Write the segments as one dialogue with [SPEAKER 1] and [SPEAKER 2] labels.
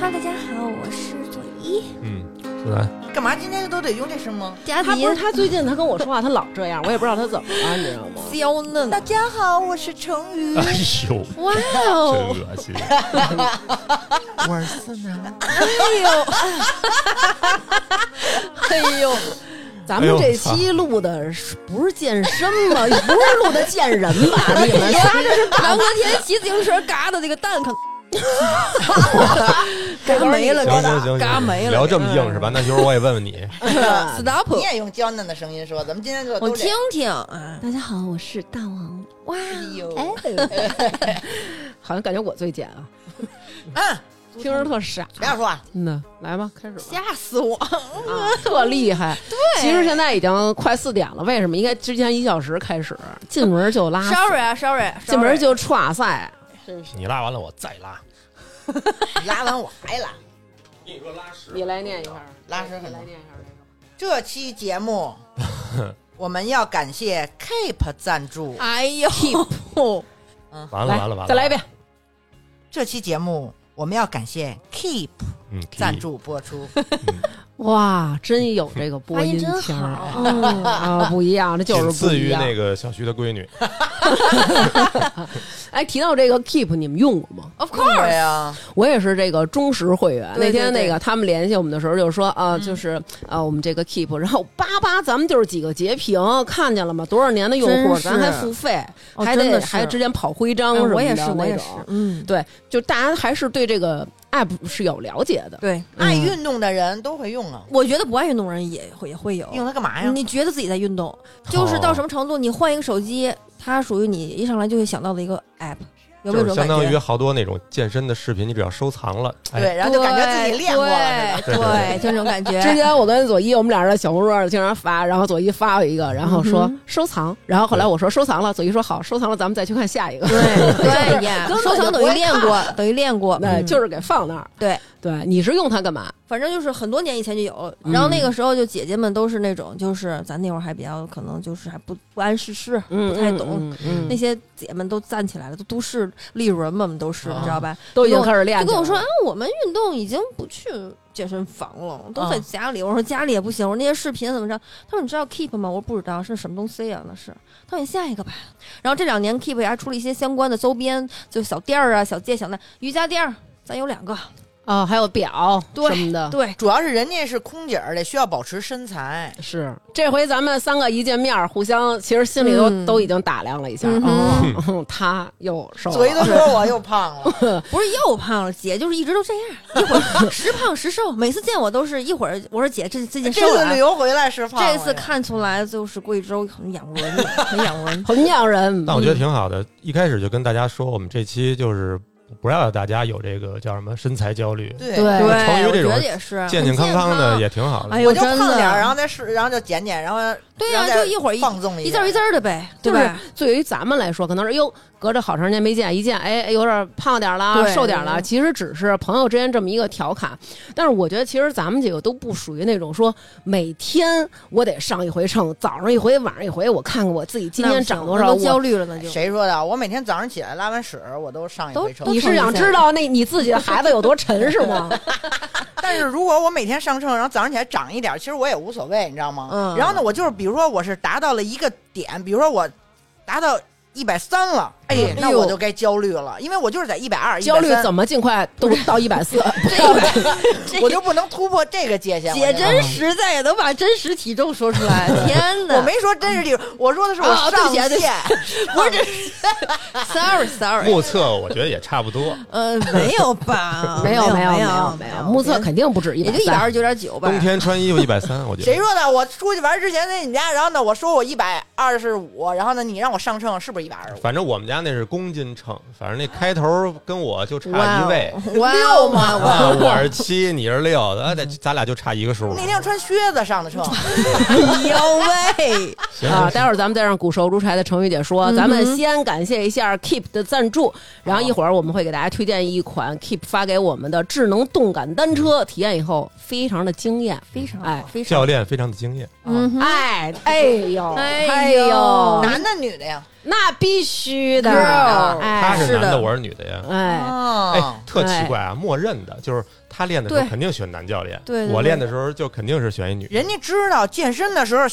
[SPEAKER 1] 哈，大家好，我是佐伊。
[SPEAKER 2] 嗯，思南，
[SPEAKER 3] 干嘛今天都得用这声吗？
[SPEAKER 1] 佳
[SPEAKER 4] 他
[SPEAKER 1] 迪
[SPEAKER 4] 不是他最近他跟我说话，他老这样，我也不知道他怎么了，你知道吗？
[SPEAKER 1] 娇嫩，
[SPEAKER 3] 大家好，我是成宇
[SPEAKER 2] 哎呦，
[SPEAKER 1] 哇
[SPEAKER 2] 真
[SPEAKER 1] 哦，
[SPEAKER 2] 恶心！
[SPEAKER 3] 我是思南。
[SPEAKER 4] 哎呦，咱
[SPEAKER 2] 哎
[SPEAKER 4] 们
[SPEAKER 2] 呦
[SPEAKER 4] 这期录的是不是健身吧？不是录的健人吧？你们仨这是
[SPEAKER 1] 南哥天天骑自行车嘎的那个 蛋可
[SPEAKER 4] 干没了
[SPEAKER 2] 行行行行，
[SPEAKER 1] 嘎
[SPEAKER 2] 行
[SPEAKER 1] 没了
[SPEAKER 2] 聊这么
[SPEAKER 4] 嗯
[SPEAKER 2] 硬是吧？那一会儿我也问问你，
[SPEAKER 1] stop，
[SPEAKER 3] 你也用娇嫩的声音说，咱们今天就
[SPEAKER 1] 我
[SPEAKER 3] 都这
[SPEAKER 1] 听听啊，
[SPEAKER 4] 大家好，我是大王。
[SPEAKER 1] 哇，
[SPEAKER 3] 呦
[SPEAKER 1] 哎，
[SPEAKER 4] 好像感觉我最贱啊，
[SPEAKER 3] 嗯，
[SPEAKER 4] 听着特傻。
[SPEAKER 3] 不要说话，
[SPEAKER 4] 嗯呐，来吧，开始吧。
[SPEAKER 1] 吓死我！
[SPEAKER 4] 啊特厉害。对，其实现在已经快四点了，为什么？应该之前一小时开始，进门就拉屎，
[SPEAKER 1] Sorry 啊，Sorry，
[SPEAKER 4] 进门就串赛。
[SPEAKER 2] 你拉完了我再拉。
[SPEAKER 3] 拉完我还拉。
[SPEAKER 4] 你来念一下，
[SPEAKER 3] 拉屎很多
[SPEAKER 4] 念一下这
[SPEAKER 3] 这期节 目我们要感谢 Keep 赞助。
[SPEAKER 1] 哎呦，
[SPEAKER 2] 完了
[SPEAKER 4] 来
[SPEAKER 2] 完了完了，
[SPEAKER 4] 再来一遍。
[SPEAKER 3] 这期节目我们要感谢 Keep
[SPEAKER 2] 嗯，
[SPEAKER 3] 赞助播出。
[SPEAKER 4] 哇，真有这个播音
[SPEAKER 1] 发音
[SPEAKER 4] 腔
[SPEAKER 1] 真
[SPEAKER 4] 儿
[SPEAKER 1] 好
[SPEAKER 4] 嗯 啊，不一样，这
[SPEAKER 2] 仅
[SPEAKER 4] 就是不
[SPEAKER 2] 次
[SPEAKER 4] 一
[SPEAKER 2] 于
[SPEAKER 4] 样。
[SPEAKER 2] 那个小徐的闺女，
[SPEAKER 4] 哎，提到这个 Keep，你们用过吗？
[SPEAKER 1] Of
[SPEAKER 3] 对啊
[SPEAKER 1] course，
[SPEAKER 3] 呀，
[SPEAKER 4] 我也是这个忠实会员。
[SPEAKER 1] 哦对
[SPEAKER 4] 那
[SPEAKER 1] 对对
[SPEAKER 4] 天
[SPEAKER 1] 嗯
[SPEAKER 4] 那个他们联系我们的时候就说啊，就是啊，我们这个 Keep，然后叭叭，咱们就是几个截屏，看见了吗？多少年的用户，
[SPEAKER 1] 真是
[SPEAKER 4] 咱还付费，
[SPEAKER 1] 哦
[SPEAKER 4] 还
[SPEAKER 1] 真
[SPEAKER 4] 得
[SPEAKER 1] 的是
[SPEAKER 4] 还之前跑徽章
[SPEAKER 1] 哎
[SPEAKER 4] 什么的。
[SPEAKER 1] 我也是，我也
[SPEAKER 4] 那
[SPEAKER 1] 是
[SPEAKER 4] 种，
[SPEAKER 1] 嗯，
[SPEAKER 4] 对，就大家还是对这个 app 是有了解的。
[SPEAKER 1] 对，
[SPEAKER 4] 嗯
[SPEAKER 3] 爱运动的人都会用啊，
[SPEAKER 1] 我觉得不爱运动人也会也会有，
[SPEAKER 3] 用它干嘛呀？
[SPEAKER 1] 你觉得自己在运动，就是到什么程度，你换一个手机，它属于你一上来就会想到的一个 app，有没有这
[SPEAKER 2] 就是
[SPEAKER 1] 种感
[SPEAKER 2] 相当 于
[SPEAKER 1] 觉？
[SPEAKER 2] 好多那种健身的视频，你只要收藏了，哎，
[SPEAKER 3] 对，然后就感觉自己练过了，是
[SPEAKER 1] 对
[SPEAKER 3] 吧
[SPEAKER 1] 对，就这种感觉。
[SPEAKER 4] 之前我跟左一，我们俩人在小红书上经常发，然后左一发我一个，然后
[SPEAKER 1] 嗯
[SPEAKER 4] 说收藏，然后后来我说收藏了，左一说好，收藏了，咱们再去看下一个。
[SPEAKER 1] 对呀
[SPEAKER 4] 根，本
[SPEAKER 1] 收藏
[SPEAKER 4] 就
[SPEAKER 1] 等
[SPEAKER 4] 不
[SPEAKER 1] 于
[SPEAKER 4] 会
[SPEAKER 1] 练过，等于练过，
[SPEAKER 4] 对，
[SPEAKER 1] 嗯
[SPEAKER 4] 就是给放那儿。
[SPEAKER 1] 对
[SPEAKER 4] 对，你是用它干嘛？
[SPEAKER 1] 反正就是很多年以前就有，然后那个时候就姐姐们都是那种，就是咱那会儿还比较可能就是还不不谙世事，不太懂。，
[SPEAKER 4] 嗯
[SPEAKER 1] 那些姐们都站起来了，都都市丽人嘛，我们都是，
[SPEAKER 2] 啊
[SPEAKER 1] 你知道吧？
[SPEAKER 4] 都已经开始练
[SPEAKER 1] 就
[SPEAKER 4] 起来
[SPEAKER 1] 跟
[SPEAKER 4] 了。
[SPEAKER 1] 我说啊，我们运动已经不去健身房了，都在
[SPEAKER 3] 啊
[SPEAKER 1] 家里。我说家里也不行，我说那些视频怎么着？他说你知道 Keep 吗？我说不知道是什么东西呀、啊那是。他说你下一个吧。然后这两年 Keep 也还出了一些相关的周边，就小店儿啊、小街小那瑜伽垫儿，咱有两个。
[SPEAKER 4] 啊，还有表
[SPEAKER 1] 对
[SPEAKER 4] 什么的，
[SPEAKER 1] 对，
[SPEAKER 3] 主要是人家是空姐儿得需要保持身材，
[SPEAKER 4] 是这回咱们三个一见面，互相其实心里都
[SPEAKER 1] 嗯
[SPEAKER 4] 都已经打量了一下。
[SPEAKER 1] 嗯哼
[SPEAKER 4] 哦，他又瘦
[SPEAKER 3] 所以都
[SPEAKER 4] 了，
[SPEAKER 3] 说我又胖了。
[SPEAKER 1] 不是又胖了，姐就是一直都这样，一会 儿时胖时瘦，每次见我都是一会儿我说姐这最近瘦
[SPEAKER 3] 这
[SPEAKER 1] 了
[SPEAKER 3] 次
[SPEAKER 1] 啊。
[SPEAKER 3] 旅游回来是胖了呀，
[SPEAKER 1] 这次看出来就是贵州很养人， 很养人。
[SPEAKER 4] 很养人。
[SPEAKER 2] 那我觉得挺好的。一开始就跟大家说，我们这期就是不要让大家有这个叫什么身材焦虑，
[SPEAKER 3] 对
[SPEAKER 4] 对
[SPEAKER 1] 对，
[SPEAKER 2] 成于
[SPEAKER 1] 我
[SPEAKER 2] 这
[SPEAKER 1] 觉
[SPEAKER 2] 种
[SPEAKER 1] 得也是
[SPEAKER 2] 健健康康
[SPEAKER 1] 很
[SPEAKER 2] 的
[SPEAKER 1] 健
[SPEAKER 2] 也挺好的
[SPEAKER 1] 哎。
[SPEAKER 3] 我
[SPEAKER 1] 呦，
[SPEAKER 3] 就
[SPEAKER 1] 真
[SPEAKER 3] 胖
[SPEAKER 1] 的
[SPEAKER 3] 点儿，然后再试，然后就减减，然后
[SPEAKER 1] 对呀、
[SPEAKER 3] 然后再
[SPEAKER 1] 就一会儿一
[SPEAKER 3] 放纵
[SPEAKER 1] 一字
[SPEAKER 3] 点
[SPEAKER 1] 儿一字儿的呗，对
[SPEAKER 4] 就是
[SPEAKER 1] 吧？
[SPEAKER 4] 对于咱们来说，可能是哟，隔着好长时间没见，一见哎有点胖点儿了，
[SPEAKER 1] 对
[SPEAKER 4] 瘦点儿
[SPEAKER 1] 对
[SPEAKER 4] 了，其实只是朋友之间这么一个调侃。但是我觉得，其实咱们几个都不属于那种说每天我得上一回秤，早上一回，晚上一回，我看看我自己今天长多
[SPEAKER 1] 那
[SPEAKER 4] 少。
[SPEAKER 1] 不行我都焦
[SPEAKER 4] 我
[SPEAKER 1] 虑了，那就
[SPEAKER 3] 谁说的？我每天早上起来拉完屎，我都上一
[SPEAKER 1] 都
[SPEAKER 3] 回秤
[SPEAKER 1] 都。
[SPEAKER 4] 你是想知道那你自己的孩子有多沉是 吗？
[SPEAKER 1] 哎
[SPEAKER 3] 但是如果我每天上秤，然后早上起来长一点，其实我也无所谓，你知道吗？
[SPEAKER 1] 嗯
[SPEAKER 3] 然后呢，我就是比如说我是达到了一个点，比如说我达到一百三了，哎
[SPEAKER 1] 嗯，
[SPEAKER 3] 那
[SPEAKER 1] 哎呦
[SPEAKER 3] 我就该焦虑了，因为我就是在一百二、
[SPEAKER 4] 焦虑怎
[SPEAKER 3] 么，
[SPEAKER 4] 么尽快都到一百四？？
[SPEAKER 3] 我就不能突破这个界限。我
[SPEAKER 1] 姐
[SPEAKER 3] 就
[SPEAKER 1] 真实在，能把真实体重说出 来，天哪！
[SPEAKER 3] 我没说真实地，我说的是我
[SPEAKER 1] 啊对不
[SPEAKER 3] 上
[SPEAKER 1] 起啊对不起
[SPEAKER 3] 限，
[SPEAKER 1] 不是这，sorry sorry，
[SPEAKER 2] 目测我觉得也差不多，
[SPEAKER 1] 呃，没有吧
[SPEAKER 4] 没有
[SPEAKER 1] 有
[SPEAKER 4] 没
[SPEAKER 1] 有
[SPEAKER 4] 没有没目测肯定不止一
[SPEAKER 1] 也
[SPEAKER 4] 百
[SPEAKER 1] 就一百二十九点九吧
[SPEAKER 2] 冬。天穿衣服一百三，我觉
[SPEAKER 3] 谁
[SPEAKER 2] 得。
[SPEAKER 3] 说的？我出去玩之前在你家，然后呢，我说我一百二十五，然后呢，你让我上秤，是不是一百二十五？
[SPEAKER 2] 反正我们家那是公斤秤，反正那开头跟我就差一 位，
[SPEAKER 1] 哇哦，
[SPEAKER 3] 六
[SPEAKER 1] 哇
[SPEAKER 3] 嘛
[SPEAKER 1] 哦
[SPEAKER 2] 啊，我是七，你是六，啊，
[SPEAKER 1] 嗯
[SPEAKER 2] 得咱俩就差一个数。
[SPEAKER 3] 那天穿靴子上 的秤，
[SPEAKER 1] 呦喂！
[SPEAKER 2] 行
[SPEAKER 4] 啊！
[SPEAKER 2] 行
[SPEAKER 4] 待会儿咱们再让骨瘦如柴的程宇姐说，咱们
[SPEAKER 1] 嗯哼
[SPEAKER 4] 先感谢一下 Keep 的赞助，然后一会儿我们会给大家推荐一款 Keep 发给我们的智能动感单车，体验以后非常的惊艳，
[SPEAKER 1] 嗯非常
[SPEAKER 4] 哎
[SPEAKER 1] 好，非常
[SPEAKER 2] 教练非常的敬业，
[SPEAKER 1] 嗯哼，
[SPEAKER 4] 哎哎呦
[SPEAKER 1] 哎呦
[SPEAKER 4] 呦，
[SPEAKER 3] 男的女的呀？
[SPEAKER 4] 那必须的，
[SPEAKER 1] Girl
[SPEAKER 4] 哎
[SPEAKER 2] 他是
[SPEAKER 1] 是
[SPEAKER 2] 男的，
[SPEAKER 1] 的嗯
[SPEAKER 2] 我是女的呀。
[SPEAKER 4] 哎。
[SPEAKER 3] 哦
[SPEAKER 2] 哎，，特奇怪啊，默认的就是他练的时候肯定选男教练，
[SPEAKER 1] 对对对
[SPEAKER 2] 我练的时候就肯定是选一女。
[SPEAKER 3] 人家知道健身的时候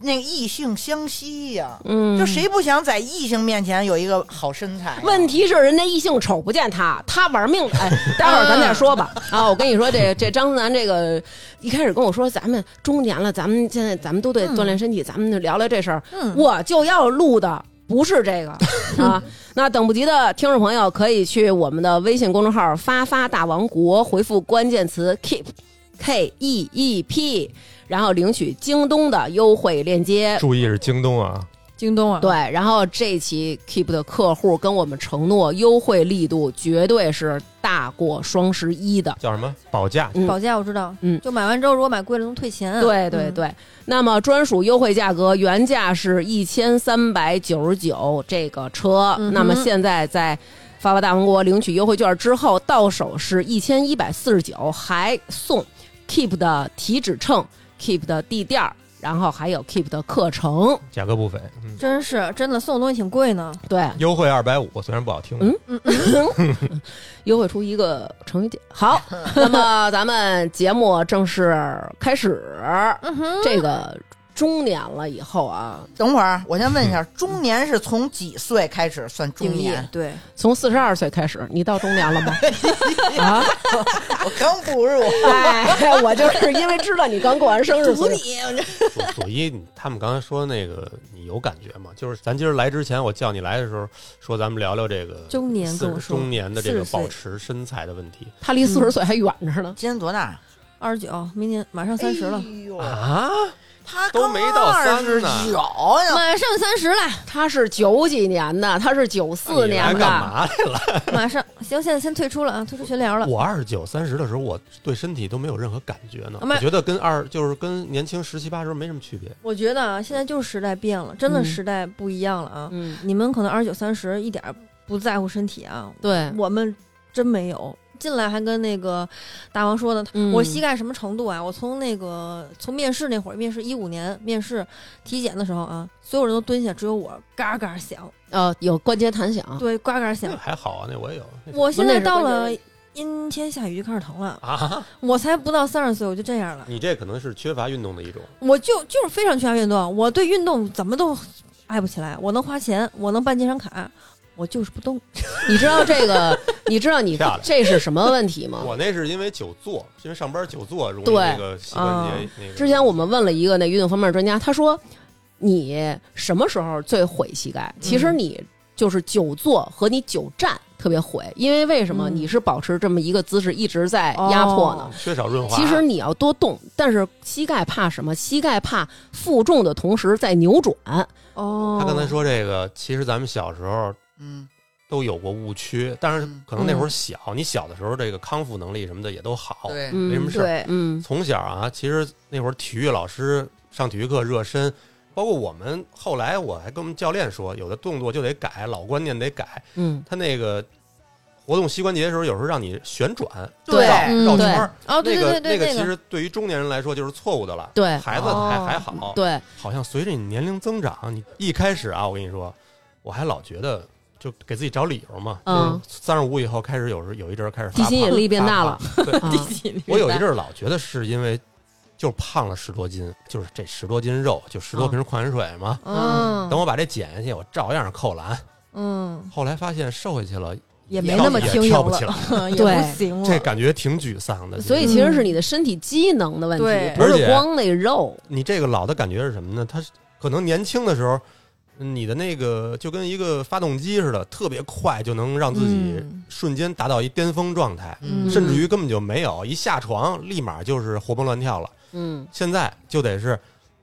[SPEAKER 3] 那个异性相吸呀、
[SPEAKER 4] 嗯
[SPEAKER 3] 就谁不想在异性面前有一个好身材？
[SPEAKER 4] 问题是人家异性瞅不见他，他玩命哎，待会儿咱再说吧。
[SPEAKER 1] 嗯
[SPEAKER 4] 啊，我跟你说，这这张思楠这个一开始跟我说，咱们中年了，咱们现在咱们都得锻炼身体，咱们就聊聊这事儿。
[SPEAKER 1] 嗯
[SPEAKER 4] 我就要录的不是这个啊。那等不及的听众朋友可以去我们的微信公众号“发发大王国”回复关键词 “keep k e e p”，然后领取京东的优惠链接。
[SPEAKER 2] 注意是京东啊，
[SPEAKER 1] 京东啊，
[SPEAKER 4] 对，然后这期 Keep 的客户跟我们承诺，优惠力度绝对是大过双十一的。
[SPEAKER 2] 叫什么保价？
[SPEAKER 4] 嗯
[SPEAKER 1] 保价我知道，
[SPEAKER 4] 嗯
[SPEAKER 1] 就买完之后如果买贵了能退钱，啊嗯
[SPEAKER 4] 对对对，那么专属优惠价格原价是一千三百九十九这个车，
[SPEAKER 1] 嗯哼
[SPEAKER 4] 那么现在在发发大王国领取优惠券之后，到手是一千一百四十九，还送 Keep 的体脂秤、Keep 的地垫儿，然后还有 Keep 的课程。
[SPEAKER 2] 价格不菲，嗯，
[SPEAKER 1] 真是真的送的东西挺贵呢，
[SPEAKER 4] 对，
[SPEAKER 2] 优惠二百五，虽然不好听，
[SPEAKER 4] 嗯优惠出一个乘以减。好，
[SPEAKER 1] 嗯
[SPEAKER 4] 那么咱们节目正式开始。
[SPEAKER 1] 嗯哼，
[SPEAKER 4] 这个中年了以后啊，
[SPEAKER 3] 等会儿我先问一下，中年是从几岁开始算中
[SPEAKER 1] 定义
[SPEAKER 3] 年？
[SPEAKER 1] 对，
[SPEAKER 4] 从四十二岁开始，你到中年 了吗？啊，
[SPEAKER 3] 我刚步入，
[SPEAKER 4] 哎，我就是因为知道你刚过完生日，所以
[SPEAKER 2] 左左一，你他们刚才说那个，你有感觉吗？就是咱今儿来之前，我叫你来的时候，说咱们聊聊这个
[SPEAKER 1] 中年
[SPEAKER 2] 四
[SPEAKER 1] 跟我说
[SPEAKER 2] 中年的这个
[SPEAKER 1] 40岁
[SPEAKER 2] 保持身材的问题
[SPEAKER 4] 他离四十岁还远着呢。
[SPEAKER 3] 今年多大？啊
[SPEAKER 1] 二十九，明年马上三十了，
[SPEAKER 3] 哎呦
[SPEAKER 2] 啊。
[SPEAKER 3] 他
[SPEAKER 2] 都没到
[SPEAKER 3] 二
[SPEAKER 2] 三
[SPEAKER 3] 十
[SPEAKER 2] 呢
[SPEAKER 3] 九呢，
[SPEAKER 1] 马上三十了，
[SPEAKER 4] 嗯他是九几年的，他是九四
[SPEAKER 2] 你来
[SPEAKER 4] 年
[SPEAKER 2] 哎干
[SPEAKER 4] 的，
[SPEAKER 2] 嘛来了？
[SPEAKER 1] 马上行，现在先退出了啊，退出群聊了。
[SPEAKER 2] 我二十九、三十的时候，我对身体都没有任何感觉呢。
[SPEAKER 1] 没
[SPEAKER 2] 我觉得跟二就是跟年轻十七八时候没什么区别。
[SPEAKER 1] 我觉得啊，现在就是时代变了，真的
[SPEAKER 4] 嗯
[SPEAKER 1] 时代不一样了啊。
[SPEAKER 4] 嗯，
[SPEAKER 1] 你们可能二十九、三十一点儿不在乎身体啊，
[SPEAKER 4] 对，
[SPEAKER 1] 我们真没有。进来还跟那个大王说呢，
[SPEAKER 4] 嗯
[SPEAKER 1] 我膝盖什么程度啊？我从那个从面试那会儿，面试一五年面试体检的时候啊，所有人都蹲下，只有我嘎嘎响，
[SPEAKER 2] 啊
[SPEAKER 4] 呃，有关节弹响，
[SPEAKER 1] 对，嘎嘎
[SPEAKER 2] 那
[SPEAKER 1] 响。
[SPEAKER 2] 还好啊，那我也有那
[SPEAKER 1] 我现在到
[SPEAKER 4] 那
[SPEAKER 1] 了
[SPEAKER 4] 是关节
[SPEAKER 1] 阴天下雨就开始疼了，
[SPEAKER 2] 啊。
[SPEAKER 1] 我才不到三十岁我就这样了，
[SPEAKER 2] 你这可能是缺乏运动的一种。
[SPEAKER 1] 我就就是非常缺乏运动，我对运动怎么都爱不起来，我能花钱，我能办健身卡，我就是不动。
[SPEAKER 4] 你知道这个，你知道你
[SPEAKER 2] 漂亮
[SPEAKER 4] 这是什么问题吗？
[SPEAKER 2] 我那是因为久坐，因为上班久坐容易
[SPEAKER 4] 嗯对
[SPEAKER 2] 那个膝关节那个。
[SPEAKER 4] 之前我们问了一个那运动方面的专家，他说你什么时候最毁膝盖？
[SPEAKER 1] 嗯
[SPEAKER 4] 其实你就是久坐和你久站特别毁，因为为什么
[SPEAKER 1] 嗯
[SPEAKER 4] 你是保持这么一个姿势一直在压迫呢？
[SPEAKER 1] 哦
[SPEAKER 2] 缺少润滑。
[SPEAKER 4] 其实你要多动，但是膝盖怕什么？膝盖怕负重的同时在扭转。
[SPEAKER 1] 哦，
[SPEAKER 2] 他刚才说这个，其实咱们小时候
[SPEAKER 3] 嗯，
[SPEAKER 2] 都有过误区，但是
[SPEAKER 3] 嗯
[SPEAKER 2] 可能那会儿小，你小的时候这个康复能力什么的也都好。
[SPEAKER 3] 对，
[SPEAKER 4] 嗯，
[SPEAKER 2] 没什么事 儿
[SPEAKER 4] 对，嗯，
[SPEAKER 2] 从小啊，其实那会儿体育老师上体育课热身，包括我们后来我还跟我们教练说，有的动作就得改，老观念得改。
[SPEAKER 4] 嗯，
[SPEAKER 2] 他那个活动膝关节的时候，有时候让你旋转
[SPEAKER 4] 对
[SPEAKER 2] 绕
[SPEAKER 1] 嗯
[SPEAKER 2] 绕
[SPEAKER 4] 对
[SPEAKER 2] 圈儿，
[SPEAKER 1] 哦，对
[SPEAKER 2] 那
[SPEAKER 1] 对
[SPEAKER 2] 个
[SPEAKER 1] 对对，
[SPEAKER 2] 个其实对于中年人来说就是错误的了。
[SPEAKER 4] 对
[SPEAKER 2] 孩子还
[SPEAKER 1] 哦
[SPEAKER 2] 还好，
[SPEAKER 4] 对，啊
[SPEAKER 2] 好像随着你年龄增长，你一开始啊，我跟你说，我还老觉得就给自己找理由嘛。
[SPEAKER 4] 嗯，
[SPEAKER 2] 三十五以后开始有时有一阵儿开始发
[SPEAKER 4] 地心
[SPEAKER 2] 胖
[SPEAKER 4] 引力变大
[SPEAKER 2] 发
[SPEAKER 4] 了
[SPEAKER 2] 胖 对，
[SPEAKER 4] 啊
[SPEAKER 2] 我有一阵儿老觉得是因为就胖了十多斤，就是这十多斤肉，就十多
[SPEAKER 4] 嗯
[SPEAKER 2] 瓶矿泉水嘛。
[SPEAKER 1] 嗯，
[SPEAKER 2] 等我把这减下去，我照样扣篮。
[SPEAKER 1] 嗯，
[SPEAKER 2] 后来发现瘦下去了，
[SPEAKER 1] 也没那么
[SPEAKER 2] 跳
[SPEAKER 1] 轻
[SPEAKER 2] 也
[SPEAKER 1] 盈
[SPEAKER 2] 跳不起
[SPEAKER 1] 了，嗯
[SPEAKER 2] 来，
[SPEAKER 1] 也
[SPEAKER 4] 对
[SPEAKER 1] 不行
[SPEAKER 2] 这
[SPEAKER 1] 了。
[SPEAKER 2] 感觉挺沮丧的。
[SPEAKER 4] 所以
[SPEAKER 2] 其实
[SPEAKER 4] 其实是你的身体机能的问
[SPEAKER 1] 对
[SPEAKER 4] 题，不
[SPEAKER 2] 而
[SPEAKER 4] 是
[SPEAKER 2] 且
[SPEAKER 4] 光那肉。
[SPEAKER 2] 你这个老的感觉是什么呢？它是可能年轻的时候，你的那个就跟一个发动机似的，特别快就能让自己
[SPEAKER 1] 嗯
[SPEAKER 2] 瞬间达到一巅峰状态，
[SPEAKER 1] 嗯
[SPEAKER 2] 甚至于根本就没有一下床立马就是活蹦乱跳了。
[SPEAKER 4] 嗯，
[SPEAKER 2] 现在就得是，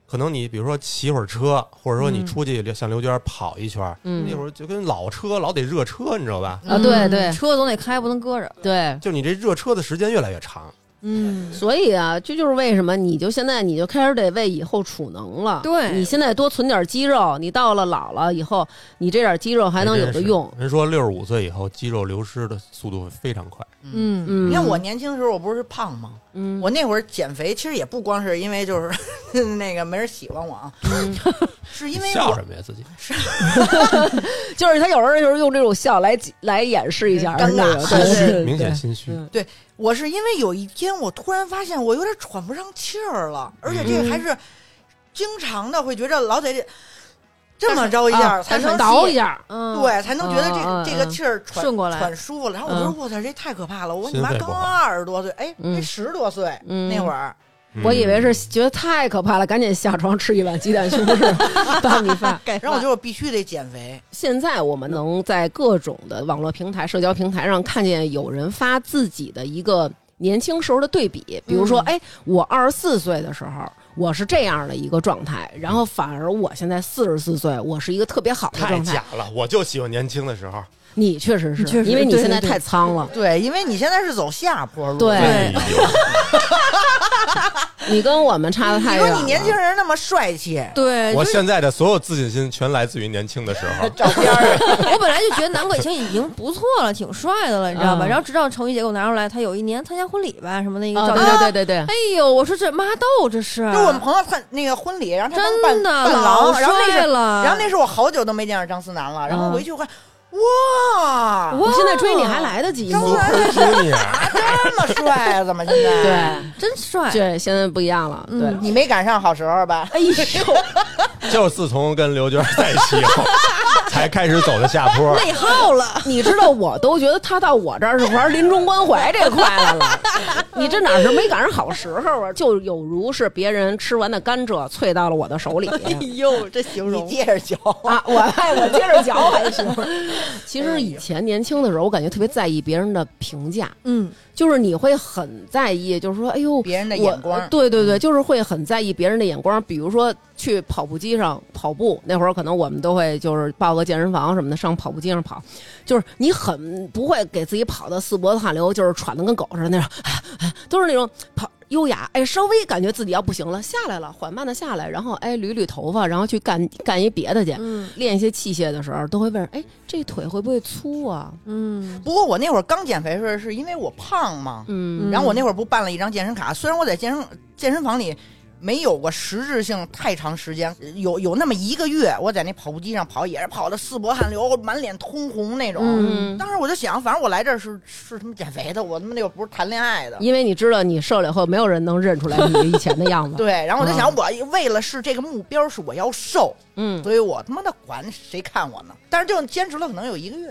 [SPEAKER 2] 可能你比如说骑会儿车，或者说你
[SPEAKER 1] 嗯
[SPEAKER 2] 出去像刘娟跑一圈儿，
[SPEAKER 4] 嗯
[SPEAKER 2] 那会儿就跟老车老得热车，你知道吧？
[SPEAKER 1] 嗯
[SPEAKER 4] 啊，对对
[SPEAKER 1] 车总得开，不能搁着。
[SPEAKER 4] 对，
[SPEAKER 2] 就你这热车的时间越来越长，
[SPEAKER 1] 嗯，
[SPEAKER 4] 所以啊，这就是为什么你就现在你就开始得为以后储能了。
[SPEAKER 1] 对
[SPEAKER 4] 你现在多存点肌肉，你到了老了以后，你这点肌肉还能有的用
[SPEAKER 2] 哎。真是人说六十五岁以后肌肉流失的速度非常快，
[SPEAKER 1] 嗯
[SPEAKER 4] 嗯，
[SPEAKER 3] 你看我年轻的时候，我不是胖吗？
[SPEAKER 4] 嗯，
[SPEAKER 3] 我那会儿减肥，其实也不光是因为就是 那个没人喜欢我啊，
[SPEAKER 4] 嗯
[SPEAKER 3] 是因为
[SPEAKER 2] 笑
[SPEAKER 3] 我
[SPEAKER 2] 什么呀自己？
[SPEAKER 4] 就是他有时候就是用这种笑来来掩饰一下
[SPEAKER 3] 尴尬
[SPEAKER 4] 那
[SPEAKER 3] 对
[SPEAKER 4] 个
[SPEAKER 2] 心
[SPEAKER 3] 对
[SPEAKER 2] 虚，明显心虚。
[SPEAKER 4] 嗯
[SPEAKER 3] 我是因为有一天我突然发现我有点喘不上气儿了，而且
[SPEAKER 4] 嗯
[SPEAKER 3] 这个还是经常的会觉着老得这这么着一下
[SPEAKER 4] 啊
[SPEAKER 3] 才能
[SPEAKER 4] 倒一下，
[SPEAKER 1] 嗯，
[SPEAKER 3] 对，才能觉得这
[SPEAKER 4] 嗯嗯
[SPEAKER 3] 个这个气儿喘
[SPEAKER 1] 顺过来
[SPEAKER 3] 喘舒服了。然后我说
[SPEAKER 4] 嗯：“
[SPEAKER 3] 我操，这太可怕了！”我说：“
[SPEAKER 2] 心
[SPEAKER 3] 你妈
[SPEAKER 2] 肺
[SPEAKER 3] 刚
[SPEAKER 2] 不好
[SPEAKER 3] 二十多岁，哎，
[SPEAKER 4] 嗯
[SPEAKER 3] 才十多岁
[SPEAKER 4] 嗯
[SPEAKER 3] 那会儿，
[SPEAKER 2] 嗯
[SPEAKER 4] 我以为是觉得太可怕了，赶紧下床吃一碗鸡蛋西红柿拌米饭。
[SPEAKER 1] 给
[SPEAKER 3] 然后我就必须得减肥。
[SPEAKER 4] 现在我们能在各种的网络平台、社交平台上看见有人发自己的一个年轻时候的对比，比如说，哎，我二十四岁的时候。我是这样的一个状态，然后反而我现在四十四岁，我是一个特别好的
[SPEAKER 2] 太
[SPEAKER 4] 状态
[SPEAKER 2] 假。了，我就喜欢年轻的时候。
[SPEAKER 4] 你确实是，
[SPEAKER 1] 你确实
[SPEAKER 4] 因为你
[SPEAKER 1] 对
[SPEAKER 4] 现在
[SPEAKER 1] 对对
[SPEAKER 4] 太苍了”。
[SPEAKER 3] 对，因为你现在是走下坡路。
[SPEAKER 4] 对
[SPEAKER 2] 哎呦，
[SPEAKER 4] 你跟我们差的
[SPEAKER 3] 你
[SPEAKER 4] 太远
[SPEAKER 3] 说
[SPEAKER 4] 了。
[SPEAKER 3] 你年轻人那么帅气，
[SPEAKER 1] 哎对，
[SPEAKER 2] 我
[SPEAKER 1] 就是
[SPEAKER 2] 现在的所有自信心全来自于年轻的时候。
[SPEAKER 3] 照片儿啊
[SPEAKER 1] 我本来就觉得南葛以前已经不错了，挺帅的了，你知道吧？
[SPEAKER 4] 嗯
[SPEAKER 1] 然后直到程序姐给我拿出来，他有一年参加婚礼吧什么的一个
[SPEAKER 4] 啊，
[SPEAKER 1] 照
[SPEAKER 4] 对
[SPEAKER 1] 片，
[SPEAKER 4] 对对对
[SPEAKER 1] 哎
[SPEAKER 4] 对，
[SPEAKER 1] 呦，我说这妈豆这啊是，
[SPEAKER 3] 就我们朋友办那个婚礼，然后他帮
[SPEAKER 1] 真
[SPEAKER 3] 伴
[SPEAKER 1] 的
[SPEAKER 3] 伴
[SPEAKER 1] 老
[SPEAKER 3] 郎，然后那
[SPEAKER 1] 帅
[SPEAKER 3] 是
[SPEAKER 1] 了
[SPEAKER 3] 然后那是我好久都没见着张思楠了，然后
[SPEAKER 4] 嗯
[SPEAKER 3] 回去我看，哇，
[SPEAKER 1] 哇
[SPEAKER 4] 我现在追你还来得及吗
[SPEAKER 3] 张？思楠
[SPEAKER 2] 不是你啊
[SPEAKER 3] 这么帅，怎么现 在？
[SPEAKER 4] 对，
[SPEAKER 1] 真帅，
[SPEAKER 4] 这现在不一样了，
[SPEAKER 1] 嗯
[SPEAKER 4] 对。
[SPEAKER 3] 你没赶上好时候吧？
[SPEAKER 4] 哎呦，
[SPEAKER 2] 就是自从跟刘娟在一起以后，才开始走的下坡。
[SPEAKER 1] 内耗了。
[SPEAKER 4] 你知道我都觉得他到我这儿是玩临终关怀这块来了，你这哪是没赶上好时候啊？就有如是别人吃完的甘蔗萃到了我的手里。
[SPEAKER 1] 哎呦，这形
[SPEAKER 3] 你接着嚼，
[SPEAKER 4] 啊，我爱我接着嚼还行。 其实以前年轻的时候，我感觉特别在意别人的评价，
[SPEAKER 1] 嗯，
[SPEAKER 4] 就是你会很在意，就是说，哎呦，
[SPEAKER 3] 别人的眼光嗯
[SPEAKER 4] 我对对对，就是会很在意别人的眼光。比如说去跑步机上跑步，那会儿可能我们都会就是报个健身房什么的，上跑步机上跑，就是你很不会给自己跑的四脖子汗流， 就是喘的跟狗似的那种，哎哎都是那种跑。优雅，哎，稍微感觉自己要不行了，下来了，缓慢的下来，然后哎捋捋头发，然后去干干一别的去，
[SPEAKER 1] 嗯
[SPEAKER 4] 练一些器械的时候，都会问，哎，这腿会不会粗啊？
[SPEAKER 1] 嗯，
[SPEAKER 3] 不过我那会儿刚减肥的时候，是因为我胖嘛，
[SPEAKER 4] 嗯
[SPEAKER 3] 然后我那会儿不办了一张健身卡，虽然我在健身健身房里没有过实质性太长时间，有有那么一个月，我在那跑步机上跑，也是跑的四脖汗流，满脸通红那种。
[SPEAKER 4] 嗯，
[SPEAKER 3] 当时我就想，反正我来这儿是是他妈减肥的，我他妈又不是谈恋爱的。
[SPEAKER 4] 因为你知道你瘦了以后，没有人能认出来你以前的样 子。
[SPEAKER 3] 对，然后我就想
[SPEAKER 4] 嗯，
[SPEAKER 3] 我为了是这个目标是我要瘦，
[SPEAKER 4] 嗯，
[SPEAKER 3] 所以我他妈的管谁看我呢？但是就坚持了可能有一个月，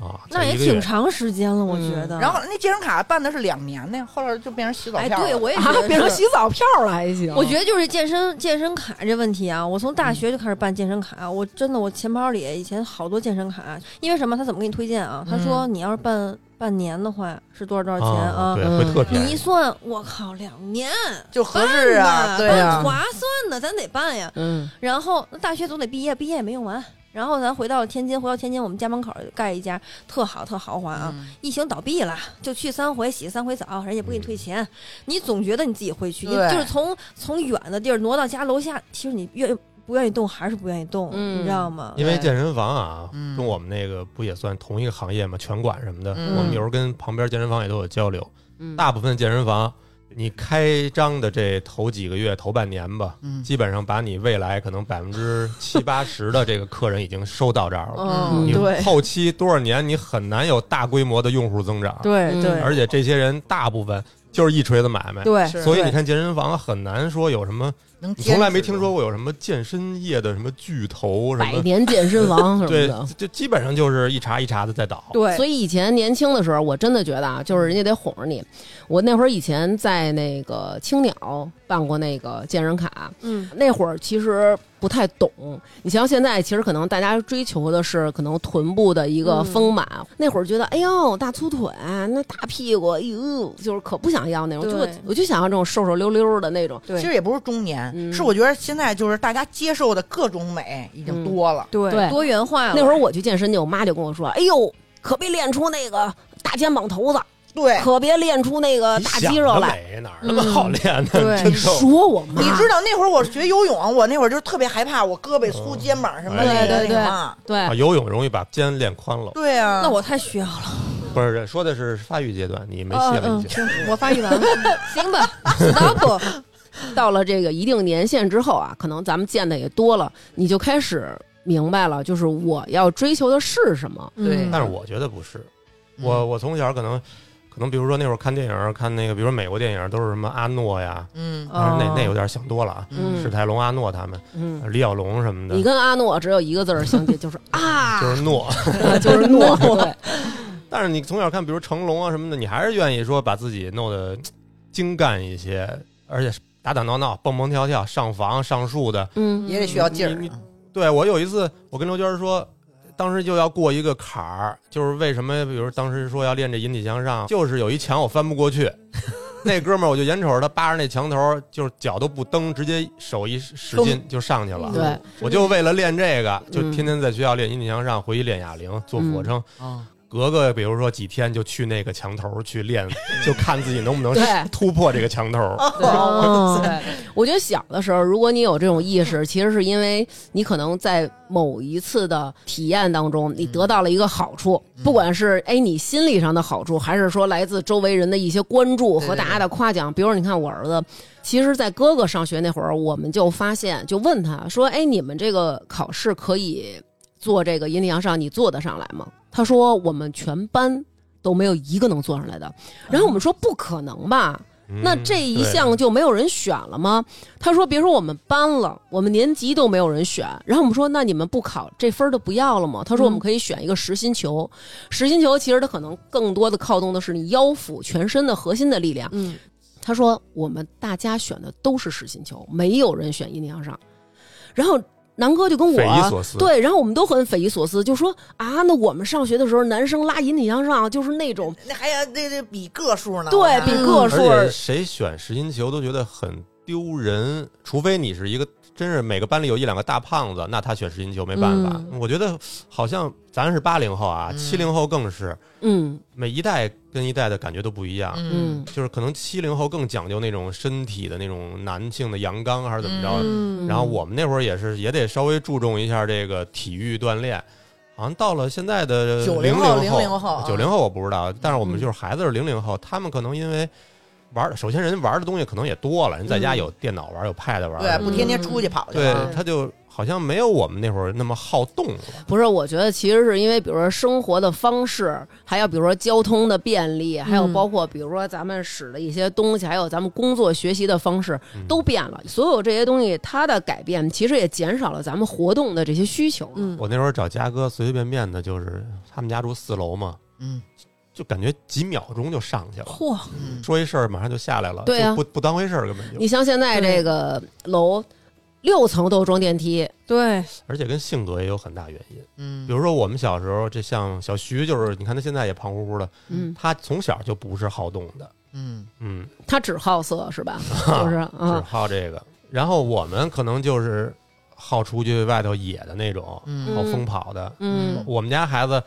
[SPEAKER 2] 啊，
[SPEAKER 1] 那也
[SPEAKER 2] 这一个
[SPEAKER 1] 挺
[SPEAKER 2] 月
[SPEAKER 1] 长时间了，我
[SPEAKER 4] 嗯
[SPEAKER 1] 觉得。
[SPEAKER 3] 然后那健身卡办的是两年呢，后来就变成洗澡
[SPEAKER 1] 哎，
[SPEAKER 3] 票了。
[SPEAKER 1] 对，我也觉
[SPEAKER 4] 啊
[SPEAKER 1] 得，
[SPEAKER 4] 变成
[SPEAKER 1] 是
[SPEAKER 4] 洗澡票了还行。
[SPEAKER 1] 我觉得就是健身健身卡这问题啊，我从大学就开始办健身卡，我真的我钱包里以前好多健身卡，啊因为什么？他怎么给你推荐啊？他说你要是办半年的话是多少多少钱啊？
[SPEAKER 2] 啊，对，
[SPEAKER 4] 嗯
[SPEAKER 2] 会特便
[SPEAKER 1] 你
[SPEAKER 2] 宜
[SPEAKER 1] 一。算，我靠，两年
[SPEAKER 3] 就合适啊，
[SPEAKER 1] 办吧
[SPEAKER 3] 对啊
[SPEAKER 1] 办，划算呢，咱得办呀。
[SPEAKER 4] 嗯，
[SPEAKER 1] 然后那大学总得毕业，毕业也没用完。然后咱回到天津，回到天津，我们家门口盖一家特好特豪华啊，
[SPEAKER 3] 嗯
[SPEAKER 1] 一行倒闭了，就去三回洗三回澡，人家不给你退钱，你总觉得你自己会去，你
[SPEAKER 3] 对
[SPEAKER 1] 就是从从远的地儿挪到家楼下，其实你愿不愿意动还是不愿意动，
[SPEAKER 4] 嗯
[SPEAKER 1] 你知道吗？
[SPEAKER 2] 因为健身房啊，
[SPEAKER 3] 嗯
[SPEAKER 2] 跟我们那个不也算同一个行业嘛，拳馆什么的。
[SPEAKER 3] 嗯
[SPEAKER 2] 我们有时候跟旁边健身房也都有交流。
[SPEAKER 4] 嗯
[SPEAKER 2] 大部分健身房，你开张的这头几个月、头半年吧，
[SPEAKER 3] 嗯
[SPEAKER 2] 基本上把你未来可能百分之七八十的这个客人已经收到这儿了。
[SPEAKER 4] 嗯
[SPEAKER 2] 你
[SPEAKER 1] 对
[SPEAKER 2] 后期多少年，你很难有大规模的用户增长。
[SPEAKER 1] 对
[SPEAKER 4] 对
[SPEAKER 2] 而且这些人大部分就是一锤子买卖。
[SPEAKER 1] 对
[SPEAKER 3] 是
[SPEAKER 2] 所以你看，健身房很难说有什么，
[SPEAKER 3] 能
[SPEAKER 2] 你
[SPEAKER 3] 坚
[SPEAKER 2] 从来没
[SPEAKER 3] 持
[SPEAKER 2] 听说过有什么健身业的什么巨头什
[SPEAKER 4] 百
[SPEAKER 2] 么
[SPEAKER 4] 年健身房什么
[SPEAKER 2] 对
[SPEAKER 4] 的。，
[SPEAKER 2] 就基本上就是一茬一茬的在倒。
[SPEAKER 1] 对，
[SPEAKER 4] 所以以前年轻的时候，我真的觉得啊，就是人家得哄着你。我那会儿以前在那个青鸟办过那个健身卡，
[SPEAKER 1] 嗯
[SPEAKER 4] 那会儿其实不太懂。你像现在，其实可能大家追求的是可能臀部的一
[SPEAKER 1] 嗯
[SPEAKER 4] 个丰满。那会儿觉得，哎呦，大粗腿，那大屁股，哎呦，就是可不想要那种，
[SPEAKER 1] 对
[SPEAKER 4] 就我就想要这种瘦瘦溜溜的那种。
[SPEAKER 1] 对
[SPEAKER 3] 其实也不是中年，
[SPEAKER 4] 嗯
[SPEAKER 3] 是我觉得现在就是大家接受的各种美已经多了。
[SPEAKER 1] 对
[SPEAKER 4] 嗯对
[SPEAKER 1] 多元化了。
[SPEAKER 4] 那会儿我去健身去，我妈就跟我说：“哎呦，可别练出那个大肩膀头子。”
[SPEAKER 3] 对，
[SPEAKER 4] 可别练出那个
[SPEAKER 2] 你
[SPEAKER 4] 大
[SPEAKER 2] 想
[SPEAKER 4] 肌肉
[SPEAKER 2] 得
[SPEAKER 4] 来。
[SPEAKER 2] 美哪儿那么好练呢？
[SPEAKER 1] 对
[SPEAKER 2] 真逗。
[SPEAKER 4] 说我妈，
[SPEAKER 3] 你知道那会儿我学游泳，我那会儿就特别害怕，我胳膊粗、
[SPEAKER 2] 嗯
[SPEAKER 3] 肩膀什么的，
[SPEAKER 4] 对对
[SPEAKER 3] 那
[SPEAKER 4] 对
[SPEAKER 3] 个嘛
[SPEAKER 4] 对
[SPEAKER 2] 啊，，游泳容易把肩练宽了，
[SPEAKER 3] 对啊。
[SPEAKER 1] 那我太需要了，
[SPEAKER 2] 不是说的是发育阶段，你没
[SPEAKER 1] 啊
[SPEAKER 2] 泄了
[SPEAKER 1] 嗯
[SPEAKER 2] 已经。
[SPEAKER 1] 我发育完 了，嗯行吧，stop，
[SPEAKER 4] 到了这个一定年限之后啊，可能咱们见的也多了，你就开始明白了，就是我要追求的是什么。
[SPEAKER 1] 嗯
[SPEAKER 3] 对
[SPEAKER 2] 但是我觉得不是，我我从小可能可能，比如说那会儿看电影儿，看那个，比如说美国电影儿都是什么阿诺呀，
[SPEAKER 3] 嗯
[SPEAKER 2] 但是那
[SPEAKER 1] 哦
[SPEAKER 2] 那有点想多了啊，
[SPEAKER 4] 嗯
[SPEAKER 2] 史泰龙、阿诺他们，
[SPEAKER 4] 嗯，
[SPEAKER 2] 李小龙什么的
[SPEAKER 4] 你，跟阿诺只有一个字儿相近，就是啊，
[SPEAKER 2] 就是诺。
[SPEAKER 4] 就是诺。对，
[SPEAKER 2] 但是你从小看，比如成龙啊什么的，你还是愿意说把自己弄得精干一些，而且是打打闹闹、蹦蹦跳跳、上房上树的。
[SPEAKER 4] 嗯，
[SPEAKER 3] 也得需要劲
[SPEAKER 2] 你
[SPEAKER 3] 儿
[SPEAKER 2] 你，对我有一次，我跟刘娟说，当时就要过一个坎儿，就是为什么，比如当时说要练这引体向上，就是有一墙我翻不过 去。那哥们儿，我就眼瞅着他扒着那墙头，就是脚都不蹬，直接手一使劲就上去了。
[SPEAKER 4] 对，
[SPEAKER 2] 我就为了练这个，就
[SPEAKER 4] 嗯
[SPEAKER 2] 天天在学校练引体向上，回去练哑铃、做俯卧撑。
[SPEAKER 4] 哦
[SPEAKER 3] 啊，
[SPEAKER 2] 隔个比如说几天就去那个墙头去练，就看自己能不能
[SPEAKER 4] 对
[SPEAKER 2] 突破这个墙头。
[SPEAKER 4] 对
[SPEAKER 3] 哦
[SPEAKER 4] 对，我觉得小的时候，如果你有这种意识，其实是因为你可能在某一次的体验当中，你得到了一个好处，不管是哎你心理上的好处，还是说来自周围人的一些关注和大家的夸奖。比如你看我儿子，其实，在哥哥上学那会儿，我们就发现，就问他说：“哎，你们这个考试可以做这个引体向上，你做得上来吗？”他说：“我们全班。”都没有一个能做上来的，然后我们说不可能吧，
[SPEAKER 2] 嗯
[SPEAKER 4] 那这一项就没有人选了吗？他说：“别说我们班了，我们年级都没有人选。”然后我们说：“那你们不考这分儿都不要了吗？”他说：“我们可以选一个实心球，实心球其实它可能更多的靠动的是你腰腹、全身的核心的力量。”
[SPEAKER 1] 嗯，
[SPEAKER 4] 他说：“我们大家选的都是实心球，没有人选引体向上。”然后南哥就跟我
[SPEAKER 2] 对匪夷所思。
[SPEAKER 4] 对，然后我们都很匪夷所思，就说：“啊，那我们上学的时候，男生拉引体向上就是那种
[SPEAKER 3] 那还要这这比个数呢，
[SPEAKER 4] 对比个
[SPEAKER 2] 嗯而
[SPEAKER 4] 数儿
[SPEAKER 2] 且谁选实心球都觉得很丢人，除非你是一个真是每个班里有一两个大胖子，那他选实心球没办法。
[SPEAKER 1] 嗯
[SPEAKER 2] 我觉得好像咱是八零后啊，
[SPEAKER 3] 嗯
[SPEAKER 2] 七零后更是
[SPEAKER 4] 嗯
[SPEAKER 2] 每一代跟一代的感觉都不一样。
[SPEAKER 4] 嗯
[SPEAKER 2] 就是可能七零后更讲究那种身体的那种男性的阳刚，还是怎么着？
[SPEAKER 1] 嗯
[SPEAKER 2] 然后我们那会儿也是，也得稍微注重一下这个体育锻炼。好像到了现在的
[SPEAKER 3] 90
[SPEAKER 2] 零
[SPEAKER 3] 后
[SPEAKER 2] 零
[SPEAKER 3] 00后啊
[SPEAKER 2] 九零后我不知道，但是我们就是孩子是零零后，他们可能因为玩，首先人玩的东西可能也多了，人在家有电脑玩，有 pad
[SPEAKER 3] 对，
[SPEAKER 2] 玩，
[SPEAKER 3] 不嗯天天出去跑去
[SPEAKER 2] 对
[SPEAKER 3] 了，
[SPEAKER 2] 他就好像没有我们那会儿那么好动了。
[SPEAKER 4] 不是，我觉得其实是因为，比如说生活的方式，还有比如说交通的便利，还有包括比如说咱们使的一些东西，还有咱们工作学习的方式都变了。所有这些东西它的改变，其实也减少了咱们活动的这些需求。
[SPEAKER 1] 嗯，
[SPEAKER 2] 我那会儿找家哥随随便便的，就是他们家住四楼嘛，
[SPEAKER 3] 嗯，
[SPEAKER 2] 就感觉几秒钟就上去了，
[SPEAKER 1] 嚯，
[SPEAKER 3] 嗯
[SPEAKER 2] 说一事儿马上就下来了，
[SPEAKER 4] 对啊
[SPEAKER 2] 就不不当回事儿根本就
[SPEAKER 4] 你。像现在这个楼，六层都装电梯，
[SPEAKER 1] 对，
[SPEAKER 2] 而且跟性格也有很大原因。
[SPEAKER 3] 嗯
[SPEAKER 2] 比如说我们小时候，这像小徐，就是你看他现在也胖乎乎的，
[SPEAKER 4] 嗯，
[SPEAKER 2] 他从小就不是好动的，
[SPEAKER 3] 嗯
[SPEAKER 2] 嗯，
[SPEAKER 4] 它只好色是吧？就是
[SPEAKER 2] 只
[SPEAKER 4] 啊，
[SPEAKER 2] 好这个。然后我们可能就是好出去外头野的那种，
[SPEAKER 3] 嗯
[SPEAKER 2] 好疯跑的。
[SPEAKER 4] 嗯
[SPEAKER 2] 我们家孩子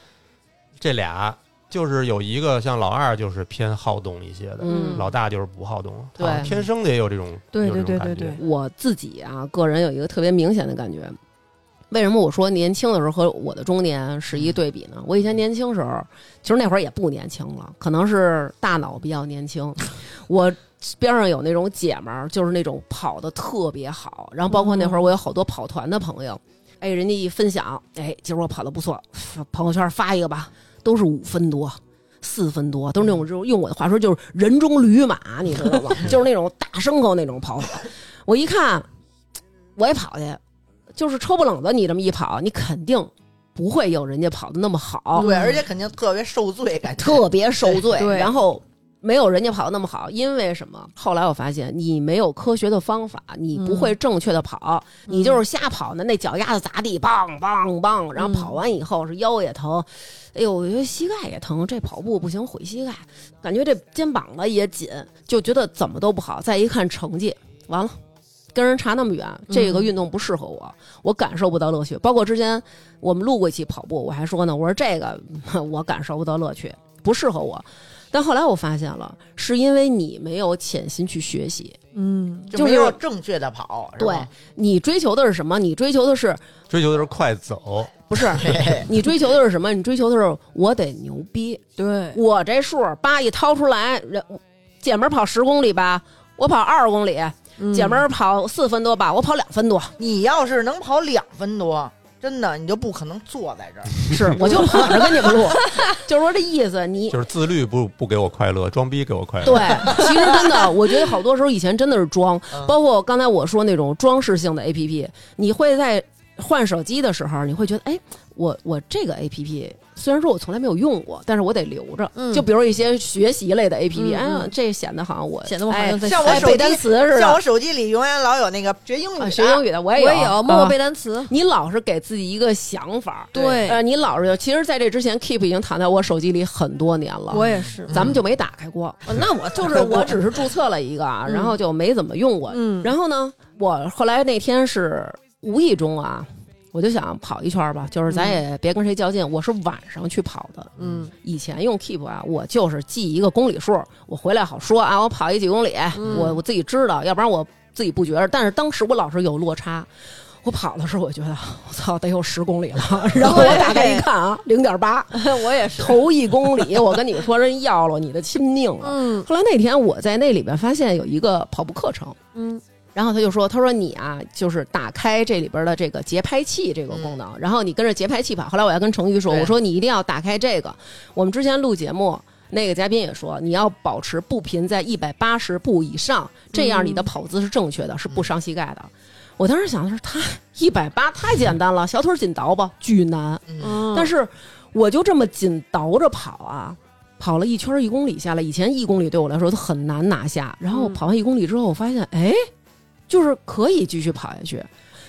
[SPEAKER 2] 这俩就是有一个像老二就是偏好动一些的，
[SPEAKER 4] 嗯，
[SPEAKER 2] 老大就是不好动，
[SPEAKER 4] 对
[SPEAKER 2] 好像天生的也有这种
[SPEAKER 1] 对
[SPEAKER 2] 有这种
[SPEAKER 1] 对对
[SPEAKER 2] 感觉
[SPEAKER 1] 对对
[SPEAKER 4] 我自己啊，个人有一个特别明显的感觉。为什么我说年轻的时候和我的中年是一对比呢？我以前年轻时候，其实那会儿也不年轻了，可能是大脑比较年轻。我边上有那种姐们儿，就是那种跑的特别好，然后包括那会儿我有好多跑团的朋友，哎，人家一分享，哎，今儿我跑的不错，朋友圈发一个吧，都是五分多。四分多，都是那种就是用我的话说就是人中驴马，你知道吗？就是那种大牲口那种跑法。我一看，我也跑去，就是抽不冷子，你这么一跑，你肯定不会有人家跑的那么好，
[SPEAKER 3] 对，而且肯定特别受罪感觉，
[SPEAKER 4] 特别受罪，
[SPEAKER 1] 嗯对对
[SPEAKER 4] 然后。没有人家跑的那么好，因为什么？后来我发现，你没有科学的方法，你
[SPEAKER 1] 嗯
[SPEAKER 4] 不会正确的跑，你就是瞎跑呢。那脚丫子砸地，梆梆梆，然后
[SPEAKER 1] 嗯
[SPEAKER 4] 跑完以后是腰也疼，哎呦，我觉得膝盖也疼，这跑步不行，毁膝盖，感觉这肩膀子也紧，就觉得怎么都不好。再一看成绩，完了，跟人查那么远，这个运动不适合我，我感受不到乐趣。包括之前 我们录过一期跑步，我还说呢，我说这个我感受不到乐趣，不适合我。但后来我发现了，是因为你没有潜心去学习，
[SPEAKER 1] 嗯，
[SPEAKER 4] 就
[SPEAKER 3] 就是没有正确的跑，是
[SPEAKER 4] 对
[SPEAKER 3] 吧
[SPEAKER 4] 你追求的是什么？你追求的是
[SPEAKER 2] 追求的是快走，
[SPEAKER 4] 不是？
[SPEAKER 3] 嘿嘿
[SPEAKER 4] 你追求的是什么？你追求的是我得牛逼，
[SPEAKER 1] 对，
[SPEAKER 4] 我这数叭一掏出来，人姐们儿跑十公里吧，我跑二十公里；姐们
[SPEAKER 1] 儿
[SPEAKER 4] 儿跑四分多吧，我跑两分多。
[SPEAKER 3] 你要是能跑两分多，真的你就不可能坐在这儿。
[SPEAKER 4] 是，我就跑着跟你们录， 就是说这意思。你
[SPEAKER 2] 就是自律不不给我快乐，装逼给我快乐。
[SPEAKER 4] 对，其实真的，我觉得好多时候以前真的是装，
[SPEAKER 3] 嗯
[SPEAKER 4] 包括刚才我说那种装饰性的 A P P，你会在换手机的时候，你会觉得，哎，我我这个 A P P 虽然说我从来没有用过，但是我得留着。
[SPEAKER 1] 嗯
[SPEAKER 4] 就比如一些学习类的 A P P，、
[SPEAKER 1] 嗯
[SPEAKER 4] 哎呀
[SPEAKER 1] 嗯，
[SPEAKER 4] 这显得好像我
[SPEAKER 1] 显得我好
[SPEAKER 4] 哎
[SPEAKER 1] 像在
[SPEAKER 3] 像我
[SPEAKER 4] 哎
[SPEAKER 3] 手
[SPEAKER 4] 背
[SPEAKER 3] 机
[SPEAKER 4] 单词似
[SPEAKER 3] 像我
[SPEAKER 4] 的。
[SPEAKER 3] 手机里永远老有那个学英语
[SPEAKER 4] 啊
[SPEAKER 3] 的，
[SPEAKER 4] 学英语的我也
[SPEAKER 1] 我也有默默
[SPEAKER 4] 啊
[SPEAKER 1] 背单词，
[SPEAKER 4] 你老是给自己一个想法儿，
[SPEAKER 1] 对
[SPEAKER 4] 呃，你老是有。其实，在这之前，Keep 已经躺在我手机里很多年了。
[SPEAKER 1] 我也是，
[SPEAKER 4] 咱们就没打开过。那我就是我只是注册了一个啊，
[SPEAKER 1] 嗯
[SPEAKER 4] 然后就没怎么用过。
[SPEAKER 1] 嗯
[SPEAKER 4] 然后呢，我后来那天是无意中啊，我就想跑一圈儿吧，就是咱也别跟谁较劲。我是晚上去跑的。
[SPEAKER 1] 嗯
[SPEAKER 4] 以前用 Keep 啊，我就是记一个公里数，我回来好说啊，我跑一几公里，
[SPEAKER 1] 嗯
[SPEAKER 4] 我我自己知道，要不然我自己不觉着。但是当时我老是有落差。我跑的时候，我觉得我操，得有十公里了。 然后我打开一看啊，零点八，
[SPEAKER 1] 我也是，
[SPEAKER 4] 头一公里，我跟你们说，人要了你的亲命了。
[SPEAKER 1] 嗯
[SPEAKER 4] 后来那天我在那里边发现有一个跑步课程，
[SPEAKER 1] 嗯
[SPEAKER 4] 然后他就说：“他说你啊，就是打开这里边的这个节拍器这个功能，然后你跟着节拍器跑。”后来我还跟程昱说：“
[SPEAKER 3] 对
[SPEAKER 4] 我说你一定要打开这个。我们之前录节目，那个嘉宾也说，你要保持步频在一百八十步以上，这样你的跑姿是正确的，是不伤膝盖的。”我当时想的是，他一百八太简单了，小腿紧倒吧，巨难。
[SPEAKER 1] 嗯，
[SPEAKER 4] 但是我就这么紧倒着跑啊，跑了一圈儿一公里下来，以前一公里对我来说都很难拿下，然后我
[SPEAKER 1] 嗯
[SPEAKER 4] 跑完一公里之后，我发现哎，就是可以继续跑下去。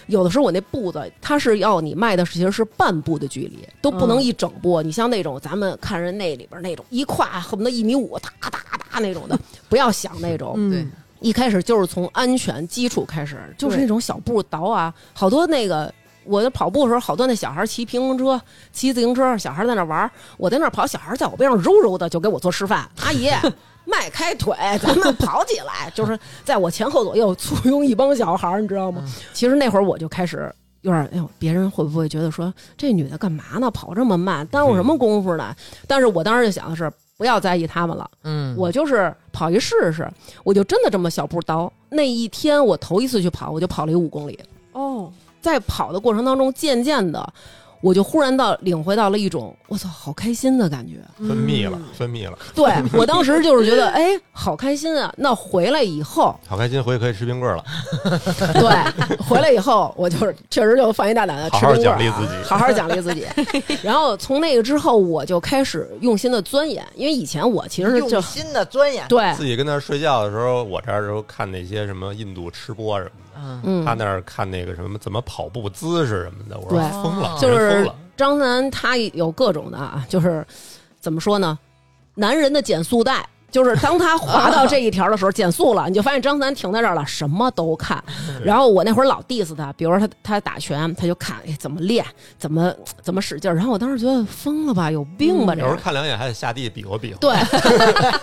[SPEAKER 4] 有的时候我那步子，它是要你迈的其实是半步的距离，都不能
[SPEAKER 1] 嗯
[SPEAKER 4] 一整步。你像那种咱们看人那里边那种一跨恨不得一米五，哒哒哒那种的，不要想那种。
[SPEAKER 1] 嗯
[SPEAKER 3] 对
[SPEAKER 4] 一开始就是从安全基础开始，就是
[SPEAKER 1] 对
[SPEAKER 4] 那种小步倒啊，好多那个。我在跑步的时候，好多那小孩骑平衡车、骑自行车，小孩在那玩儿我在那儿跑，小孩在我边上柔柔的就给我做示范。阿姨，迈开腿，咱们跑起来，就是在我前后左右簇拥一帮小孩儿，你知道吗？其实那会儿我就开始有点，哎呦，别人会不会觉得说这女的干嘛呢？跑这么慢，耽误什么功夫呢？但是我当时就想的是，不要在意他们了。
[SPEAKER 3] 嗯
[SPEAKER 4] 我就是跑一试试，我就真的这么小步倒。那一天我头一次去跑，我就跑了一五公里。
[SPEAKER 1] 哦，
[SPEAKER 4] 在跑的过程当中，渐渐的，我就忽然到领会到了一种我操，好开心的感觉。
[SPEAKER 2] 分泌了，分泌了，
[SPEAKER 4] 对我当时就是觉得，哎，好开心啊！ 那回来以 后，
[SPEAKER 2] 好开心，回去可以吃冰棍了。
[SPEAKER 4] 对，回来以后我就是确实就放心大胆的吃
[SPEAKER 2] 好好
[SPEAKER 4] 冰棍儿啊
[SPEAKER 2] 奖励自己
[SPEAKER 4] 好好奖 励自己。然后从那个之后，我就开始用心的钻研，因为以前我其实嗯就
[SPEAKER 3] 用心的钻研，
[SPEAKER 4] 对，
[SPEAKER 2] 自己跟那儿睡觉的时候，我这儿时候看那些什么印度吃播什么的，
[SPEAKER 3] 嗯
[SPEAKER 4] 嗯，
[SPEAKER 2] 他那儿看那个什么怎么跑步姿势什么的，我说
[SPEAKER 4] 对
[SPEAKER 2] 疯了，
[SPEAKER 4] 就
[SPEAKER 2] 人疯
[SPEAKER 4] 是
[SPEAKER 2] 了。
[SPEAKER 4] 张楠他有各种的啊，就是怎么说呢，男人的减速带。就是当他滑到这一条的时候，减速了，你就发现张楠停在这儿了，什么都看。然后我那会儿老 diss 他，比如说他他打拳，他就看哎怎么练，怎么怎么使劲儿。然后我当时觉得疯了吧，有病吧这
[SPEAKER 2] 有时候
[SPEAKER 4] 人。
[SPEAKER 2] 看两眼还得下地比划比划。
[SPEAKER 4] 嗯对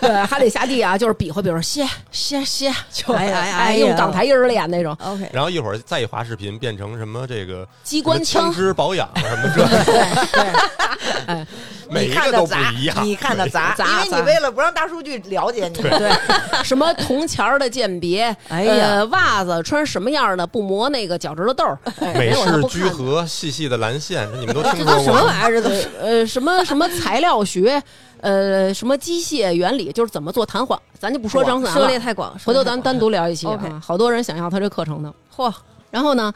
[SPEAKER 4] 对，还得下地啊，就是比划，比如说歇歇歇，就哎呀哎用港台音儿练那种
[SPEAKER 1] 嗯 OK，
[SPEAKER 2] 然后一会儿再一划视频，变成什么这个
[SPEAKER 4] 机关
[SPEAKER 2] 什么
[SPEAKER 4] 枪
[SPEAKER 2] 枪。支保养什么 这，
[SPEAKER 4] 哎，
[SPEAKER 2] 每
[SPEAKER 3] 你
[SPEAKER 2] 一
[SPEAKER 3] 看
[SPEAKER 2] 个
[SPEAKER 3] 的
[SPEAKER 2] 都不
[SPEAKER 3] 杂
[SPEAKER 2] 一样。，
[SPEAKER 3] 你看的杂，
[SPEAKER 4] 杂
[SPEAKER 3] 因
[SPEAKER 4] 杂
[SPEAKER 3] 为你为了不让大数据了解你，对，
[SPEAKER 4] 什么铜钱儿的鉴别，
[SPEAKER 1] 哎呀
[SPEAKER 4] 呃，袜子穿什么样儿的，不磨那个脚趾头豆儿，哎
[SPEAKER 2] 美
[SPEAKER 4] 我都
[SPEAKER 2] 式
[SPEAKER 4] 不
[SPEAKER 2] 居
[SPEAKER 4] 看
[SPEAKER 2] 合，细细的蓝线，你们都听
[SPEAKER 4] 这都
[SPEAKER 2] 说
[SPEAKER 4] 什么
[SPEAKER 2] 过吗？
[SPEAKER 4] 玩意儿？这都是呃什么什么材料学，呃什么机械原理，就是怎么做弹簧，咱就不说张三
[SPEAKER 1] 涉猎
[SPEAKER 4] 了，
[SPEAKER 1] 太广，涉
[SPEAKER 4] 回
[SPEAKER 1] 猎
[SPEAKER 4] 头
[SPEAKER 1] 太
[SPEAKER 4] 咱
[SPEAKER 1] 广
[SPEAKER 4] 单独聊一期啊
[SPEAKER 1] OK
[SPEAKER 4] 好多人想要他这课程呢。嚯，然后呢，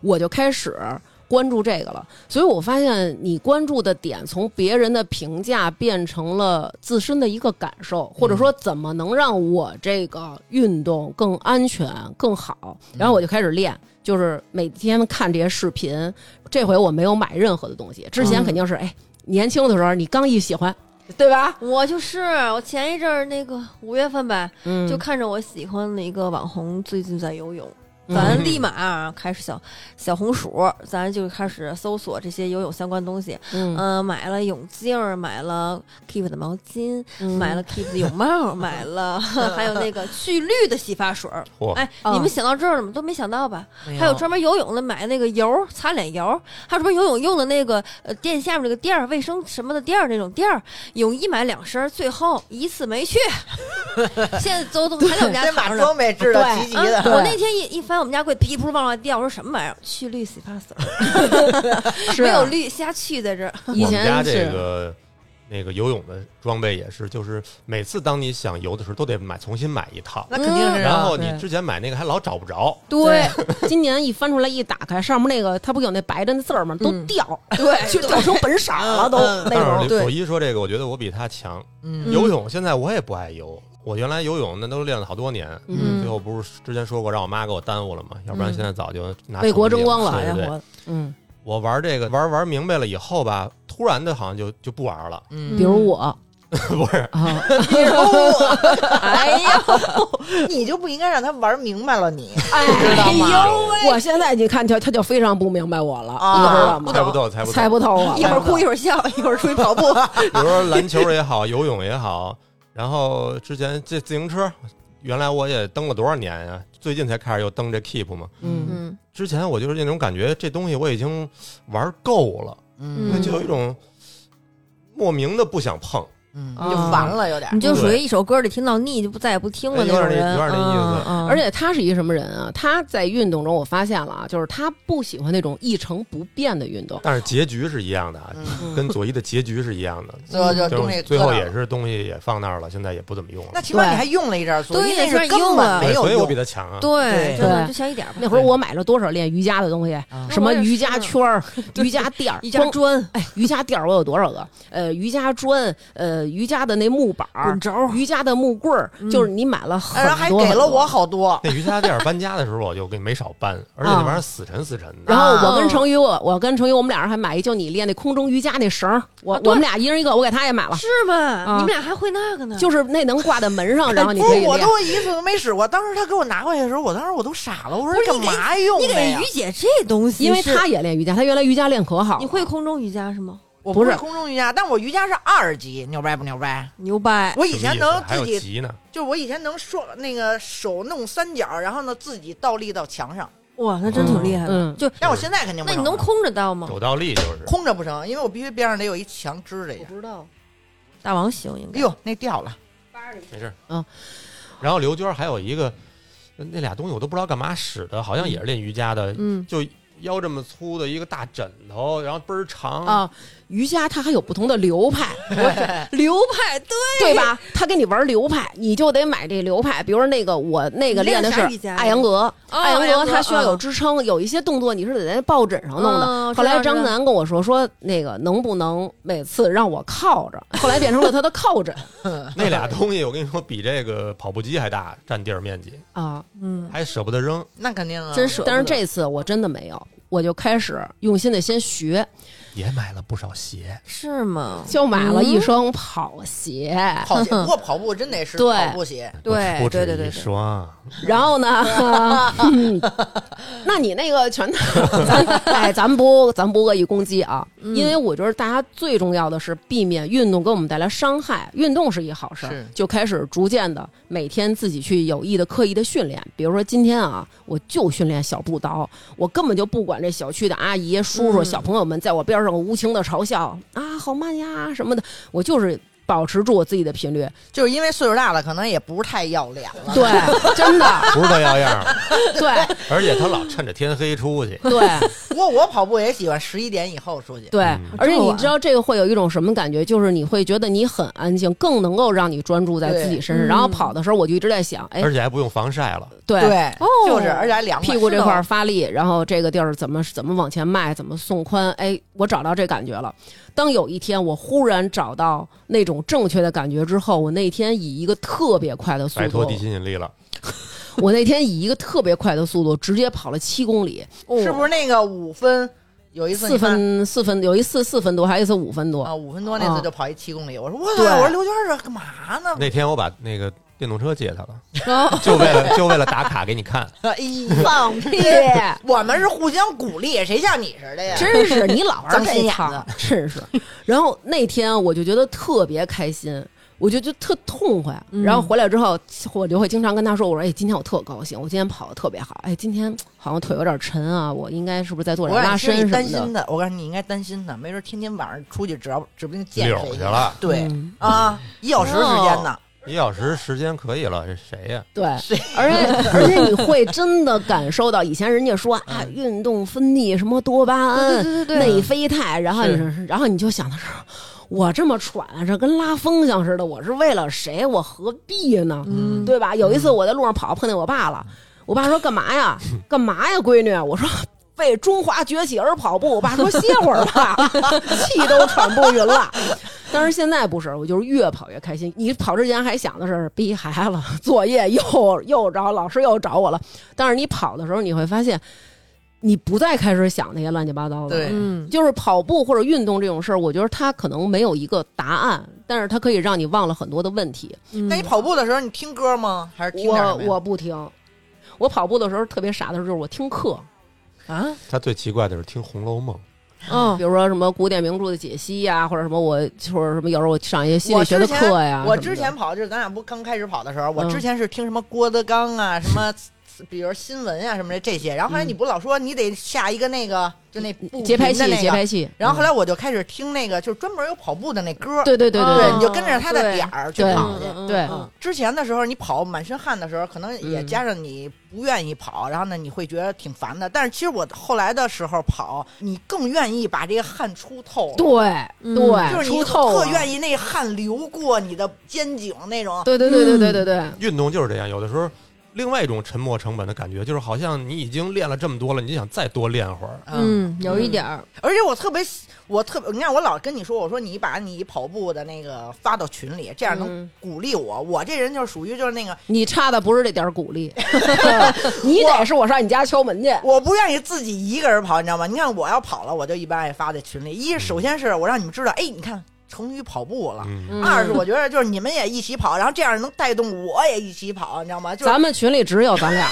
[SPEAKER 4] 我就开始关注这个了，所以我发现你关注的点从别人的评价变成了自身的一个感受，或者说怎么能让我这个运动更安全、更好。然后我就开始练，就是每天看这些视频。这回我没有买任何的东西，之前
[SPEAKER 1] 嗯
[SPEAKER 4] 肯定是哎，年轻的时候你刚一喜欢，对吧？
[SPEAKER 1] 我就是我前一阵儿那个五月份吧，
[SPEAKER 4] 嗯
[SPEAKER 1] 就看着我喜欢的一个网红最近在游泳，
[SPEAKER 4] 嗯
[SPEAKER 1] 咱立马啊开始小小红薯，咱就开始搜索这些游泳相关东西。
[SPEAKER 4] 嗯
[SPEAKER 1] 嗯、买了泳镜儿，买了 Keep 的毛巾，
[SPEAKER 4] 嗯
[SPEAKER 1] 买了 Keep 的泳 帽，买了还有那个去绿的洗发水儿。
[SPEAKER 2] 嚯
[SPEAKER 1] 哎，
[SPEAKER 4] 嗯
[SPEAKER 1] 你们想到这儿了吗？都没想到吧？
[SPEAKER 3] 没
[SPEAKER 1] 还有专门游泳的买那个油儿擦脸油儿，还有专门游泳用的那个呃垫下面那个垫儿、卫生什么的垫儿那种垫儿，泳衣买两身儿，最后一次没去。 现在都都还在我们家
[SPEAKER 3] 这
[SPEAKER 1] 躺
[SPEAKER 3] 马
[SPEAKER 1] 着呢。
[SPEAKER 3] 装备知道
[SPEAKER 4] 对嗯
[SPEAKER 3] 齐齐
[SPEAKER 1] 啊
[SPEAKER 3] 的，
[SPEAKER 1] 我那天一一翻我们家柜，噼里扑噜往外掉，我说什么玩意儿？去氯洗发水儿，
[SPEAKER 4] 是啊
[SPEAKER 1] 没有氯，瞎去在这儿。
[SPEAKER 4] 以
[SPEAKER 2] 我们家
[SPEAKER 4] 前
[SPEAKER 2] 这
[SPEAKER 4] 是
[SPEAKER 2] 个那个游泳的装备也是，就是每次当你想游的时候，都得买重新买一套。
[SPEAKER 3] 那肯定
[SPEAKER 4] 嗯
[SPEAKER 3] 是啊。
[SPEAKER 2] 然后你
[SPEAKER 4] 对
[SPEAKER 2] 之前买那个还老找不着，
[SPEAKER 4] 对， 今年一翻出来一打开，上面那个它不有那白的那字儿吗？都
[SPEAKER 1] 嗯
[SPEAKER 4] 掉，
[SPEAKER 1] 对
[SPEAKER 4] 就掉成本色了，都
[SPEAKER 3] 嗯嗯
[SPEAKER 4] 那
[SPEAKER 2] 但
[SPEAKER 4] 种。
[SPEAKER 2] 是左一说这个，我觉得我比他强。
[SPEAKER 3] 嗯
[SPEAKER 2] 游泳现在我也不爱游，我原来游泳那都练了好多年，
[SPEAKER 1] 嗯
[SPEAKER 2] 最后不是之前说过让我妈给我耽误了吗？要不然现在早就拿
[SPEAKER 4] 嗯为国
[SPEAKER 2] 成
[SPEAKER 4] 争
[SPEAKER 2] 绩
[SPEAKER 4] 光了，
[SPEAKER 2] 对
[SPEAKER 4] 哎
[SPEAKER 2] 对对，
[SPEAKER 4] 呀，我嗯，
[SPEAKER 2] 我玩这个玩玩明白了以后吧，突然的好像就就不玩了，
[SPEAKER 3] 嗯
[SPEAKER 4] 比如我啊，
[SPEAKER 2] 不是？
[SPEAKER 4] 哎呀，
[SPEAKER 3] 你就不应该让他玩明白了你，
[SPEAKER 4] 哎
[SPEAKER 3] 知道吗
[SPEAKER 4] 我现在你看他他就非常不明白我了，
[SPEAKER 3] 啊
[SPEAKER 4] 你知道吗？
[SPEAKER 2] 猜不透，猜不透。
[SPEAKER 4] 猜不透我
[SPEAKER 1] 一会
[SPEAKER 4] 了。
[SPEAKER 1] 儿哭一会儿笑，一会儿出去跑步。
[SPEAKER 2] 比如说篮球也好，游泳也好，然后之前这自行车，原来我也蹬了多少年呀、最近才开始又蹬这 Keep 嘛。
[SPEAKER 4] 嗯，
[SPEAKER 1] 嗯，
[SPEAKER 2] 之前我就是那种感觉，这东西我已经玩够了，
[SPEAKER 1] 嗯
[SPEAKER 2] 就有一种莫名的不想碰，
[SPEAKER 3] 嗯，
[SPEAKER 4] 啊
[SPEAKER 3] 就完了有点
[SPEAKER 1] 嗯你。就属于一首歌里听到腻就不再也不听了
[SPEAKER 2] 哎
[SPEAKER 1] 那
[SPEAKER 2] 有
[SPEAKER 1] 种
[SPEAKER 2] 点那
[SPEAKER 1] 人，
[SPEAKER 2] 有点那意思
[SPEAKER 1] 嗯嗯
[SPEAKER 4] 而且他是一个什么人啊？他在运动中我发现了啊，就是他不喜欢那种一成不变的运动。
[SPEAKER 2] 但是结局是一样的啊，
[SPEAKER 3] 嗯
[SPEAKER 2] 跟左一的结局是一样的。
[SPEAKER 3] 最后就
[SPEAKER 2] 就
[SPEAKER 3] 东西
[SPEAKER 2] 是最后
[SPEAKER 3] 搁那儿
[SPEAKER 2] 也
[SPEAKER 3] 了，
[SPEAKER 2] 是东西也放那儿了，现在也不怎么用
[SPEAKER 3] 那
[SPEAKER 2] 了。
[SPEAKER 3] 起码
[SPEAKER 4] 对
[SPEAKER 3] 你还用了一阵儿，所以
[SPEAKER 1] 对
[SPEAKER 3] 那是
[SPEAKER 1] 那阵儿
[SPEAKER 3] 根
[SPEAKER 1] 用了
[SPEAKER 3] 本
[SPEAKER 2] 对，
[SPEAKER 3] 没有
[SPEAKER 2] 所以我比
[SPEAKER 3] 用。
[SPEAKER 2] 他强啊。
[SPEAKER 1] 对，
[SPEAKER 3] 对
[SPEAKER 1] 真的
[SPEAKER 4] 对
[SPEAKER 1] 就像一点儿吧。
[SPEAKER 4] 那会儿我买了多少练瑜伽的东西，
[SPEAKER 3] 啊
[SPEAKER 4] 什么瑜伽圈儿、瑜伽垫儿、
[SPEAKER 1] 嗯一家
[SPEAKER 4] 光
[SPEAKER 1] 砖
[SPEAKER 4] 哎，瑜伽垫儿我有多少个？呃，瑜伽砖，呃，瑜伽的那木板儿
[SPEAKER 1] 滚，轴儿，
[SPEAKER 4] 瑜伽的木棍儿，
[SPEAKER 1] 哦嗯
[SPEAKER 4] 就是你买了很
[SPEAKER 3] 然后呃
[SPEAKER 4] 多，
[SPEAKER 3] 还给了
[SPEAKER 4] 很多
[SPEAKER 3] 我。好多，
[SPEAKER 2] 那瑜伽垫儿搬家的时候，我就跟没少搬，而且那
[SPEAKER 3] 嗯
[SPEAKER 2] 玩意儿死沉死沉的。
[SPEAKER 4] 然后我跟
[SPEAKER 1] 啊
[SPEAKER 4] 成宇，我我跟成宇，我们俩人还买一，就你练那空中瑜伽那绳儿，我
[SPEAKER 1] 啊对
[SPEAKER 4] 我们俩一人一个，我给他也买了，
[SPEAKER 1] 是吗？
[SPEAKER 4] 啊
[SPEAKER 1] 你们俩还会那个呢？
[SPEAKER 4] 就是那能挂在门上，然后你
[SPEAKER 3] 哎不
[SPEAKER 4] 可
[SPEAKER 3] 是
[SPEAKER 4] 以
[SPEAKER 3] 我
[SPEAKER 4] 练。
[SPEAKER 3] 都一次都没使过。当时他给我拿过去的时候，我当时我都 傻了，我说
[SPEAKER 1] 不是
[SPEAKER 3] 干
[SPEAKER 1] 你给
[SPEAKER 3] 嘛用
[SPEAKER 1] 你
[SPEAKER 3] 的
[SPEAKER 1] 给
[SPEAKER 3] 呀
[SPEAKER 1] 于？姐这东西是，
[SPEAKER 4] 因为他也练瑜伽，他原来瑜伽练可好了，
[SPEAKER 1] 你会空中瑜伽是吗？
[SPEAKER 3] 我
[SPEAKER 4] 不
[SPEAKER 3] 不
[SPEAKER 4] 是
[SPEAKER 3] 是空中瑜伽，但我瑜伽是二级，牛掰不牛掰？
[SPEAKER 1] 牛掰！
[SPEAKER 3] 我以前
[SPEAKER 2] 什么意思
[SPEAKER 3] 能
[SPEAKER 2] 还有
[SPEAKER 3] 自己，
[SPEAKER 2] 急呢，
[SPEAKER 3] 就我以前能说那个手弄三角，然后呢自己倒立到墙上，
[SPEAKER 1] 哇，那真挺厉害的。
[SPEAKER 4] 嗯嗯
[SPEAKER 1] 就
[SPEAKER 3] 但我现在肯定不
[SPEAKER 1] 那
[SPEAKER 3] 成
[SPEAKER 1] 你能空着到吗？
[SPEAKER 2] 有道理就是。
[SPEAKER 3] 空着不成，因为我必须边上得有一墙支着呀。
[SPEAKER 4] 不知道。
[SPEAKER 1] 大王行应
[SPEAKER 3] 哎
[SPEAKER 1] 该。
[SPEAKER 3] 呦，那掉了，
[SPEAKER 2] 没事。
[SPEAKER 4] 嗯，
[SPEAKER 2] 然后刘娟儿还有一个，那俩东西我都不知道干嘛使的，好像也是练瑜伽的，
[SPEAKER 1] 嗯，
[SPEAKER 2] 就腰这么粗的一个大枕头，然后倍儿长。
[SPEAKER 4] 啊，瑜伽它还有不同的流派，
[SPEAKER 1] 流派对，
[SPEAKER 4] 对吧？他给你玩流派，你就得买这流派。比如说那个我那个练的是
[SPEAKER 1] 你练啥瑜伽呀
[SPEAKER 4] 艾扬格，
[SPEAKER 1] 哦
[SPEAKER 4] 艾
[SPEAKER 1] 艾扬
[SPEAKER 4] 扬
[SPEAKER 1] 格
[SPEAKER 4] 格它需要有支撑，有一些动作你是得在抱枕上弄
[SPEAKER 1] 嗯
[SPEAKER 4] 的。后来
[SPEAKER 1] 知道知
[SPEAKER 4] 张
[SPEAKER 1] 道
[SPEAKER 4] 楠跟我说说那个能不能每次让我靠 着，后来变成了他的靠枕
[SPEAKER 2] 那俩东西我跟你说，比这个跑步机还大，占地儿面积，
[SPEAKER 4] 啊。
[SPEAKER 1] 嗯，
[SPEAKER 2] 还舍不得扔。
[SPEAKER 3] 那肯定啊，
[SPEAKER 1] 真舍不得
[SPEAKER 4] 但是这次我真的没有，我就开始用心的先学，
[SPEAKER 2] 也买了不少鞋，
[SPEAKER 1] 是吗？
[SPEAKER 4] 就买了
[SPEAKER 1] 嗯
[SPEAKER 4] 一双跑鞋，
[SPEAKER 3] 跑鞋，不过跑步真得是
[SPEAKER 4] 对
[SPEAKER 3] 跑步鞋，
[SPEAKER 1] 对
[SPEAKER 2] 不止
[SPEAKER 1] 对对对
[SPEAKER 2] 一双。
[SPEAKER 4] 然后呢？ 嗯那你那个全套，咱哎，咱们不，咱们不恶意攻击啊，因为我觉得大家最重要的是避免运动给我们带来伤害。运动是一好事儿
[SPEAKER 3] 是，
[SPEAKER 4] 就开始逐渐的每天自己去有意的、刻意的训练。比如说今天啊，我就训练小步蹈，我根本就不管这小区的阿姨、叔叔、小朋友们在我边上无情的嘲笑啊，好慢呀什么的，我就是保持住我自己的频率。
[SPEAKER 3] 就是因为岁数大了，可能也不太要脸了。
[SPEAKER 4] 对，真的，
[SPEAKER 2] 不是他要样儿，
[SPEAKER 4] 对
[SPEAKER 2] 而且他老趁着天黑出 去。
[SPEAKER 4] 对。
[SPEAKER 3] 不过我跑步也喜欢十一点以后出去。
[SPEAKER 4] 对
[SPEAKER 2] 嗯，
[SPEAKER 4] 而且
[SPEAKER 1] 这么
[SPEAKER 4] 你
[SPEAKER 1] 晚
[SPEAKER 4] 知道这个会有一种什么感觉？就是你会觉得你很安静，更能够让你专注在自己身上。
[SPEAKER 1] 对
[SPEAKER 4] 然后
[SPEAKER 1] 嗯
[SPEAKER 4] 跑的时候，我就一直在想，哎
[SPEAKER 2] 而，且还不用防晒了，
[SPEAKER 4] 对，
[SPEAKER 3] 对，
[SPEAKER 1] 哦
[SPEAKER 3] 就是，而且还凉快
[SPEAKER 4] 屁股这块儿
[SPEAKER 1] 是
[SPEAKER 4] 发力，然后这个地儿怎么怎么往前迈，怎么送髋，哎，我找到这感觉了。当有一天我忽然找到那种正确的感觉之后，我那天以一个特别快的速
[SPEAKER 2] 摆脱
[SPEAKER 4] 度
[SPEAKER 2] 地，心引力了。
[SPEAKER 4] 我那天以一个特别快的速度直接跑了七公里，
[SPEAKER 3] 是不
[SPEAKER 1] 是？
[SPEAKER 3] 是那个五分？有一次
[SPEAKER 4] 四
[SPEAKER 3] 你看
[SPEAKER 4] 分四分有一次四分多，还有一次五分多
[SPEAKER 3] 啊，，五分多那
[SPEAKER 4] 啊
[SPEAKER 3] 次就跑一七公里，我说我
[SPEAKER 4] 对
[SPEAKER 3] 操，我说刘娟儿这干嘛呢？
[SPEAKER 2] 那天我把那个电动车借他 了，
[SPEAKER 1] 然后
[SPEAKER 2] 就为了就为了打卡给你看。
[SPEAKER 3] 哎呀，
[SPEAKER 4] 放屁！
[SPEAKER 3] 我们是互相鼓励，谁像你似的呀？
[SPEAKER 4] 真是你老玩
[SPEAKER 3] 脏心
[SPEAKER 4] 这
[SPEAKER 3] 眼
[SPEAKER 4] 套
[SPEAKER 3] 子，
[SPEAKER 4] 真是。然后那天啊我就觉得特别开心，我就就特痛快。
[SPEAKER 1] 嗯
[SPEAKER 4] 然后回来之后，我就会经常跟他说：“我说，哎，今天我特高兴，我今天跑的特别好。哎，今天好像腿有点沉啊，我应该是不是在做
[SPEAKER 3] 我
[SPEAKER 4] 点
[SPEAKER 3] 告诉
[SPEAKER 4] 拉
[SPEAKER 3] 你，
[SPEAKER 4] 伸
[SPEAKER 3] 心
[SPEAKER 4] 什
[SPEAKER 3] 里担
[SPEAKER 4] 么
[SPEAKER 3] 心
[SPEAKER 4] 的
[SPEAKER 3] 的。我告诉你，你应该担心的，没准天天晚上出去，只要指不定见
[SPEAKER 2] 溜
[SPEAKER 3] 谁
[SPEAKER 2] 去。了
[SPEAKER 3] 对
[SPEAKER 4] 嗯哦
[SPEAKER 3] 啊，一小时时间呢，
[SPEAKER 2] 一小时时间可以了，这谁呀？”
[SPEAKER 4] 对，
[SPEAKER 3] 谁
[SPEAKER 4] 而 且而且你会真的感受到，以前人家说啊，
[SPEAKER 3] 嗯
[SPEAKER 4] 运动分泌什么多巴
[SPEAKER 1] 对对
[SPEAKER 4] 胺、
[SPEAKER 1] 对对对，
[SPEAKER 4] 内啡肽，然后你然后你就想的是，我这么喘，啊这跟拉风筝似的，我是为了谁？我何必呢？
[SPEAKER 1] 嗯，
[SPEAKER 4] 对吧？有一次我在路上跑，碰见我爸了，我爸说干嘛呀？干嘛呀，闺女？我说。为中华崛起而跑步，我爸说歇会儿吧， 气都喘不匀了。但是现在不是，我就是越跑越开心。你跑之前还想的是逼孩子作业又又找老师又找我了，但是你跑的时候你会发现，你不再开始想那些乱七八糟的了。
[SPEAKER 3] 对
[SPEAKER 1] 嗯，
[SPEAKER 4] 就是跑步或者运动这种事儿，我觉得它可能没有一个答案，但是它可以让你忘了很多的问题。
[SPEAKER 1] 嗯
[SPEAKER 3] 那你跑步的时候，你听歌吗？还是听点
[SPEAKER 4] 我
[SPEAKER 3] 什么呀
[SPEAKER 4] 我不听，我跑步的时候特别傻的时候就是我听课，
[SPEAKER 3] 啊，
[SPEAKER 2] 他最奇怪的是听《红楼梦》，
[SPEAKER 1] 嗯
[SPEAKER 4] 比如说什么古典名著的解析呀、或者什么我或者什么有时候我上一些心理学的课呀、
[SPEAKER 3] 我
[SPEAKER 4] 什么
[SPEAKER 3] 之
[SPEAKER 4] 的
[SPEAKER 3] 前跑就是咱俩不刚开始跑的时候，我
[SPEAKER 4] 嗯
[SPEAKER 3] 之前是听什么郭德纲啊，什么比如新闻啊什么的这些，然后后来你不老说你得下一个那个就那步
[SPEAKER 4] 嗯节拍器
[SPEAKER 3] 频的那个
[SPEAKER 4] 节拍器，
[SPEAKER 3] 然后后
[SPEAKER 4] 来、
[SPEAKER 3] 来我就开始听那个，就是专门有跑步的那歌，
[SPEAKER 4] 对对对
[SPEAKER 1] 哦
[SPEAKER 3] 对，
[SPEAKER 4] 对
[SPEAKER 3] 你就跟着他的点儿去
[SPEAKER 4] 对
[SPEAKER 3] 跑去。
[SPEAKER 1] 嗯
[SPEAKER 4] 对
[SPEAKER 1] 嗯嗯
[SPEAKER 3] 之前的时候，你跑满身汗的时候，可能也
[SPEAKER 4] 嗯
[SPEAKER 3] 加上你不愿意跑，然后呢，你会觉得挺烦的。但是其实我后来的时候跑，你更愿意把这个汗出透了，
[SPEAKER 4] 对
[SPEAKER 1] 嗯
[SPEAKER 4] 对，
[SPEAKER 3] 就是你
[SPEAKER 4] 哎出透啊
[SPEAKER 3] 特
[SPEAKER 4] 了
[SPEAKER 3] 愿意那汗流过你的肩颈那种。
[SPEAKER 4] 对对对对对对对，
[SPEAKER 3] 嗯
[SPEAKER 2] 运动就是这样，有的时候。另外一种沉没成本的感觉，就是好像你已经练了这么多了，你想再多练会儿，
[SPEAKER 3] 嗯，
[SPEAKER 1] 嗯，有一点儿，
[SPEAKER 3] 而且我特别喜，我特别，你看我老跟你说，我说你把你跑步的那个发到群里，这样能
[SPEAKER 4] 嗯
[SPEAKER 3] 鼓励我。我这人就是属于就是那个
[SPEAKER 4] 你差的不是这点儿 鼓励，你得是我上你家敲门去。
[SPEAKER 3] 我不愿意自己一个人跑，你知道吗？你看我要跑了，我就一般爱发在群里。一首先是我让你们知道，哎，你看成宇跑步了。
[SPEAKER 2] 嗯，
[SPEAKER 4] 嗯
[SPEAKER 3] 二是我觉得就是你们也一起跑，然后这样能带动我也一起跑，你知道吗？就是
[SPEAKER 4] 咱们群里只有咱俩，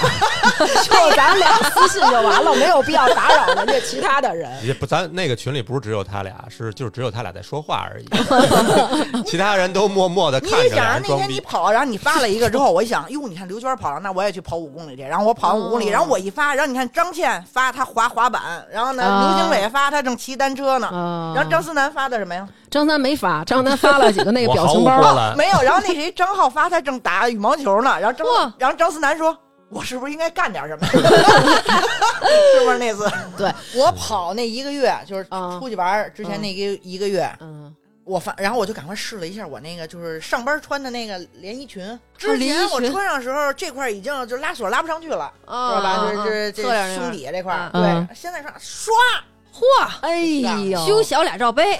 [SPEAKER 4] 就咱俩私信就完了，没有必要打扰人家其他的人。
[SPEAKER 2] 也不，咱那个群里不是只有他俩，是就是只有他俩在说话 而已，其他人都默默的
[SPEAKER 3] 你
[SPEAKER 2] 看着俩
[SPEAKER 3] 想
[SPEAKER 2] 人
[SPEAKER 3] 那
[SPEAKER 2] 装
[SPEAKER 3] 天你
[SPEAKER 2] 逼。
[SPEAKER 3] 跑，然后你发了一个之后，我一想，哟，你看刘娟跑了，那我也去跑五公里去。然后我跑完五公里，
[SPEAKER 1] 哦
[SPEAKER 3] 然后我一发，然后你看张倩发她滑滑板，然后呢，
[SPEAKER 4] 啊
[SPEAKER 2] 哦
[SPEAKER 3] 刘经纬发她正骑单车呢，
[SPEAKER 4] 啊
[SPEAKER 3] 然后张思楠发的什么呀？哦
[SPEAKER 4] 张三没发，张三发了几个那个表情
[SPEAKER 2] 我毫无波
[SPEAKER 4] 包，
[SPEAKER 2] 澜
[SPEAKER 3] 没有。然后那谁张浩发他正打羽毛球呢，然后
[SPEAKER 1] 哇
[SPEAKER 3] 张然后张思楠说：“我是不是应该干点 什么？”是不是那次？
[SPEAKER 4] 对
[SPEAKER 3] 我跑那一个月，就是
[SPEAKER 2] 嗯
[SPEAKER 4] 啊
[SPEAKER 3] 出去玩儿之前那一个一个月，
[SPEAKER 4] 嗯，
[SPEAKER 3] 我发，然后我就赶快试了一下我那个就是上班穿的那个连衣裙。
[SPEAKER 1] 啊
[SPEAKER 3] 之
[SPEAKER 1] 连衣
[SPEAKER 3] 前我
[SPEAKER 1] 裙
[SPEAKER 3] 穿上时候这块儿已经就拉锁拉不上去了，知
[SPEAKER 1] 啊
[SPEAKER 3] 道吧？
[SPEAKER 1] 啊
[SPEAKER 3] 就
[SPEAKER 1] 啊
[SPEAKER 3] 是这
[SPEAKER 1] 侧脸那
[SPEAKER 3] 这胸
[SPEAKER 1] 块
[SPEAKER 3] 底这块儿，
[SPEAKER 4] 嗯
[SPEAKER 3] 对。现在说唰，
[SPEAKER 1] 嚯，
[SPEAKER 4] 哎呦，
[SPEAKER 1] 胸小俩罩杯，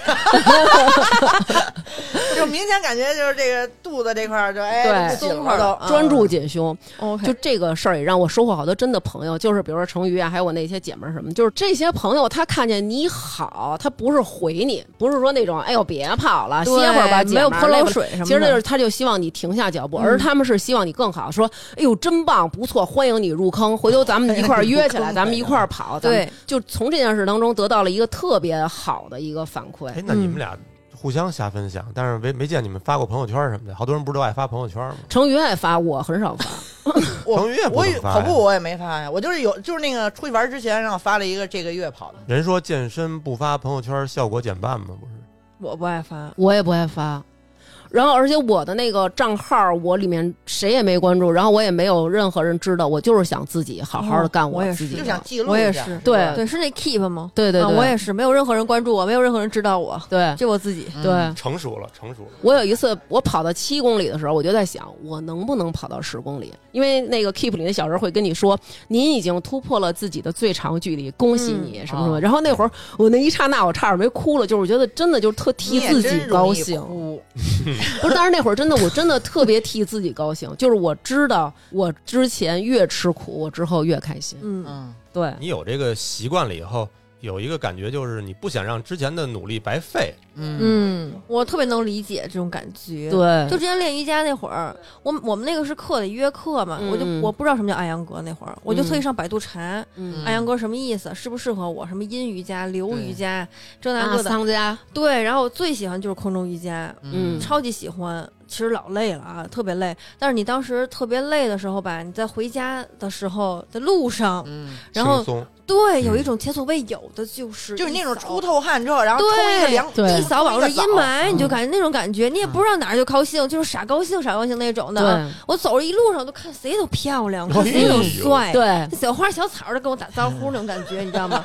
[SPEAKER 3] 就明显感觉就是这个肚子这块儿就哎
[SPEAKER 4] 对
[SPEAKER 3] 不紧
[SPEAKER 1] 松快
[SPEAKER 3] 了
[SPEAKER 1] 了
[SPEAKER 3] 都。
[SPEAKER 1] 啊
[SPEAKER 4] 专注紧胸，
[SPEAKER 1] OK，
[SPEAKER 4] 就这个事儿也让我收获好多真的朋友，就是比如说成瑜啊，还有我那些姐们儿什么，就是这些朋友，他看见你好，他不是回你，不是说那种哎呦别跑了，歇
[SPEAKER 1] 对
[SPEAKER 4] 会儿吧，姐
[SPEAKER 1] 没有
[SPEAKER 4] 们儿
[SPEAKER 1] 泼
[SPEAKER 4] 累
[SPEAKER 1] 冷
[SPEAKER 4] 不
[SPEAKER 1] 水什么的
[SPEAKER 4] 其实那就是他就希望你停下脚步，
[SPEAKER 1] 嗯
[SPEAKER 4] 而他们是希望你更好，说哎呦真棒，不错，欢迎你入坑，回头咱们一块儿约
[SPEAKER 1] 哎
[SPEAKER 4] 起来，咱们一块儿跑，咱们
[SPEAKER 1] 对，
[SPEAKER 4] 就从这件事当中得到了一个特别好的一个反馈。
[SPEAKER 2] 哎，那你们俩互相瞎分享，但是没没见你们发过朋友圈什么的，好多人不是都爱发朋友圈吗？
[SPEAKER 4] 成瑜爱发，我很少发。
[SPEAKER 3] 我
[SPEAKER 2] 腾云也不
[SPEAKER 3] 我
[SPEAKER 2] 怎么
[SPEAKER 3] 也
[SPEAKER 2] 发
[SPEAKER 3] 跑步
[SPEAKER 2] 呀
[SPEAKER 3] 我也没发呀，我就是有就是那个出去玩之前让我发了一个这个月跑的，
[SPEAKER 2] 人说健身不发朋友圈效果减半嘛，不是？
[SPEAKER 1] 我不爱发，
[SPEAKER 4] 我也不爱发。然后，而且我的那个账号，我里面谁也没关注，然后我也没有任何人知道，我就是想自己好好的干
[SPEAKER 1] 哦我也
[SPEAKER 4] 自
[SPEAKER 1] 是
[SPEAKER 4] 己
[SPEAKER 3] 就
[SPEAKER 4] 的。
[SPEAKER 3] 想记录
[SPEAKER 1] 我也
[SPEAKER 3] 一下
[SPEAKER 1] 是
[SPEAKER 4] 对
[SPEAKER 1] 对，是那 keep 吗？
[SPEAKER 4] 对对
[SPEAKER 1] 啊
[SPEAKER 4] 对，
[SPEAKER 1] 我也是，没有任何人关注我，没有任何人知道我，
[SPEAKER 4] 对
[SPEAKER 1] 就我自己。
[SPEAKER 4] 对。
[SPEAKER 2] 成熟了，成熟了。
[SPEAKER 4] 我有一次，我跑到七公里的时候，我就在想，我能不能跑到十公里？因为那个 Keep 里的小人会跟你说，您已经突破了自己的最长距离，恭喜你
[SPEAKER 3] 嗯
[SPEAKER 4] 什么什么。
[SPEAKER 3] 哦
[SPEAKER 4] 然后那会儿，我那一刹那，我差点没哭了，就是我觉得真的就是特替
[SPEAKER 3] 你也
[SPEAKER 4] 自己
[SPEAKER 3] 真容
[SPEAKER 4] 高
[SPEAKER 3] 易
[SPEAKER 4] 兴。
[SPEAKER 3] 哭
[SPEAKER 4] 不是，当时那会儿真的，我真的特别替自己高兴，就是我知道我之前越吃苦，我之后越开心。
[SPEAKER 1] 嗯，
[SPEAKER 3] 嗯，
[SPEAKER 4] 对，
[SPEAKER 2] 你有这个习惯了以后，有一个感觉，就是你不想让之前的努力白费。
[SPEAKER 3] 嗯
[SPEAKER 1] 嗯，我特别能理解这种感觉。。
[SPEAKER 4] 对，
[SPEAKER 1] 嗯就之前练瑜伽那会儿，我我们那个是课得约课嘛，我就
[SPEAKER 4] 嗯
[SPEAKER 1] 我不知道什么叫艾扬格。那会儿我就特意上百度查
[SPEAKER 4] 嗯
[SPEAKER 1] 艾扬格什么意思，适不适合我，什么阴瑜伽、流瑜伽，这那
[SPEAKER 4] 啊，
[SPEAKER 1] 个的。
[SPEAKER 4] 桑家，
[SPEAKER 1] 对，然后我最喜欢就是空中瑜伽，
[SPEAKER 4] 嗯
[SPEAKER 1] 超级喜欢。其实老累了啊，特别累。但是你当时特别累的时候吧，你在回家的时候，在路上，
[SPEAKER 3] 嗯，
[SPEAKER 1] 然后
[SPEAKER 2] 轻松，
[SPEAKER 1] 对有
[SPEAKER 2] 嗯
[SPEAKER 1] 一种前所未有的，就是
[SPEAKER 3] 就是那种
[SPEAKER 1] 一扫
[SPEAKER 3] 出透汗之后，然后
[SPEAKER 1] 对
[SPEAKER 3] 冲一个凉，
[SPEAKER 4] 对
[SPEAKER 1] 一扫往日阴霾，
[SPEAKER 3] 嗯
[SPEAKER 1] 你就感觉那种感觉，你也不知道哪儿就高兴，就是傻高兴、傻高兴那种的啊。
[SPEAKER 4] 对
[SPEAKER 1] 我走着一路上都看谁都漂亮，看谁都帅。
[SPEAKER 4] 对，
[SPEAKER 1] 那小花小草的跟我打招 呼那种感觉，你知道吗？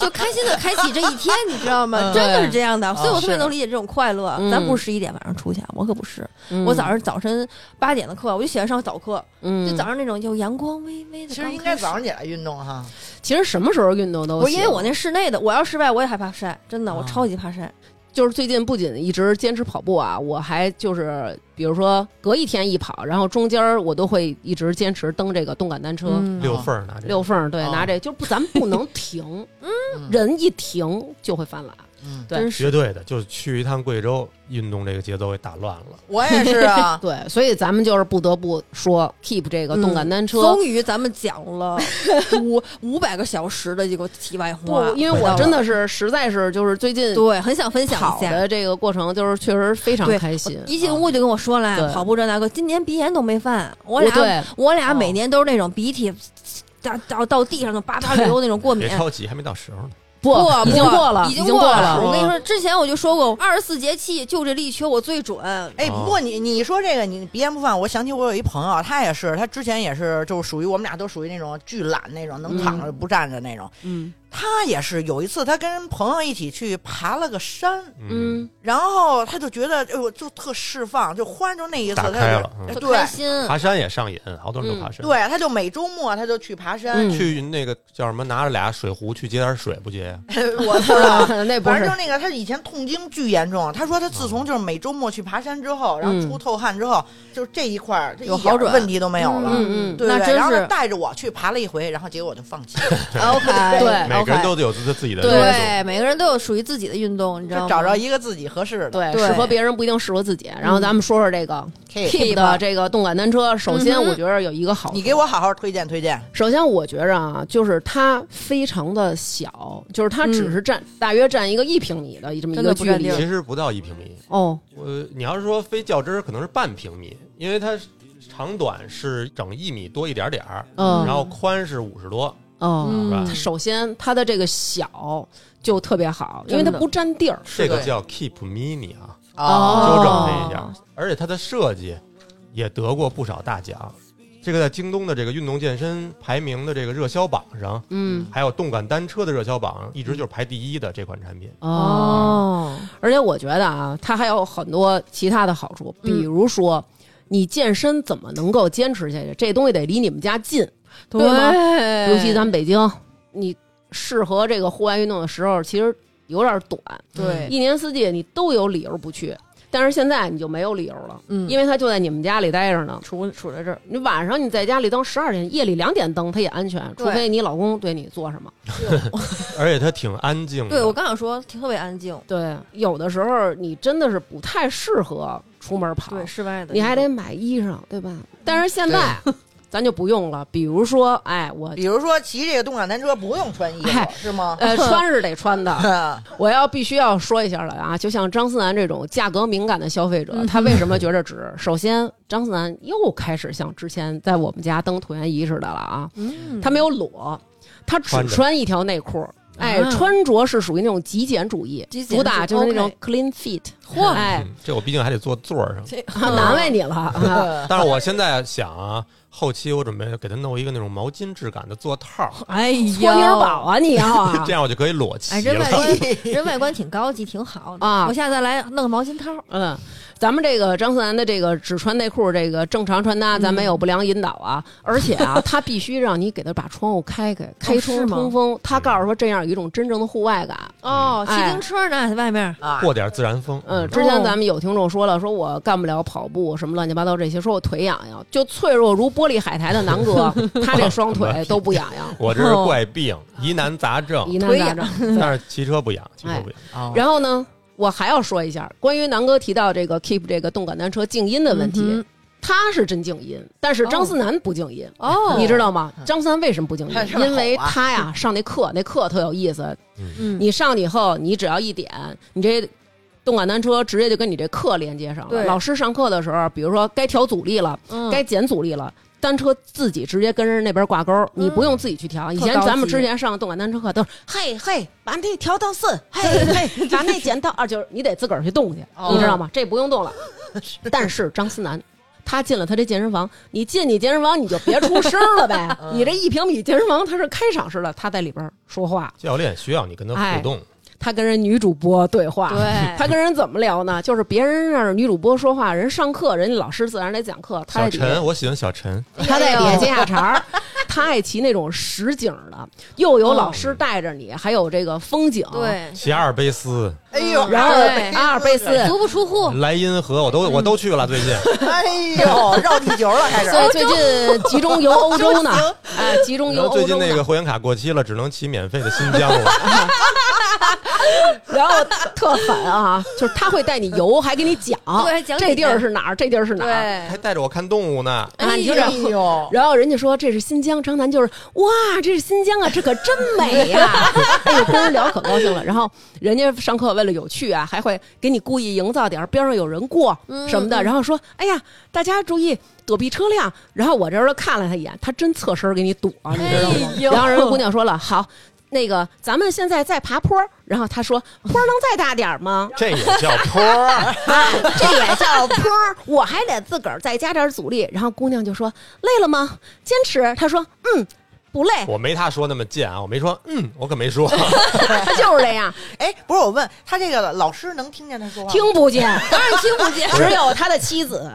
[SPEAKER 1] 就开心的开启这一天，你知道吗？
[SPEAKER 3] 嗯
[SPEAKER 1] 真的是这样的，
[SPEAKER 3] 对
[SPEAKER 1] 所以我
[SPEAKER 3] 啊
[SPEAKER 1] 特别
[SPEAKER 3] 是
[SPEAKER 1] 能理解这种快乐
[SPEAKER 4] 哦嗯。
[SPEAKER 1] 咱不是十一点晚上出去啊，我可不是。
[SPEAKER 4] 嗯
[SPEAKER 1] 我早上早晨八点的课，我就喜欢上早课，
[SPEAKER 4] 嗯
[SPEAKER 1] 就早上那种有阳光微微的。
[SPEAKER 3] 其实应该早上起来运动哈。
[SPEAKER 4] 其实什么时候运动都
[SPEAKER 1] 我
[SPEAKER 4] 行，哦
[SPEAKER 1] 因为我那室内的，我要室外我也害怕晒，真的，我
[SPEAKER 3] 啊
[SPEAKER 1] 超级怕晒。
[SPEAKER 4] 就是最近不仅一直坚持跑步啊，我还就是比如说隔一天一跑，然后中间儿我都会一直坚持蹬这个动感单车。
[SPEAKER 1] 嗯
[SPEAKER 2] 溜缝儿拿这个。
[SPEAKER 4] 溜缝儿，对，
[SPEAKER 3] 啊
[SPEAKER 4] 拿这就不，咱们不能停，
[SPEAKER 3] 嗯
[SPEAKER 4] 人一停就会犯懒。
[SPEAKER 3] 嗯，
[SPEAKER 4] 对。
[SPEAKER 1] 真是
[SPEAKER 2] 绝对的，就是去一趟贵州，运动这个节奏给打乱了。
[SPEAKER 3] 我也是啊
[SPEAKER 4] 对，所以咱们就是不得不说 keep 这
[SPEAKER 1] 嗯
[SPEAKER 4] 个动感单车。
[SPEAKER 1] 终于咱们讲了 五五百个小时的这个题外话
[SPEAKER 4] 不，，因为
[SPEAKER 1] 回到
[SPEAKER 4] 我
[SPEAKER 1] 了
[SPEAKER 4] 真的是实在是就是最近
[SPEAKER 1] 对很想分享
[SPEAKER 4] 跑
[SPEAKER 1] 一下。
[SPEAKER 4] 的这个过程，就是确实非常
[SPEAKER 1] 对
[SPEAKER 4] 开心。
[SPEAKER 1] 一进屋就跟我说
[SPEAKER 4] 对
[SPEAKER 1] 了，跑步这那个，今年鼻炎都没犯。我
[SPEAKER 4] 我对
[SPEAKER 1] 俩我俩
[SPEAKER 3] 哦
[SPEAKER 1] 每年都是那种鼻涕到到到地上的叭叭流那种过敏
[SPEAKER 2] 别。着急，还没到时候呢。
[SPEAKER 4] 不已经过了，
[SPEAKER 1] 已经
[SPEAKER 4] 经
[SPEAKER 1] 过
[SPEAKER 4] 了。
[SPEAKER 1] 我跟你说，之前我就说过，二十四节气就这立秋我最准。
[SPEAKER 3] 哎，不过你你说这个你鼻炎不犯，我想起我有一朋友，他也是，他之前也是就是属于我们俩都属于那种巨懒那种，能躺着不站着那种。
[SPEAKER 4] 嗯
[SPEAKER 3] 他也是有一次，他跟朋友一起去爬了个山，
[SPEAKER 2] 嗯，
[SPEAKER 4] 嗯，
[SPEAKER 3] 然后他就觉得，哎呦，就特释放，就忽然就那一次，
[SPEAKER 2] 打
[SPEAKER 3] 他
[SPEAKER 2] 开
[SPEAKER 3] 就
[SPEAKER 2] 了嗯
[SPEAKER 3] 哎
[SPEAKER 1] 特
[SPEAKER 3] 对
[SPEAKER 1] 开心，
[SPEAKER 2] 爬山也上瘾，好多人都爬山。
[SPEAKER 3] 对，他就每周末他就去爬山，
[SPEAKER 4] 嗯
[SPEAKER 2] 去那个叫什么，拿着俩水壶去接点水，不接呀？
[SPEAKER 3] 我不知道。
[SPEAKER 4] 那不
[SPEAKER 3] 反正
[SPEAKER 4] 是
[SPEAKER 3] 就那个，他以前痛经巨严重。他说他自从就是每周末去爬山之
[SPEAKER 4] 嗯
[SPEAKER 3] 后，然后出透汗之后，就这一块儿就一
[SPEAKER 1] 有
[SPEAKER 3] 点
[SPEAKER 1] 好转
[SPEAKER 3] 问题都没有了。
[SPEAKER 4] 嗯嗯
[SPEAKER 3] 对
[SPEAKER 1] 那
[SPEAKER 3] 对对，
[SPEAKER 1] 真
[SPEAKER 3] 然后他
[SPEAKER 1] 是
[SPEAKER 3] 带着我去爬了一回，然后结果我就放弃了，
[SPEAKER 1] OK，
[SPEAKER 4] 对
[SPEAKER 2] 每个人
[SPEAKER 1] 哎 OK
[SPEAKER 2] 都有自自己的
[SPEAKER 4] 对
[SPEAKER 2] 运动
[SPEAKER 1] 对，每个人都有属于自己的运动，你知道
[SPEAKER 3] 就
[SPEAKER 1] 吗？
[SPEAKER 3] 找着一个自己合适的。
[SPEAKER 4] 对
[SPEAKER 1] 对嗯
[SPEAKER 4] 适合别人不一定适合自己。然后咱们说说这个
[SPEAKER 3] Keep
[SPEAKER 4] keep 的这个动感单车，首先
[SPEAKER 1] 嗯哼
[SPEAKER 4] 我觉得有一个好，
[SPEAKER 3] 你给我好好推荐推荐。
[SPEAKER 4] 首先我觉着啊，就是它非常的小，就是它只是占大约占一个一平米的这么一
[SPEAKER 1] 嗯真
[SPEAKER 4] 个
[SPEAKER 1] 的不
[SPEAKER 4] 距
[SPEAKER 1] 占
[SPEAKER 4] 离
[SPEAKER 1] 地儿。
[SPEAKER 2] 其实不到一平米，
[SPEAKER 4] 哦，
[SPEAKER 2] 呃，你要是说非较真儿，可能是半平米，因为它长短是整一米多一点点儿，
[SPEAKER 4] 嗯
[SPEAKER 2] 然后宽是五十多，
[SPEAKER 4] 哦，
[SPEAKER 1] 嗯
[SPEAKER 4] 它首先它的这个小就特别好，因为它
[SPEAKER 1] 真的
[SPEAKER 4] 不占地儿。
[SPEAKER 2] 这个
[SPEAKER 3] 对
[SPEAKER 2] 叫 Keep Mini 啊，
[SPEAKER 4] 哦
[SPEAKER 2] 纠正这一下。而且它的设计也得过不少大奖，这个在京东的这个运动健身排名的这个热销榜上，
[SPEAKER 4] 嗯，
[SPEAKER 2] 还有动感单车的热销榜，一直就是排第一的这款产品。
[SPEAKER 4] 哦，而且我觉得啊，它还有很多其他的好处，
[SPEAKER 1] 嗯
[SPEAKER 4] 比如说。你健身怎么能够坚持下去？这东西得离你们家近，对吗
[SPEAKER 1] 对
[SPEAKER 4] 尤其咱们北京，你适合这个户外运动的时候其实有点短，嗯
[SPEAKER 1] 对，
[SPEAKER 4] 一年四季你都有理由不去。但是现在你就没有理由了，
[SPEAKER 1] 嗯
[SPEAKER 4] 因为它就在你们家里待着呢。
[SPEAKER 1] 杵杵在这儿，
[SPEAKER 4] 你晚上你在家里蹬十二点，夜里两点蹬它也安全，除
[SPEAKER 1] 对
[SPEAKER 4] 非你老公对你做什么。
[SPEAKER 2] 而且它挺安静的。
[SPEAKER 1] 对我刚想说挺特别安静，
[SPEAKER 4] 对，有的时候你真的是不太适合出门跑，
[SPEAKER 1] 对室外的，
[SPEAKER 4] 你还得买衣裳，对吧？但是现在 咱就不用了，比如说，哎，我
[SPEAKER 3] 比如说骑这个动感单车不用穿衣服
[SPEAKER 4] 哎
[SPEAKER 3] 是吗？
[SPEAKER 4] 呃穿是得穿的，
[SPEAKER 3] 啊
[SPEAKER 4] 我要必须要说一下了啊！就像张思楠这种价格敏感的消费者，他为什么觉着值？首先，张思楠又开始像之前在我们家登椭圆仪似的了啊，
[SPEAKER 1] 嗯，
[SPEAKER 4] 他没有裸，他只
[SPEAKER 2] 穿着
[SPEAKER 4] 穿一条内裤。哎，
[SPEAKER 1] 啊
[SPEAKER 4] 穿着是属于那种极简主义，
[SPEAKER 1] 极简
[SPEAKER 4] 主打就是那种
[SPEAKER 1] ，OK
[SPEAKER 4] clean fit。
[SPEAKER 1] 嚯
[SPEAKER 4] 哎，
[SPEAKER 2] 嗯这我毕竟还得坐座儿上。
[SPEAKER 4] 难为你了啊！
[SPEAKER 2] 但是我现在想啊，后期我准备给它弄一个那种毛巾质感的座套儿，
[SPEAKER 1] 哎呀，
[SPEAKER 4] 搓泥儿宝啊，你要啊
[SPEAKER 2] 这？样我就可以裸骑
[SPEAKER 1] 哎，人
[SPEAKER 2] 了
[SPEAKER 1] 外。 观人外观挺高级，挺好的
[SPEAKER 4] 啊
[SPEAKER 1] 我下次再来弄个毛巾套儿，
[SPEAKER 4] 嗯，咱们这个张思楠的这个只穿内裤，这个正常穿搭，咱
[SPEAKER 1] 嗯
[SPEAKER 4] 没有不良引导啊。而且啊，他必须让你给他把窗户开开，
[SPEAKER 1] 哦
[SPEAKER 4] 开
[SPEAKER 1] 是
[SPEAKER 4] 窗
[SPEAKER 1] 吗
[SPEAKER 4] 通风。他告诉说这样一种真正的户外感。
[SPEAKER 1] 哦，骑
[SPEAKER 4] 哎
[SPEAKER 1] 自行车呢，在外面。
[SPEAKER 3] 啊，
[SPEAKER 2] 过点自然风。
[SPEAKER 4] 嗯，之前
[SPEAKER 1] 哦
[SPEAKER 4] 咱们有听众说了，说我干不了跑步什么乱七八糟这些，说我腿痒痒，就脆弱如玻璃海苔的南 哥，他这双腿都不痒痒，
[SPEAKER 2] 我这是怪病，疑难杂症，
[SPEAKER 4] 哦疑难杂症。哎对
[SPEAKER 2] 但是骑车不痒，骑车不痒。
[SPEAKER 3] 啊
[SPEAKER 4] 然后呢，我还要说一下关于南哥提到这个 Keep 这个动感单车静音的问题，
[SPEAKER 1] 嗯
[SPEAKER 4] 他是真静音，但是张思南不静音。
[SPEAKER 1] 哦，
[SPEAKER 4] 你知道吗？张思南为什么不静音
[SPEAKER 3] 他？是好啊
[SPEAKER 4] 因为他呀上那课，那课特有意思。
[SPEAKER 1] 嗯，
[SPEAKER 4] 你上去以后，你只要一点，你这动感单车直接就跟你这课连接上了。
[SPEAKER 1] 对
[SPEAKER 4] 老师上课的时候，比如说该调阻力了，
[SPEAKER 1] 嗯
[SPEAKER 4] 该减阻力了。单车自己直接跟人那边挂钩，你不用自己去调。以前咱们之前上动感单车课都是嘿嘿，把那调到四，嘿嘿，把那减到二，就是你得自个儿去动去，
[SPEAKER 3] 哦
[SPEAKER 4] 你知道吗？这不用动了。但是张思南。他进了他这健身房，你进你健身房你就别出声了呗。你这一平米健身房它是开场式的，他在里边说话，
[SPEAKER 2] 教练需要你跟他
[SPEAKER 4] 哎
[SPEAKER 2] 互动，
[SPEAKER 4] 他跟人女主播对话，
[SPEAKER 1] 对
[SPEAKER 4] 他跟人怎么聊呢？就是别人让女主播说话，人上课，人家老师自然得讲课，他
[SPEAKER 2] 小
[SPEAKER 4] 在底下
[SPEAKER 2] 陈，我喜欢小陈，
[SPEAKER 4] 他在底下接下
[SPEAKER 1] 哎
[SPEAKER 4] 茬儿，他爱骑那种实景的，又有老师带着你，还有这个风景，，
[SPEAKER 1] 哦对，
[SPEAKER 2] 骑阿尔卑斯、
[SPEAKER 3] 哎呦，
[SPEAKER 4] 嗯然后
[SPEAKER 1] 对
[SPEAKER 4] 阿尔卑斯。
[SPEAKER 1] 足不出户，
[SPEAKER 2] 莱茵河，我都
[SPEAKER 4] 嗯
[SPEAKER 2] 我都去了，最近
[SPEAKER 3] 哎呦，绕地球了开始。
[SPEAKER 4] 所以最近集中游欧洲呢，哎，集中游
[SPEAKER 2] 然后
[SPEAKER 4] 欧
[SPEAKER 2] 最近
[SPEAKER 4] 洲
[SPEAKER 2] 那
[SPEAKER 4] 呢
[SPEAKER 2] 个，会员卡过期了，只能骑免费的新疆了。
[SPEAKER 4] 然后特狠啊，就是他会带你游，还给你讲，
[SPEAKER 1] 对讲
[SPEAKER 4] 这地儿
[SPEAKER 1] 解
[SPEAKER 4] 是哪儿，这地儿是哪儿，
[SPEAKER 2] 还
[SPEAKER 1] 对，
[SPEAKER 2] 带着我看动物呢。
[SPEAKER 4] 啊，你就这
[SPEAKER 3] 哎
[SPEAKER 4] 样
[SPEAKER 1] 哦
[SPEAKER 3] 呦，
[SPEAKER 4] 然后人家说这是新疆，张楠就是哇，这是新疆啊，这可真美 呀、哎呦，跟人聊可高兴了。然后人家上课为了有趣啊，还会给你故意营造点儿边上有人过
[SPEAKER 1] 嗯
[SPEAKER 4] 什么的，然后说哎呀，大家注意躲避车辆。然后我这时候看了他一眼，他真侧身儿给你躲，你知道吗？
[SPEAKER 1] 哎呦
[SPEAKER 4] 然后人家姑娘说了，好。那个，咱们现在在爬坡儿，然后他说：“坡儿能再大点儿吗？”
[SPEAKER 2] 这也叫坡儿，
[SPEAKER 4] 啊，这也叫坡儿，我还得自个儿再加点阻力。然后姑娘就说：“累了吗？坚持。”她说：“嗯，不累。
[SPEAKER 2] 我没他说那么贱啊，我没说，嗯，我可没 说，”
[SPEAKER 4] 她就是这样，
[SPEAKER 3] 哎，不是我问他这个老师能听见他说话吗？
[SPEAKER 4] 听不见，当然听 不见，只有他的妻子。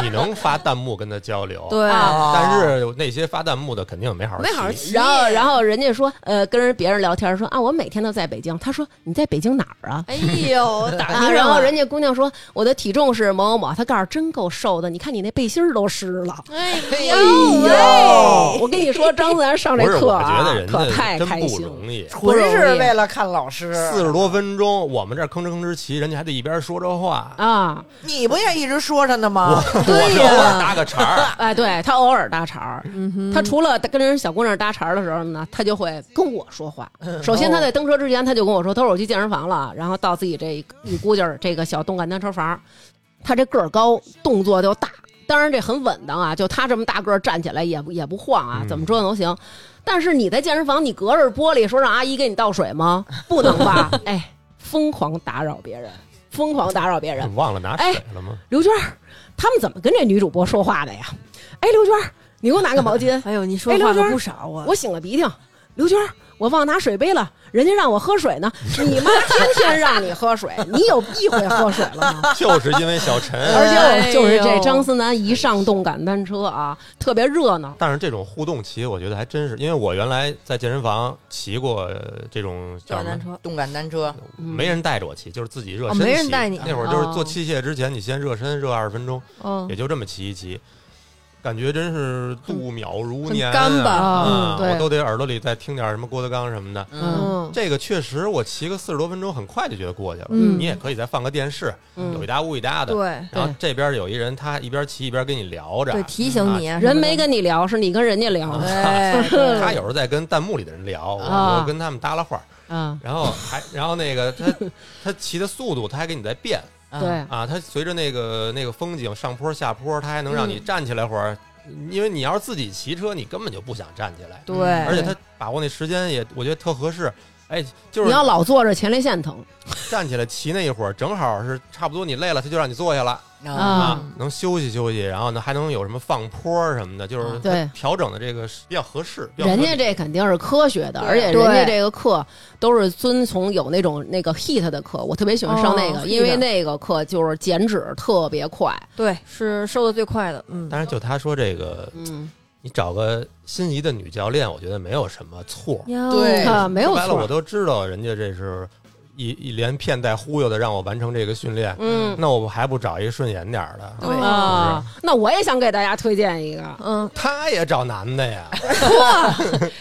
[SPEAKER 2] 你能发弹幕跟他交流，
[SPEAKER 1] 对，
[SPEAKER 4] 啊
[SPEAKER 3] 哦
[SPEAKER 2] 但是有那些发弹幕的肯定没好好
[SPEAKER 1] 没好好
[SPEAKER 2] 骑
[SPEAKER 1] 骑，
[SPEAKER 4] 然后，然后人家说：“呃，跟人别人聊天说啊，我每天都在北京。”她说：“你在北京哪儿啊？”
[SPEAKER 1] 哎呦，打
[SPEAKER 4] 啊，
[SPEAKER 1] 听
[SPEAKER 4] 然
[SPEAKER 1] 上
[SPEAKER 4] 后
[SPEAKER 1] 了
[SPEAKER 4] 人。家姑娘说我的体重是某某某，她告诉真够瘦的，你看你那背心儿都湿了。
[SPEAKER 1] 哎
[SPEAKER 3] 哎
[SPEAKER 1] 呦，
[SPEAKER 3] 呦，
[SPEAKER 4] 我跟你说，张自然上这
[SPEAKER 2] 不是，
[SPEAKER 4] 课
[SPEAKER 2] 我
[SPEAKER 4] 啊
[SPEAKER 2] 觉得人，
[SPEAKER 4] 可太
[SPEAKER 2] 家真
[SPEAKER 4] 开
[SPEAKER 2] 不
[SPEAKER 4] 心了。
[SPEAKER 2] 容易。
[SPEAKER 4] 不容
[SPEAKER 3] 纯
[SPEAKER 4] 易
[SPEAKER 3] 是为了看老师。
[SPEAKER 2] 四十多分钟，我们这儿吭哧吭哧骑，人家还得一边说着话，
[SPEAKER 4] 啊，
[SPEAKER 3] 你不也一直说着呢吗？
[SPEAKER 2] 我这偶尔搭个茬儿，
[SPEAKER 4] 哎，对他偶尔搭茬儿，他除了跟人小姑娘搭茬儿的时候呢，他就会跟我说话。首先，他在登车之前，他就跟我说：“他说我去健身房了，然后到自己这一估计儿这个小动感单车房，他这个儿高，动作就大。当然这很稳当啊，就他这么大个儿站起来也不也不晃啊，怎么折腾都行。但是你在健身房，你隔着玻璃说让阿姨给你倒水吗？不能吧？哎，疯狂打扰别人，疯狂打扰别人
[SPEAKER 2] 你。忘了
[SPEAKER 1] 哎
[SPEAKER 2] 拿水 了吗？
[SPEAKER 4] 刘娟儿，他们怎么跟这女主播说话的呀？哎，刘娟儿，你给我拿个毛巾
[SPEAKER 1] 。哎呦，你说
[SPEAKER 4] 哎
[SPEAKER 1] 话
[SPEAKER 4] 刘娟
[SPEAKER 1] 可
[SPEAKER 4] 儿
[SPEAKER 1] 不少啊！
[SPEAKER 4] 我擤了鼻涕。刘娟儿，我忘拿水杯了，人家让我喝水呢。你妈天天让你喝水，你有一回喝水了 吗？
[SPEAKER 2] 就是因为小陈。
[SPEAKER 4] 而且
[SPEAKER 1] 哎
[SPEAKER 4] 我
[SPEAKER 1] 呦
[SPEAKER 4] 就是这张思楠一上动感单车啊，特别热闹。
[SPEAKER 2] 但是这种互动骑，我觉得还真是，因为我原来在健身房骑过呃这种
[SPEAKER 1] 小
[SPEAKER 2] 叫什
[SPEAKER 1] 单
[SPEAKER 2] 么，
[SPEAKER 1] 车，
[SPEAKER 3] 动感单车，
[SPEAKER 2] 没人带着我骑，就是自己热
[SPEAKER 1] 嗯哦
[SPEAKER 2] 身骑。
[SPEAKER 1] 没人带你
[SPEAKER 2] 那会儿就是做
[SPEAKER 4] 哦
[SPEAKER 2] 器械之前，你先热身热二十分钟，
[SPEAKER 1] 嗯
[SPEAKER 2] 也，就这么骑一骑，感觉真是度秒如
[SPEAKER 1] 很
[SPEAKER 2] 年、啊，
[SPEAKER 1] 干吧
[SPEAKER 2] 啊
[SPEAKER 4] 嗯对
[SPEAKER 2] 我都得耳朵里再听点什么郭德纲什么的。
[SPEAKER 3] 嗯，
[SPEAKER 2] 这个确实，我骑个四十多分钟，很快就觉得过去了。
[SPEAKER 4] 嗯
[SPEAKER 2] 你也可以再放个电视，
[SPEAKER 4] 嗯
[SPEAKER 2] 有一搭无一搭的。
[SPEAKER 1] 对
[SPEAKER 2] 然后这边有一人，他一边骑一边跟你聊着
[SPEAKER 1] 对，，提醒你啊什么的
[SPEAKER 4] 人没跟你聊，是你跟人家聊。
[SPEAKER 3] 哎，对
[SPEAKER 2] 他有时候在跟弹幕里的人聊，我
[SPEAKER 4] 呃啊
[SPEAKER 2] 我跟他们搭了话，
[SPEAKER 4] 嗯，
[SPEAKER 2] 然后还然后那 个他他骑的速度，他还给你在变
[SPEAKER 3] 嗯
[SPEAKER 4] 对，
[SPEAKER 2] 啊，他随着那个那个风景上坡下坡，他还能让你站起来会儿，因为你要是自己骑车，你根本就不想站起来，嗯而
[SPEAKER 1] 对，
[SPEAKER 2] 且他把握那时间也我觉得特合适。哎，就是
[SPEAKER 4] 你要老坐着前列腺疼
[SPEAKER 2] 站起来骑那一会儿，正好是差不多你累了，他就让你坐下了
[SPEAKER 3] 啊，
[SPEAKER 2] 啊，能休息休息，然后呢还能有什么放坡什么的，就是
[SPEAKER 3] 嗯
[SPEAKER 4] 对
[SPEAKER 2] 调整的这个比较合适。比较合
[SPEAKER 4] 人
[SPEAKER 2] 理
[SPEAKER 4] 家这肯定是科学的，
[SPEAKER 3] 对
[SPEAKER 4] 而且人家
[SPEAKER 1] 对
[SPEAKER 4] 这个课都是遵从有那种那个 HEAT 的课，我特别喜欢上那个，
[SPEAKER 1] 哦
[SPEAKER 4] 因为
[SPEAKER 1] HIIT
[SPEAKER 4] 那个课就是减脂特别快。
[SPEAKER 1] 对是瘦的最快的，嗯，
[SPEAKER 2] 但是就他说这个，
[SPEAKER 4] 嗯，
[SPEAKER 2] 你找个心仪的女教练，我觉得没有什么错。
[SPEAKER 1] 哟
[SPEAKER 3] 对
[SPEAKER 4] 啊，没有
[SPEAKER 2] 说白了，我
[SPEAKER 4] 错，
[SPEAKER 2] 都知道人家这是一一连骗带忽悠的让我完成这个训练，
[SPEAKER 4] 嗯
[SPEAKER 2] 那我还不找一顺眼点儿的？
[SPEAKER 3] 对
[SPEAKER 4] 啊，那我也想给大家推荐一个，
[SPEAKER 1] 嗯，
[SPEAKER 2] 他也找男的呀，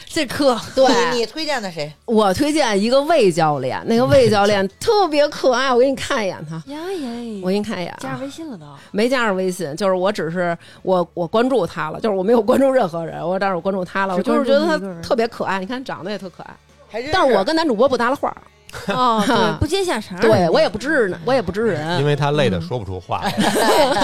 [SPEAKER 1] 这课
[SPEAKER 4] 对
[SPEAKER 3] 你你推荐的谁？
[SPEAKER 4] 我推荐一个魏教练，那个魏教练特别可爱，我给你看一眼他，
[SPEAKER 1] 呀耶，
[SPEAKER 4] 我给你看一眼啊，
[SPEAKER 1] 嗯加上微信了都，
[SPEAKER 4] 没加上微信，就是我只是我我关注他了，就是我没有关注任何人，我但是我关注他了，我
[SPEAKER 1] 只
[SPEAKER 4] 就是
[SPEAKER 1] 关注
[SPEAKER 4] 觉得
[SPEAKER 1] 一个
[SPEAKER 4] 他
[SPEAKER 1] 人
[SPEAKER 4] 特别可爱，你看长得也特可爱，
[SPEAKER 3] 还真
[SPEAKER 4] 但是我跟男主播不搭了话儿，
[SPEAKER 1] 哦，
[SPEAKER 4] 哈
[SPEAKER 1] 对，不接下茬儿，
[SPEAKER 4] 对我也不知呢，我也不知
[SPEAKER 2] 因
[SPEAKER 4] 人，
[SPEAKER 2] 为他累得说不出话来，
[SPEAKER 4] 嗯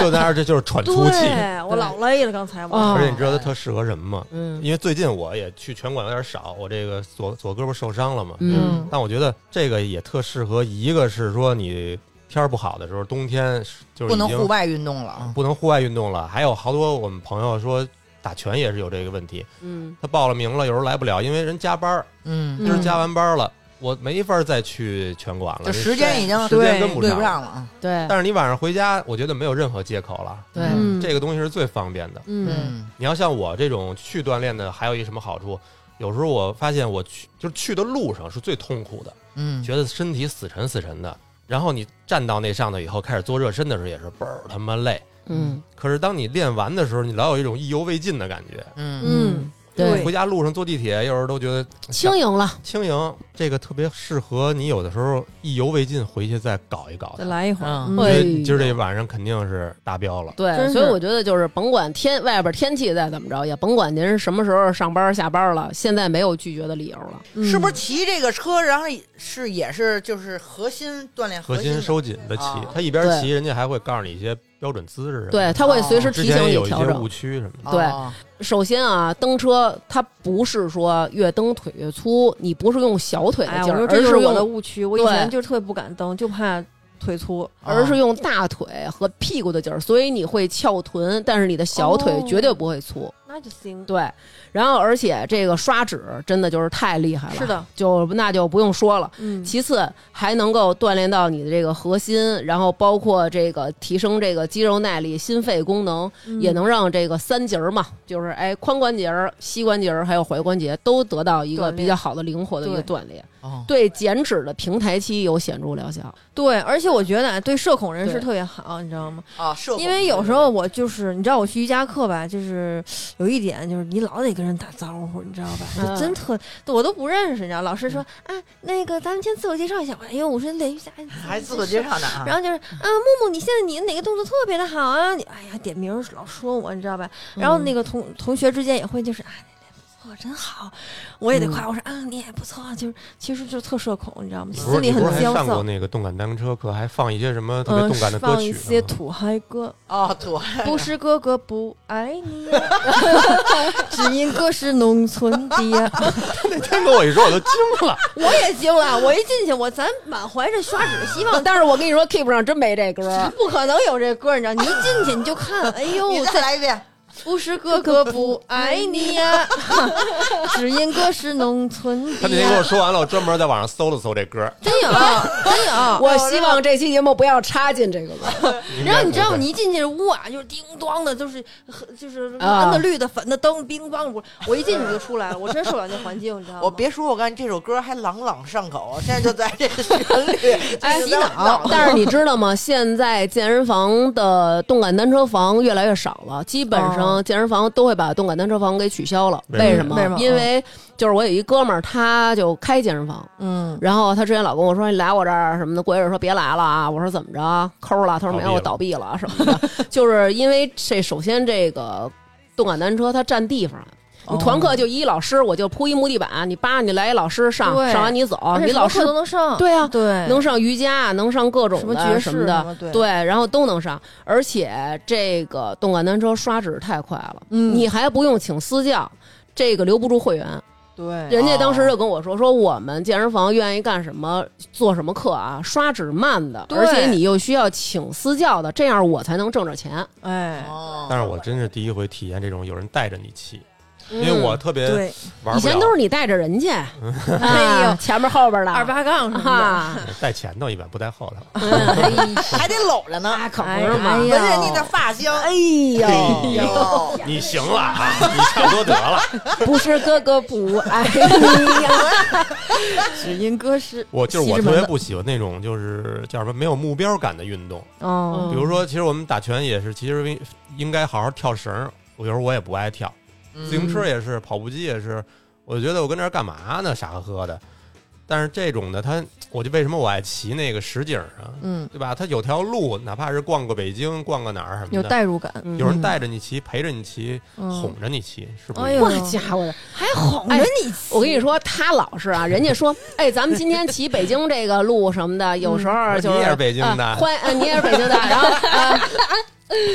[SPEAKER 2] 就在那儿这就是喘粗气。
[SPEAKER 1] 对我老累了，刚才我
[SPEAKER 4] 啊
[SPEAKER 2] 而且你知道他特适合什么吗？
[SPEAKER 4] 嗯
[SPEAKER 2] 因为最近我也去拳馆有点少，我这个左左胳膊受伤了嘛，
[SPEAKER 4] 嗯
[SPEAKER 2] 但我觉得这个也特适合，一个是说你天儿不好的时候，冬天是就是
[SPEAKER 3] 不
[SPEAKER 2] 已
[SPEAKER 3] 能
[SPEAKER 2] 经
[SPEAKER 3] 户外运动了啊。
[SPEAKER 2] 不能户外运动了，还有好多我们朋友说打拳也是有这个问题，
[SPEAKER 4] 嗯
[SPEAKER 2] 他报了名了，有时候来不了，因为人加班儿，
[SPEAKER 3] 嗯，
[SPEAKER 2] 今儿加完班儿了，我没法再去拳馆了，
[SPEAKER 3] 就时间已经
[SPEAKER 2] 时间跟
[SPEAKER 3] 对
[SPEAKER 2] 不
[SPEAKER 3] 对
[SPEAKER 2] 上了。
[SPEAKER 3] 不上了啊。
[SPEAKER 4] 对
[SPEAKER 2] 但是你晚上回家，我觉得没有任何借口了。
[SPEAKER 4] 对
[SPEAKER 1] 嗯
[SPEAKER 2] 这个东西是最方便的。
[SPEAKER 1] 嗯，
[SPEAKER 3] 嗯，
[SPEAKER 2] 你要像我这种去锻炼的，还有一什么好处？有时候我发现我去就是去的路上是最痛苦的，
[SPEAKER 3] 嗯，
[SPEAKER 2] 觉得身体死沉死沉的。然后你站到那上头以后，开始做热身的时候也是倍儿他妈累。
[SPEAKER 4] 嗯
[SPEAKER 2] 可是当你练完的时候，你老有一种意犹未尽的感觉。
[SPEAKER 3] 嗯，
[SPEAKER 1] 嗯，
[SPEAKER 4] 对
[SPEAKER 2] 回，家路上坐地铁，有时候都觉得
[SPEAKER 4] 轻盈了，
[SPEAKER 2] 轻盈，这个特别适合你。有的时候意犹未尽，回去再搞一搞它
[SPEAKER 1] 再。来一会儿，
[SPEAKER 3] 嗯
[SPEAKER 1] 嗯
[SPEAKER 2] 因
[SPEAKER 4] 哎
[SPEAKER 2] 为
[SPEAKER 4] 呦
[SPEAKER 2] 你今儿这晚上肯定是达标了。
[SPEAKER 4] 对，
[SPEAKER 1] 真
[SPEAKER 4] 所以
[SPEAKER 1] 是
[SPEAKER 4] 我觉得就是甭管天外边天气再怎么着，也甭管您是什么时候上班下班了，现在没有拒绝的理由了。
[SPEAKER 1] 嗯
[SPEAKER 3] 是不是骑这个车，然后是也是就是核心锻炼
[SPEAKER 2] 核
[SPEAKER 3] 心
[SPEAKER 2] 心
[SPEAKER 3] 的
[SPEAKER 2] 收紧的骑
[SPEAKER 3] 啊，
[SPEAKER 2] 他一边
[SPEAKER 4] 对
[SPEAKER 2] 骑，人家还会告诉你一些标准姿势什么的。
[SPEAKER 4] 对，他会随时
[SPEAKER 2] 哦之
[SPEAKER 4] 提醒
[SPEAKER 2] 前有
[SPEAKER 4] 你
[SPEAKER 2] 一
[SPEAKER 4] 调
[SPEAKER 2] 些误
[SPEAKER 4] 整。
[SPEAKER 2] 区什么的。
[SPEAKER 4] 对
[SPEAKER 3] 哦
[SPEAKER 4] 首先啊，蹬车它不是说越蹬腿越粗，你不是用小腿的
[SPEAKER 1] 哎，我
[SPEAKER 4] 劲儿，
[SPEAKER 1] 说
[SPEAKER 4] 而
[SPEAKER 1] 这就是我的
[SPEAKER 4] 用
[SPEAKER 1] 误区，我以
[SPEAKER 4] 对
[SPEAKER 1] 前就是特别不敢蹬，就怕腿粗，
[SPEAKER 4] 而是用大腿和屁股的劲儿，所以你会翘臀，但是你的小腿
[SPEAKER 1] 哦
[SPEAKER 4] 绝对不会粗。
[SPEAKER 1] 那就行。
[SPEAKER 4] 对，然后而且这个刷脂真的就是太厉害了，
[SPEAKER 1] 是，的，
[SPEAKER 4] 就那就不用说了。
[SPEAKER 1] 嗯，
[SPEAKER 4] 其次，还能够锻炼到你的这个核心，然后包括这个提升这个肌肉耐力、心肺功能，
[SPEAKER 1] 嗯
[SPEAKER 4] 也能让这个三节儿嘛，就是哎髋关节儿、膝关节儿还有踝关节都得到一
[SPEAKER 1] 锻
[SPEAKER 4] 个
[SPEAKER 1] 炼
[SPEAKER 4] 比较好的灵活的一个锻炼，
[SPEAKER 3] 哦，
[SPEAKER 4] 对减脂的平台期有显著疗效。
[SPEAKER 1] 对，而且我觉得啊对社恐人士
[SPEAKER 4] 对
[SPEAKER 1] 特别好，你知道吗？
[SPEAKER 3] 啊，社恐
[SPEAKER 1] 因为有时候我就是，你知道我去瑜伽课吧，就是有一点就是你老得跟人打招呼，你知道吧？
[SPEAKER 4] 嗯
[SPEAKER 1] 就真特我都不认识，你知道？老师说
[SPEAKER 2] 嗯
[SPEAKER 1] 啊，那个咱们先自我介绍一下吧，因为我是练瑜伽，你
[SPEAKER 3] 还自我介绍呢啊
[SPEAKER 1] 然，后就是
[SPEAKER 2] 嗯
[SPEAKER 1] 啊，木木，你现在你的哪个动作特别的好啊？你哎呀，点名儿老说我，你知道吧？然后
[SPEAKER 2] 嗯
[SPEAKER 1] 那个同、同学之间也会就是啊。你练不错，真好，我也得夸。我说啊，你也不错，就是其实就特社恐，你知道吗？
[SPEAKER 2] 你嗯不是
[SPEAKER 1] 心里
[SPEAKER 2] 你
[SPEAKER 1] 很
[SPEAKER 2] 不是还
[SPEAKER 1] 焦
[SPEAKER 2] 上过
[SPEAKER 1] 躁。
[SPEAKER 2] 那个动感单车课，还放一些什么特别
[SPEAKER 1] 嗯
[SPEAKER 2] 动感的，歌
[SPEAKER 1] 放一
[SPEAKER 2] 曲
[SPEAKER 1] 些
[SPEAKER 2] 吗？
[SPEAKER 1] 土嗨歌，
[SPEAKER 3] 哦，对，
[SPEAKER 1] 不是哥哥不爱你，只因哥是农村的呀。
[SPEAKER 2] 那天跟我一说，我都惊了。
[SPEAKER 1] 我也惊了，我一进去，我咱满怀着刷脂的希 望，
[SPEAKER 4] 但是我跟你说，Keep 上真没这歌儿。
[SPEAKER 1] 不可能有这歌，你知道？你一进去你就看，哎呦，
[SPEAKER 3] 你再来一遍，
[SPEAKER 1] 不是哥哥不爱你呀、只因哥是农村
[SPEAKER 2] 他
[SPEAKER 1] 的
[SPEAKER 2] 那天跟我
[SPEAKER 1] 呀。
[SPEAKER 2] 说完了，我专门在网上搜了搜这歌。
[SPEAKER 1] 真有，真有。
[SPEAKER 4] 我希望这期节目不要插进这个歌。
[SPEAKER 1] 然后你知道吗？你一进这屋啊，就是叮咣的，就是 就是
[SPEAKER 4] 啊
[SPEAKER 1] 蓝的、绿的、粉的灯，叮咣。我我一进去就出来了，我真受不了那环境，你知道吗？
[SPEAKER 3] 我别说，我感觉这首歌还朗朗上口，现在就在这个旋律，
[SPEAKER 4] 哎
[SPEAKER 3] 洗脑，
[SPEAKER 4] 但是你知道吗？现在健身房的动感单车房越来越少了，基本上健身房都会把动感单车房给取消了。
[SPEAKER 2] 为
[SPEAKER 4] 为
[SPEAKER 2] 什
[SPEAKER 4] 么？
[SPEAKER 2] 么
[SPEAKER 1] 为什么
[SPEAKER 4] 因为就是我有一哥们儿，他就开健身房，
[SPEAKER 1] 嗯，
[SPEAKER 4] 然后他之前老跟我说你来我这儿什么的，过一阵儿说别来了啊，我说怎么着抠了，他说没有，我倒
[SPEAKER 2] 倒
[SPEAKER 4] 闭了什么的，就是因为这首先这个动感单车它占地方。
[SPEAKER 1] 哦
[SPEAKER 4] 你嗯团课就一老师，我就铺一木地板，你扒着你来一老师上，
[SPEAKER 1] 对
[SPEAKER 4] 上完你走，
[SPEAKER 1] 而
[SPEAKER 4] 你
[SPEAKER 1] 且
[SPEAKER 4] 老
[SPEAKER 1] 什么课
[SPEAKER 4] 师
[SPEAKER 1] 都能上，
[SPEAKER 4] 对啊，
[SPEAKER 1] 对，
[SPEAKER 4] 能上瑜伽，能上各种
[SPEAKER 1] 哎什
[SPEAKER 4] 的
[SPEAKER 1] 么爵士
[SPEAKER 4] 什么
[SPEAKER 1] 什
[SPEAKER 4] 的，
[SPEAKER 1] 么对
[SPEAKER 4] 对，然后都能上。而且这个动感单车刷脂太快了，
[SPEAKER 1] 嗯
[SPEAKER 4] 你还不用请私教。这个留不住会员，
[SPEAKER 1] 对，
[SPEAKER 4] 人家当时就跟我说说我们健身房愿意干什么做什么课啊，刷脂慢的，
[SPEAKER 1] 对
[SPEAKER 4] 而且你又需要请私教的，这样我才能挣着钱。
[SPEAKER 1] 哎，
[SPEAKER 3] 哦
[SPEAKER 2] 但是我真是第一回体验这种有人带着你骑，因为我特别
[SPEAKER 1] 对，
[SPEAKER 2] 玩
[SPEAKER 4] 嗯以
[SPEAKER 2] 不
[SPEAKER 4] 前
[SPEAKER 2] 了，
[SPEAKER 4] 都是你带着 人去，
[SPEAKER 1] 哎
[SPEAKER 4] 啊
[SPEAKER 1] 呦，
[SPEAKER 4] 前面后边的
[SPEAKER 1] 二八杠什么
[SPEAKER 4] 啊，
[SPEAKER 2] 带前头一般，不带后 头。
[SPEAKER 4] 哎
[SPEAKER 3] 还得搂着呢，
[SPEAKER 4] 那可
[SPEAKER 1] 哎
[SPEAKER 4] 不是嘛
[SPEAKER 1] 哎，
[SPEAKER 3] 闻
[SPEAKER 1] 呀
[SPEAKER 3] 人家的发香。哎
[SPEAKER 4] 呦
[SPEAKER 3] 呦，
[SPEAKER 2] 你行了啊，你差不多得了。
[SPEAKER 4] 不是哥哥不 哎爱你
[SPEAKER 1] 哎
[SPEAKER 4] 呀，
[SPEAKER 1] 的，只因歌诗。
[SPEAKER 2] 我就是
[SPEAKER 1] 西
[SPEAKER 2] 我
[SPEAKER 1] 直
[SPEAKER 2] 特
[SPEAKER 1] 门
[SPEAKER 2] 别
[SPEAKER 1] 的
[SPEAKER 2] 不喜欢那种就是叫什么没有目标感的运动，
[SPEAKER 1] 哦，
[SPEAKER 2] 比如说，其实我们打拳也是，其实应应该好好跳绳儿。我有时候我也不爱跳，
[SPEAKER 4] 嗯
[SPEAKER 2] 自行车也是，跑步机也是。我觉得我跟这儿干嘛呢？傻呵呵的。但是这种的，它我就为什么我爱骑那个实景啊，
[SPEAKER 1] 嗯，
[SPEAKER 2] 对吧？它有条路，哪怕是逛个北京、逛个哪儿什
[SPEAKER 1] 有
[SPEAKER 2] 么的，
[SPEAKER 1] 代入感，
[SPEAKER 2] 有人
[SPEAKER 4] 嗯
[SPEAKER 2] 带着你骑，陪着你骑，
[SPEAKER 1] 嗯
[SPEAKER 2] 哄，着你骑，是不
[SPEAKER 1] 哎
[SPEAKER 2] 是？
[SPEAKER 1] 呦
[SPEAKER 4] 好家伙啊的！
[SPEAKER 1] 还哄
[SPEAKER 4] 着
[SPEAKER 1] 哎你，
[SPEAKER 4] 我跟你说，他老 是啊，人家说，哎，咱们今天骑北京这个路什 么的，有时候就
[SPEAKER 2] 嗯
[SPEAKER 4] 是
[SPEAKER 2] 你也是北京的
[SPEAKER 4] 啊欢呃你也是北京的，然后啊。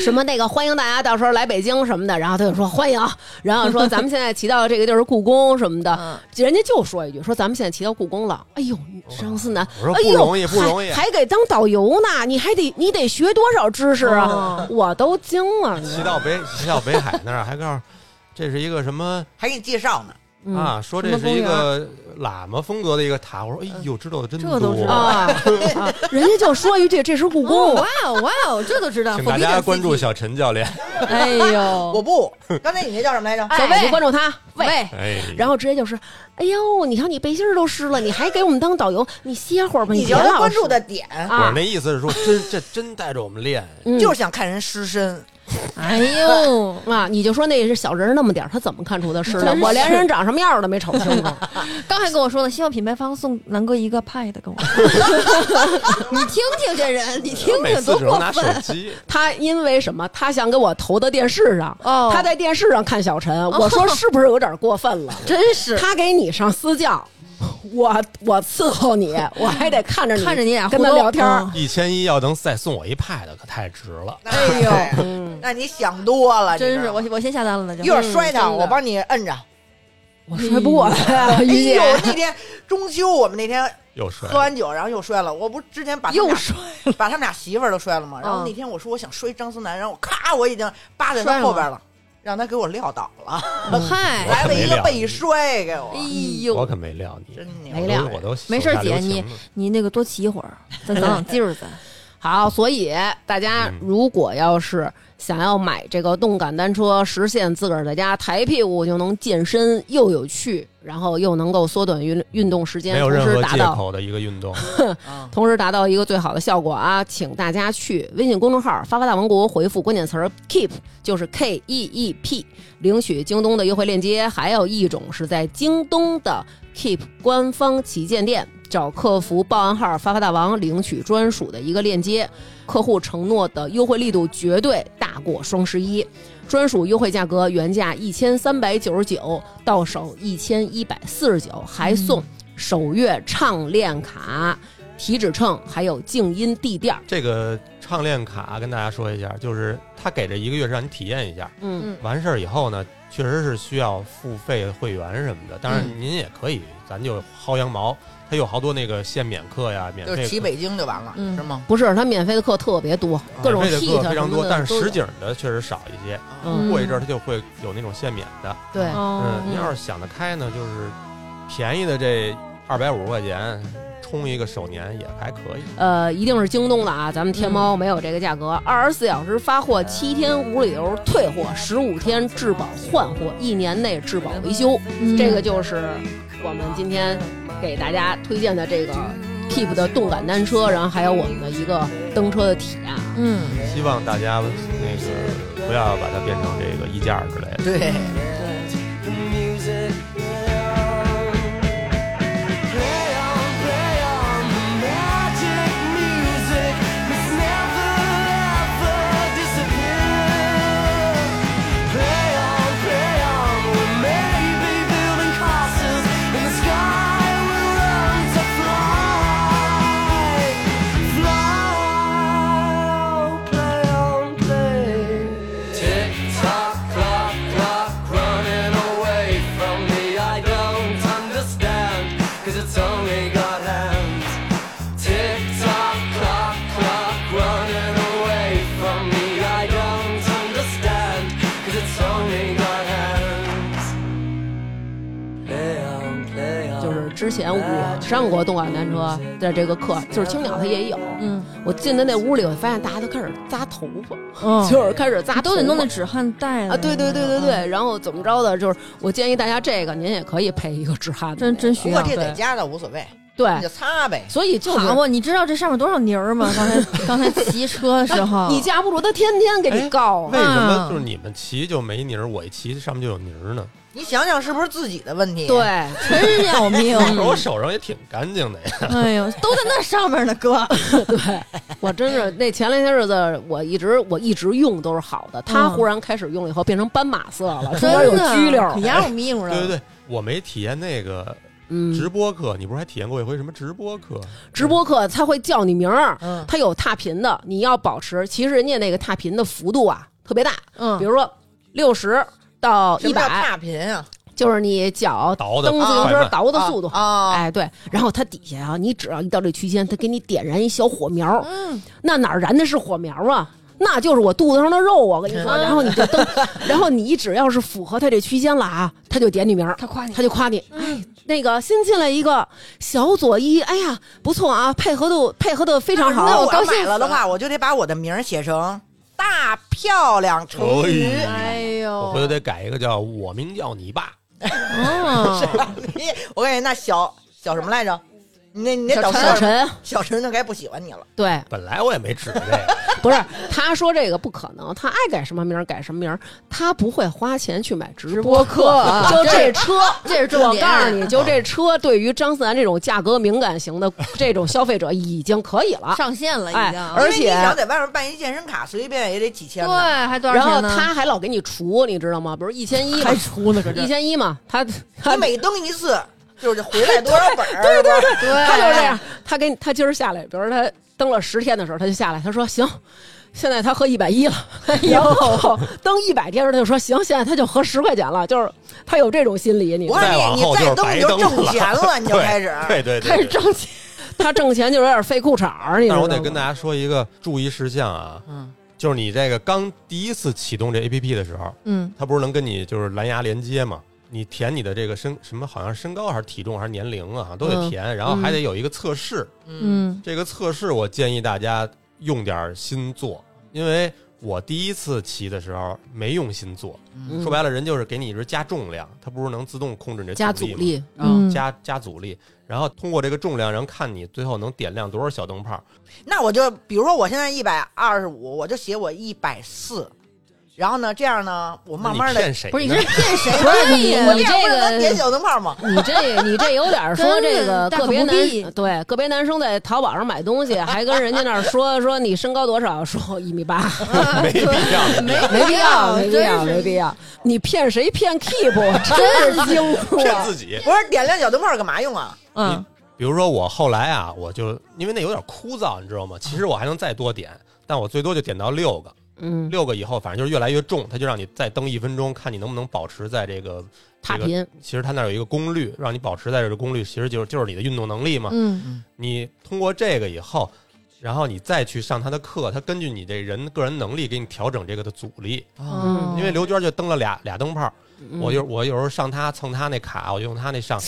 [SPEAKER 4] 什么那个欢迎大家到时候来北京什么的，然后他就说欢迎，啊然后说咱们现在骑到这个地儿是故宫什么的，
[SPEAKER 1] 嗯
[SPEAKER 4] 人家就说一句说咱们现在骑到故宫了，哎呦，张思南，
[SPEAKER 2] 我哦说
[SPEAKER 4] 哎
[SPEAKER 2] 不
[SPEAKER 4] 呦，
[SPEAKER 2] 容易不容易啊
[SPEAKER 4] 还还给当导游呢，你还得你得学多少知识啊，
[SPEAKER 1] 哦
[SPEAKER 4] 我都惊了，你
[SPEAKER 2] 骑
[SPEAKER 4] 知道
[SPEAKER 2] 到北骑到北海那儿，还告诉这是一个什么
[SPEAKER 3] 还给你介绍呢，
[SPEAKER 1] 嗯
[SPEAKER 4] 吗
[SPEAKER 2] 啊？说这是一个喇嘛风格的一个塔。我说哎呦，知道的真
[SPEAKER 1] 嗯这都知
[SPEAKER 2] 多
[SPEAKER 1] 道。
[SPEAKER 4] 啊，啊 人家就说一句这是故
[SPEAKER 1] 哦
[SPEAKER 4] 宫，
[SPEAKER 1] 哇哦哇哦，这都知道，
[SPEAKER 2] 请大家关注
[SPEAKER 1] 火逼点 CT
[SPEAKER 2] 小陈教练。
[SPEAKER 1] 哎
[SPEAKER 3] 我
[SPEAKER 1] 呦，
[SPEAKER 3] 不。刚才你那叫什么来着？
[SPEAKER 4] 哦哎，
[SPEAKER 1] 小魏
[SPEAKER 4] 你关注他，喂。
[SPEAKER 1] 喂，
[SPEAKER 2] 哎，
[SPEAKER 4] 然
[SPEAKER 2] 后
[SPEAKER 4] 后直接就是，哎呦，你看你背心儿都湿了，你还给我们当导游，你歇会儿吧，
[SPEAKER 3] 你
[SPEAKER 4] 别
[SPEAKER 3] 聊
[SPEAKER 4] 老
[SPEAKER 3] 关注
[SPEAKER 4] 是
[SPEAKER 3] 的点
[SPEAKER 2] 我
[SPEAKER 4] 啊
[SPEAKER 2] 那，意思是说，真这真带着我们练，
[SPEAKER 4] 嗯
[SPEAKER 3] 就是想看人湿身，
[SPEAKER 1] 哎呦，
[SPEAKER 4] 啊，你就说那是小人儿那么点儿，他怎么看出他湿了
[SPEAKER 1] 真？是
[SPEAKER 4] 我连人长什么样儿都没瞅清 楚。
[SPEAKER 1] 刚还跟我说呢，希望品牌方送南哥一个 pad，跟我说， 你听听这人，你听
[SPEAKER 2] 每
[SPEAKER 1] 听
[SPEAKER 2] 次
[SPEAKER 1] 多
[SPEAKER 2] 只能
[SPEAKER 1] 过
[SPEAKER 2] 拿手
[SPEAKER 1] 分
[SPEAKER 2] 机。
[SPEAKER 4] 他因为什么？他想给我投到电视上，
[SPEAKER 1] 哦，
[SPEAKER 4] 他在电视上看小陈，我说是不是有点过分了？
[SPEAKER 1] 真 是
[SPEAKER 4] 他给你上私教，我我伺 候你，我还得看着你
[SPEAKER 1] 看着你俩
[SPEAKER 4] 跟他
[SPEAKER 1] 互动
[SPEAKER 4] 聊天儿
[SPEAKER 1] 嗯
[SPEAKER 2] 一千一要能再送我一 pad，可太值了。
[SPEAKER 3] 哎呦，那你想多了，你
[SPEAKER 1] 真
[SPEAKER 3] 知
[SPEAKER 1] 是
[SPEAKER 3] 道
[SPEAKER 1] 我
[SPEAKER 3] 吗
[SPEAKER 1] 我先下单了呢，就
[SPEAKER 3] 一会儿摔
[SPEAKER 4] 嗯
[SPEAKER 3] 他，
[SPEAKER 4] 真的
[SPEAKER 3] 我帮你摁着。
[SPEAKER 4] 我摔不过来啊，
[SPEAKER 3] 哎
[SPEAKER 4] 于姐
[SPEAKER 3] 呦，，那天中秋我们那天
[SPEAKER 2] 又摔了
[SPEAKER 3] 喝完酒，然后又摔了。我不之前把他们
[SPEAKER 1] 又
[SPEAKER 3] 俩
[SPEAKER 1] 摔
[SPEAKER 3] 把他们俩媳妇儿都摔了嘛。然后
[SPEAKER 1] 嗯
[SPEAKER 3] 那天我说我想摔张思楠，然后我咔我已经扒在
[SPEAKER 1] 摔
[SPEAKER 3] 他
[SPEAKER 1] 了吗
[SPEAKER 3] 后边
[SPEAKER 4] 嗯
[SPEAKER 3] 了，让他给我撂倒了，
[SPEAKER 1] 嗨，
[SPEAKER 2] 我
[SPEAKER 3] 来
[SPEAKER 2] 可
[SPEAKER 3] 了
[SPEAKER 2] 没
[SPEAKER 3] 一个
[SPEAKER 2] 料
[SPEAKER 3] 背摔给
[SPEAKER 1] 哎
[SPEAKER 3] 我，
[SPEAKER 2] 我
[SPEAKER 1] 呦，
[SPEAKER 2] 可没料你，
[SPEAKER 3] 真
[SPEAKER 4] 没
[SPEAKER 2] 我
[SPEAKER 3] 牛！
[SPEAKER 4] 料
[SPEAKER 2] 都我都
[SPEAKER 1] 没事儿
[SPEAKER 2] 手下留
[SPEAKER 1] 姐
[SPEAKER 2] 情了
[SPEAKER 1] 你那个多骑一会儿，咱咱 俩今儿再。
[SPEAKER 4] 好，所以大家
[SPEAKER 2] 嗯
[SPEAKER 4] 如果要是想要买这个动感单车，实现自个儿在家抬屁股就能健身，又有趣，然后又能够缩短运运动时
[SPEAKER 2] 没
[SPEAKER 4] 间，
[SPEAKER 2] 有
[SPEAKER 4] 同
[SPEAKER 2] 任
[SPEAKER 4] 时
[SPEAKER 2] 何
[SPEAKER 4] 达
[SPEAKER 2] 借
[SPEAKER 4] 到
[SPEAKER 2] 口的一个 运动。
[SPEAKER 3] 啊
[SPEAKER 4] 同时达到一个最好的效果啊！请大家去微信公众号“发发大王国”回复关键词儿 “keep”，就是 K E E P，领取京东的优惠链接。还有一种是在京东的 Keep 官方旗舰店找客服报暗号“发发大王”领取专属的一个链接。客户承诺的优惠力度绝对大过双十一。专属优惠价格原价一千三百九十九，到手一千一百四十九，还送首月畅练卡、体脂秤，还有静音地垫儿。
[SPEAKER 2] 这个唱练卡跟大家说一下，就是他给这一个月是让你体验一下，
[SPEAKER 4] 嗯，
[SPEAKER 2] 完事儿以后呢，确实是需要付费会员什么的。当然您也可以，咱就薅羊毛，它有好多那个限免课呀，免
[SPEAKER 3] 就
[SPEAKER 2] 费
[SPEAKER 3] 是骑
[SPEAKER 2] 课
[SPEAKER 3] 北京就完了，
[SPEAKER 1] 嗯
[SPEAKER 3] 是吗？
[SPEAKER 4] 不是，它免费的课特别多，各种
[SPEAKER 2] 啊免费
[SPEAKER 4] T
[SPEAKER 2] 的课
[SPEAKER 4] e
[SPEAKER 2] 非常多，但是实
[SPEAKER 4] 景
[SPEAKER 2] 景的确实少一些。
[SPEAKER 4] 嗯
[SPEAKER 2] 过一阵儿它就会有那种限免的。
[SPEAKER 4] 对，
[SPEAKER 2] 嗯，
[SPEAKER 1] 哦
[SPEAKER 2] 您要是想得开呢，就是便宜的这二百五十块钱充一个首年也还可以。
[SPEAKER 4] 呃，一定是京东的啊，咱们天猫没有这个价格，二十四小时发货，七天无理由退货，十五天质保换货，一年内质保维修。
[SPEAKER 1] 嗯
[SPEAKER 4] 这个就是我们今天给大家推荐的这个 Keep 的动感单车，然后还有我们的一个蹬车的体验啊。
[SPEAKER 1] 嗯，
[SPEAKER 2] 希望大家那个不要把它变成这个衣架之类的。
[SPEAKER 3] 对。
[SPEAKER 4] 嗯
[SPEAKER 5] the music play on, play on, play on the magic music. It's never ever disappear. Play on, play on. We may be building castles in the sky. We learn to fly, fly. Play on, play. Tick tock, clock, clock, clock.
[SPEAKER 4] 之前我上过动感单车的这个课，就是青鸟它也有。
[SPEAKER 1] 嗯
[SPEAKER 4] 我进的那屋里，我发现大家都开始扎头发，
[SPEAKER 1] 嗯，
[SPEAKER 4] 就是开始扎，
[SPEAKER 1] 都得弄那。止汗带呢
[SPEAKER 4] 啊，对对对对对，，然后怎么着的，就是我建议大家这个，您也可以配一个止汗的，
[SPEAKER 1] 真真需
[SPEAKER 3] 不过
[SPEAKER 1] 要。
[SPEAKER 3] 这在家倒无所谓，你
[SPEAKER 4] 对
[SPEAKER 3] 就，擦呗。
[SPEAKER 4] 所以就是
[SPEAKER 1] 好嘛，你知道这上面多少泥儿吗？刚才刚才骑车的时候，
[SPEAKER 4] 你架不住他天天给你告啊
[SPEAKER 1] 哎
[SPEAKER 2] 为什么
[SPEAKER 1] 嗯
[SPEAKER 2] 就是你们骑就没泥儿，我一骑上面就有泥儿呢？
[SPEAKER 3] 你想想是不是自己的问题？，啊
[SPEAKER 4] 对，
[SPEAKER 1] 真要命！
[SPEAKER 3] 嗯
[SPEAKER 2] 可是我手上也挺干净的呀。
[SPEAKER 1] 哎呦，都在那上面呢，哥。
[SPEAKER 4] 我真是那前两天日子，我一直我一直用都是好的，他
[SPEAKER 1] 嗯
[SPEAKER 4] 忽然开始用了以后变成斑马色了， 中
[SPEAKER 1] 真
[SPEAKER 4] 间有
[SPEAKER 1] 的
[SPEAKER 4] 拘溜
[SPEAKER 1] 可
[SPEAKER 4] 儿，
[SPEAKER 1] 牙有命了。
[SPEAKER 3] 啊
[SPEAKER 2] 对对对，我没体验那个
[SPEAKER 4] 嗯，
[SPEAKER 2] 直播课，你不是还体验过一回什么直播课？
[SPEAKER 4] 直播课他会叫你名儿，
[SPEAKER 3] 嗯
[SPEAKER 4] 他有踏频的，你要保持。其实人家那个踏频的幅度啊特别大，
[SPEAKER 1] 嗯
[SPEAKER 4] 比如说六十到
[SPEAKER 3] 什
[SPEAKER 4] 一
[SPEAKER 3] 么叫
[SPEAKER 4] 百，
[SPEAKER 3] 踏频啊？
[SPEAKER 4] 就是你脚
[SPEAKER 2] 倒的
[SPEAKER 4] 蹬自行
[SPEAKER 2] 快
[SPEAKER 4] 车
[SPEAKER 2] 慢
[SPEAKER 4] 倒的速度。
[SPEAKER 3] 啊，啊
[SPEAKER 4] 哎，对，然后它底下啊，你只要一到这区间，它给你点燃一小火苗，
[SPEAKER 1] 嗯，
[SPEAKER 4] 那哪儿燃的是火苗啊？那就是我肚子上的肉，啊我跟你说。
[SPEAKER 1] 嗯
[SPEAKER 4] 然后你就蹬，然后你只要是符合它这区间了啊，它就点你名儿，
[SPEAKER 1] 他夸你
[SPEAKER 4] 他，就夸你，哎，那个新进来一个小左一，哎呀，不错啊，配合度配合的非常好。
[SPEAKER 3] 那
[SPEAKER 1] 我
[SPEAKER 3] 我
[SPEAKER 1] 高
[SPEAKER 3] 要
[SPEAKER 1] 兴
[SPEAKER 3] 买了的
[SPEAKER 1] 死了
[SPEAKER 3] 话，我就得把我的名儿写成大漂亮成语。
[SPEAKER 2] 哎
[SPEAKER 1] 哎
[SPEAKER 2] 我
[SPEAKER 1] 呦
[SPEAKER 3] 哦
[SPEAKER 2] 回，头得改一个叫“我名叫你爸
[SPEAKER 4] 啊
[SPEAKER 1] 嗯，
[SPEAKER 3] 你 我感觉那小小什么来着？你那你那导师
[SPEAKER 4] 小陈，
[SPEAKER 3] 小陈就该不喜欢你了。
[SPEAKER 4] 对”，，
[SPEAKER 2] 本来我也没指着这 个。
[SPEAKER 4] 不是他说这个不可能，他爱改什么名儿改什么名儿，他不会花钱去买直播课，
[SPEAKER 1] 啊
[SPEAKER 4] 就这车。
[SPEAKER 1] 这是 重
[SPEAKER 4] 我
[SPEAKER 1] 点。啊
[SPEAKER 4] 告诉你，就这车对于张思楠这种价格敏感 型的这种消费者已经可以了，
[SPEAKER 1] 上线了已
[SPEAKER 4] 哎
[SPEAKER 1] 经，
[SPEAKER 4] 而
[SPEAKER 3] 因为
[SPEAKER 4] 且
[SPEAKER 3] 你想在外面办一健身卡，随便也得几千
[SPEAKER 1] 对，
[SPEAKER 3] 呢。
[SPEAKER 1] 还多少
[SPEAKER 4] 然后
[SPEAKER 1] 钱呢？
[SPEAKER 4] 他还老给你除，你知道吗？比如一千一嘛，
[SPEAKER 1] 出呢，搁
[SPEAKER 4] 一千一嘛，他他
[SPEAKER 3] 你每登一次就是回来多少本儿？对对对
[SPEAKER 1] 对，
[SPEAKER 4] 他就是这样， 他给你，他今儿下来，比如他登了十天的时候，他就下来，他说行，现在他喝一百一了，然后 登一百天的时候，他就说行，现在他就喝十块钱了，就是他有这种心理，你
[SPEAKER 3] 我
[SPEAKER 4] 知道吗
[SPEAKER 2] 再往
[SPEAKER 3] 告
[SPEAKER 2] 后
[SPEAKER 3] 诉你，
[SPEAKER 2] 就是
[SPEAKER 3] 你再登
[SPEAKER 2] 白登
[SPEAKER 3] 你就挣钱了，你就
[SPEAKER 2] 对
[SPEAKER 3] 开始。
[SPEAKER 2] 对对对，
[SPEAKER 4] 开始挣钱，他挣钱就有点费裤衩儿，你知
[SPEAKER 2] 但是
[SPEAKER 4] 道吗？
[SPEAKER 2] 我得跟大家说一个注意事项啊，
[SPEAKER 3] 嗯，
[SPEAKER 2] 就是你这个刚第一次启动这 APP 的时候，
[SPEAKER 1] 嗯，
[SPEAKER 2] 它不是能跟你就是蓝牙连接吗？你填你的这个身什么，好像身高还是体重还是年龄啊，都得
[SPEAKER 4] 嗯
[SPEAKER 2] 填，然后还得有一个测试。
[SPEAKER 1] 嗯
[SPEAKER 2] 这个测试我建议大家用点心做，因为我第一次骑的时候没用心做，
[SPEAKER 4] 嗯
[SPEAKER 2] 说白了，人就是给你一直加重量，它不是能自动控制你的
[SPEAKER 4] 加阻
[SPEAKER 2] 吗
[SPEAKER 4] 力，
[SPEAKER 1] 嗯，
[SPEAKER 2] 加加阻力，然后通过这个重量，然后看你最后能点亮多少小灯泡。
[SPEAKER 3] 那我就比如说我现在一百二十五，我就写我一百四，然后呢，这样呢，我慢慢哎
[SPEAKER 2] 你
[SPEAKER 3] 的
[SPEAKER 2] 骗，谁呢？
[SPEAKER 1] 不是 你这是骗谁
[SPEAKER 4] 不是
[SPEAKER 1] 呢
[SPEAKER 4] 你
[SPEAKER 1] 呀？
[SPEAKER 4] 你
[SPEAKER 3] 这样不是能点
[SPEAKER 4] 这个。
[SPEAKER 3] 小灯泡吗？
[SPEAKER 4] 你这你这有点说这个
[SPEAKER 1] 真的大
[SPEAKER 4] 个别
[SPEAKER 1] 可不必
[SPEAKER 4] 男对个别男生在淘宝上买东西，还跟人家那儿说说你身高多少，说一米八，
[SPEAKER 2] 没必要，没
[SPEAKER 4] 没必要，没必要，
[SPEAKER 1] 真是
[SPEAKER 4] 没必要。你骗谁骗 Keep，我真是惊呼
[SPEAKER 2] 骗
[SPEAKER 4] 啊！
[SPEAKER 2] 自己。
[SPEAKER 3] 不是点亮小灯泡干嘛用啊？
[SPEAKER 1] 嗯，
[SPEAKER 2] 比如说我后来啊，我就因为那有点枯燥，你知道吗？其实我还能再多点，但我最多就点到六个，
[SPEAKER 4] 嗯，
[SPEAKER 2] 六个以后反正就是越来越重，它就让你再蹬一分钟，看你能不能保持在这个
[SPEAKER 4] 踏。
[SPEAKER 2] 这个
[SPEAKER 4] 频，
[SPEAKER 2] 其实它那儿有一个功率，让你保持在这个功率，其实就是就是你的运动能力嘛。
[SPEAKER 1] 嗯
[SPEAKER 2] 你通过这个以后，然后你再去上他的课，他根据你这人个人能力给你调整这个的阻力。
[SPEAKER 4] 哦
[SPEAKER 1] 嗯，
[SPEAKER 2] 因为刘娟就蹬了俩俩灯泡，
[SPEAKER 4] 嗯
[SPEAKER 2] 我就我有时候上他蹭他那卡，我就用他那上。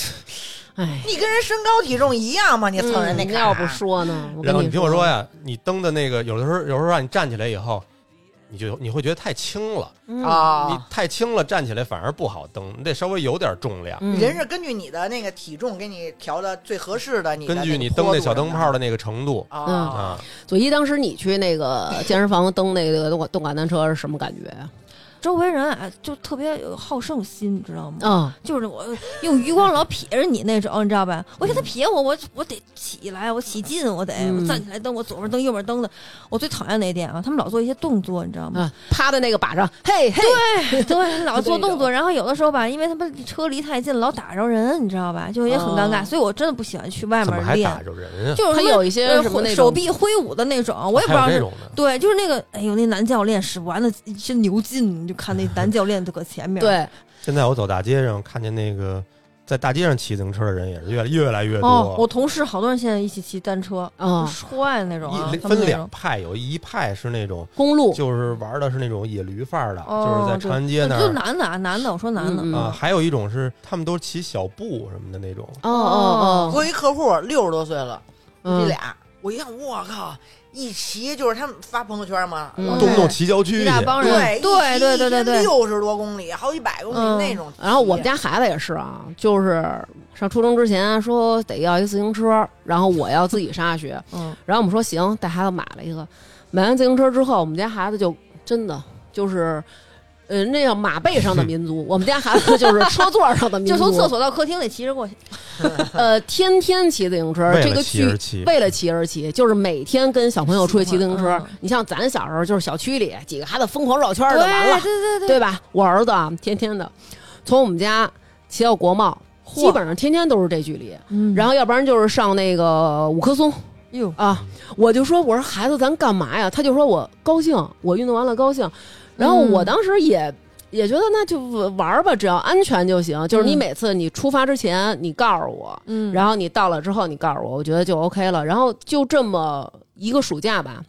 [SPEAKER 4] 哎，
[SPEAKER 3] 你跟人身高体重一样吗？你蹭人那啊
[SPEAKER 4] 嗯
[SPEAKER 3] 卡，
[SPEAKER 4] 要不说呢，我
[SPEAKER 2] 然
[SPEAKER 4] 跟
[SPEAKER 2] 后你听我说
[SPEAKER 1] 啊
[SPEAKER 4] 呀，
[SPEAKER 2] 呀，你蹬的那个有的时候有时候让你站起来以后，你就你会觉得太轻了，
[SPEAKER 4] 嗯，
[SPEAKER 2] 你
[SPEAKER 3] 啊？
[SPEAKER 2] 太轻了站起来反而不好蹬，你得稍微有点重量。
[SPEAKER 4] 嗯
[SPEAKER 3] 人是根据你的那个体重给你调的最合适的，你的
[SPEAKER 2] 根
[SPEAKER 3] 那
[SPEAKER 2] 据
[SPEAKER 3] 个
[SPEAKER 2] 你
[SPEAKER 3] 坡
[SPEAKER 2] 蹬
[SPEAKER 3] 度
[SPEAKER 2] 那小
[SPEAKER 3] 什么
[SPEAKER 2] 灯泡的那个程度
[SPEAKER 3] 的啊，
[SPEAKER 4] 嗯
[SPEAKER 2] 啊，
[SPEAKER 4] 左一当时你去那个健身房蹬那个动动感单车是什么感觉啊？
[SPEAKER 1] 周围人啊就特别有好胜心，你知道吗？
[SPEAKER 4] 嗯，
[SPEAKER 1] 就是我用余光老瞥着你那种，你知道吧？我看他瞥我，我我得起来，我起劲，我得、
[SPEAKER 4] 嗯
[SPEAKER 1] 我站起来蹬，我左边蹬右边蹬的。我最讨厌哪点啊？他们老做一些动作，你知道吗？
[SPEAKER 4] 啊，趴在那个把上，嘿嘿，
[SPEAKER 1] 对，老做
[SPEAKER 4] 那种
[SPEAKER 1] 动作，然后有的时候吧，因为他们车离太近，老打着人，你知道吧？就也很尴尬，
[SPEAKER 4] 哦
[SPEAKER 1] 所以我真的不喜欢去外
[SPEAKER 2] 怎么
[SPEAKER 1] 面
[SPEAKER 2] 还
[SPEAKER 1] 练
[SPEAKER 2] 打，着人啊？
[SPEAKER 1] 就是
[SPEAKER 4] 他
[SPEAKER 1] 说
[SPEAKER 4] 有一些
[SPEAKER 1] 呃
[SPEAKER 4] 什么那
[SPEAKER 1] 手
[SPEAKER 4] 种啊
[SPEAKER 1] 臂挥舞的那种，我也不知
[SPEAKER 2] 还
[SPEAKER 1] 道
[SPEAKER 2] 有这
[SPEAKER 1] 是。
[SPEAKER 2] 种的，
[SPEAKER 1] 对，就是那个，哎呦，那男教练使完了一身牛劲，你就看那男教练就搁前面，，
[SPEAKER 4] 对，
[SPEAKER 2] 现在我走大街上看见那个在大街上骑自行车的人也是越越来越多。
[SPEAKER 1] 哦，我同事好多人现在一起骑单车，
[SPEAKER 4] 啊、
[SPEAKER 1] 帅那种啊
[SPEAKER 2] 一，
[SPEAKER 1] 他们
[SPEAKER 2] 分
[SPEAKER 1] 那
[SPEAKER 2] 两
[SPEAKER 1] 种
[SPEAKER 2] 派，有一派是那种
[SPEAKER 4] 公路
[SPEAKER 2] 就是玩的是那种野驴范儿的，
[SPEAKER 1] 哦
[SPEAKER 2] 就是在长安街那
[SPEAKER 1] 对就
[SPEAKER 2] 儿
[SPEAKER 1] 男的啊，男的，我说男的，
[SPEAKER 4] 嗯嗯
[SPEAKER 2] 啊，还有一种是他们都骑小步什么的那种，
[SPEAKER 4] 哦哦
[SPEAKER 3] 我有一客户六十多岁了，夫妻
[SPEAKER 4] 嗯，
[SPEAKER 3] 俩，我一看，我靠，一骑就是他们发朋友圈嘛，
[SPEAKER 4] 嗯
[SPEAKER 3] 老
[SPEAKER 2] 动不动骑郊区
[SPEAKER 1] 哦一
[SPEAKER 2] 去。
[SPEAKER 1] 大帮人，对
[SPEAKER 3] 对
[SPEAKER 1] 对对对对，
[SPEAKER 3] 六十多公里，好几百公
[SPEAKER 1] 嗯
[SPEAKER 3] 里那种。
[SPEAKER 4] 然后我们家孩子也是啊，就是上初中之前啊说得要一自行车，然后我要自己上下学，
[SPEAKER 1] 嗯，
[SPEAKER 4] 然后我们说行，带孩子买了一个，买完自行车之后，我们家孩子就真的就是。呃，那叫马背上的民族，我们家孩子就是车座上的 民
[SPEAKER 1] 就
[SPEAKER 4] 族，
[SPEAKER 1] 从厕所到客厅得骑着过去，
[SPEAKER 4] 呃，天天骑自行车，
[SPEAKER 2] 为
[SPEAKER 4] 这个
[SPEAKER 2] 了骑
[SPEAKER 4] 距
[SPEAKER 2] 而骑，
[SPEAKER 4] 为了骑而骑，就是每天跟小朋友出去骑自行
[SPEAKER 1] 喜欢
[SPEAKER 4] 车
[SPEAKER 1] 嗯。
[SPEAKER 4] 你像咱小时候，就是小区里几个孩子疯狂绕圈儿就完
[SPEAKER 1] 对
[SPEAKER 4] 了，
[SPEAKER 1] 对对对，
[SPEAKER 4] 对吧？我儿子啊，天天的从我们家骑到国贸，基本上天天都是这距离。
[SPEAKER 1] 嗯
[SPEAKER 4] 然后要不然就是上那个五棵松
[SPEAKER 1] 哟，
[SPEAKER 4] 啊，我就说我说孩子，咱干嘛呀？他就说我高兴，我运动完了高兴。然后
[SPEAKER 1] 嗯
[SPEAKER 4] 我当时也。也觉得那就玩儿吧，只要安全就行。就是你
[SPEAKER 1] 嗯
[SPEAKER 4] 每次你出发之前，你告诉我，
[SPEAKER 1] 嗯，
[SPEAKER 4] 然后你到了之后，你告诉我，我觉得就 OK 了。然后就这么一个暑假吧，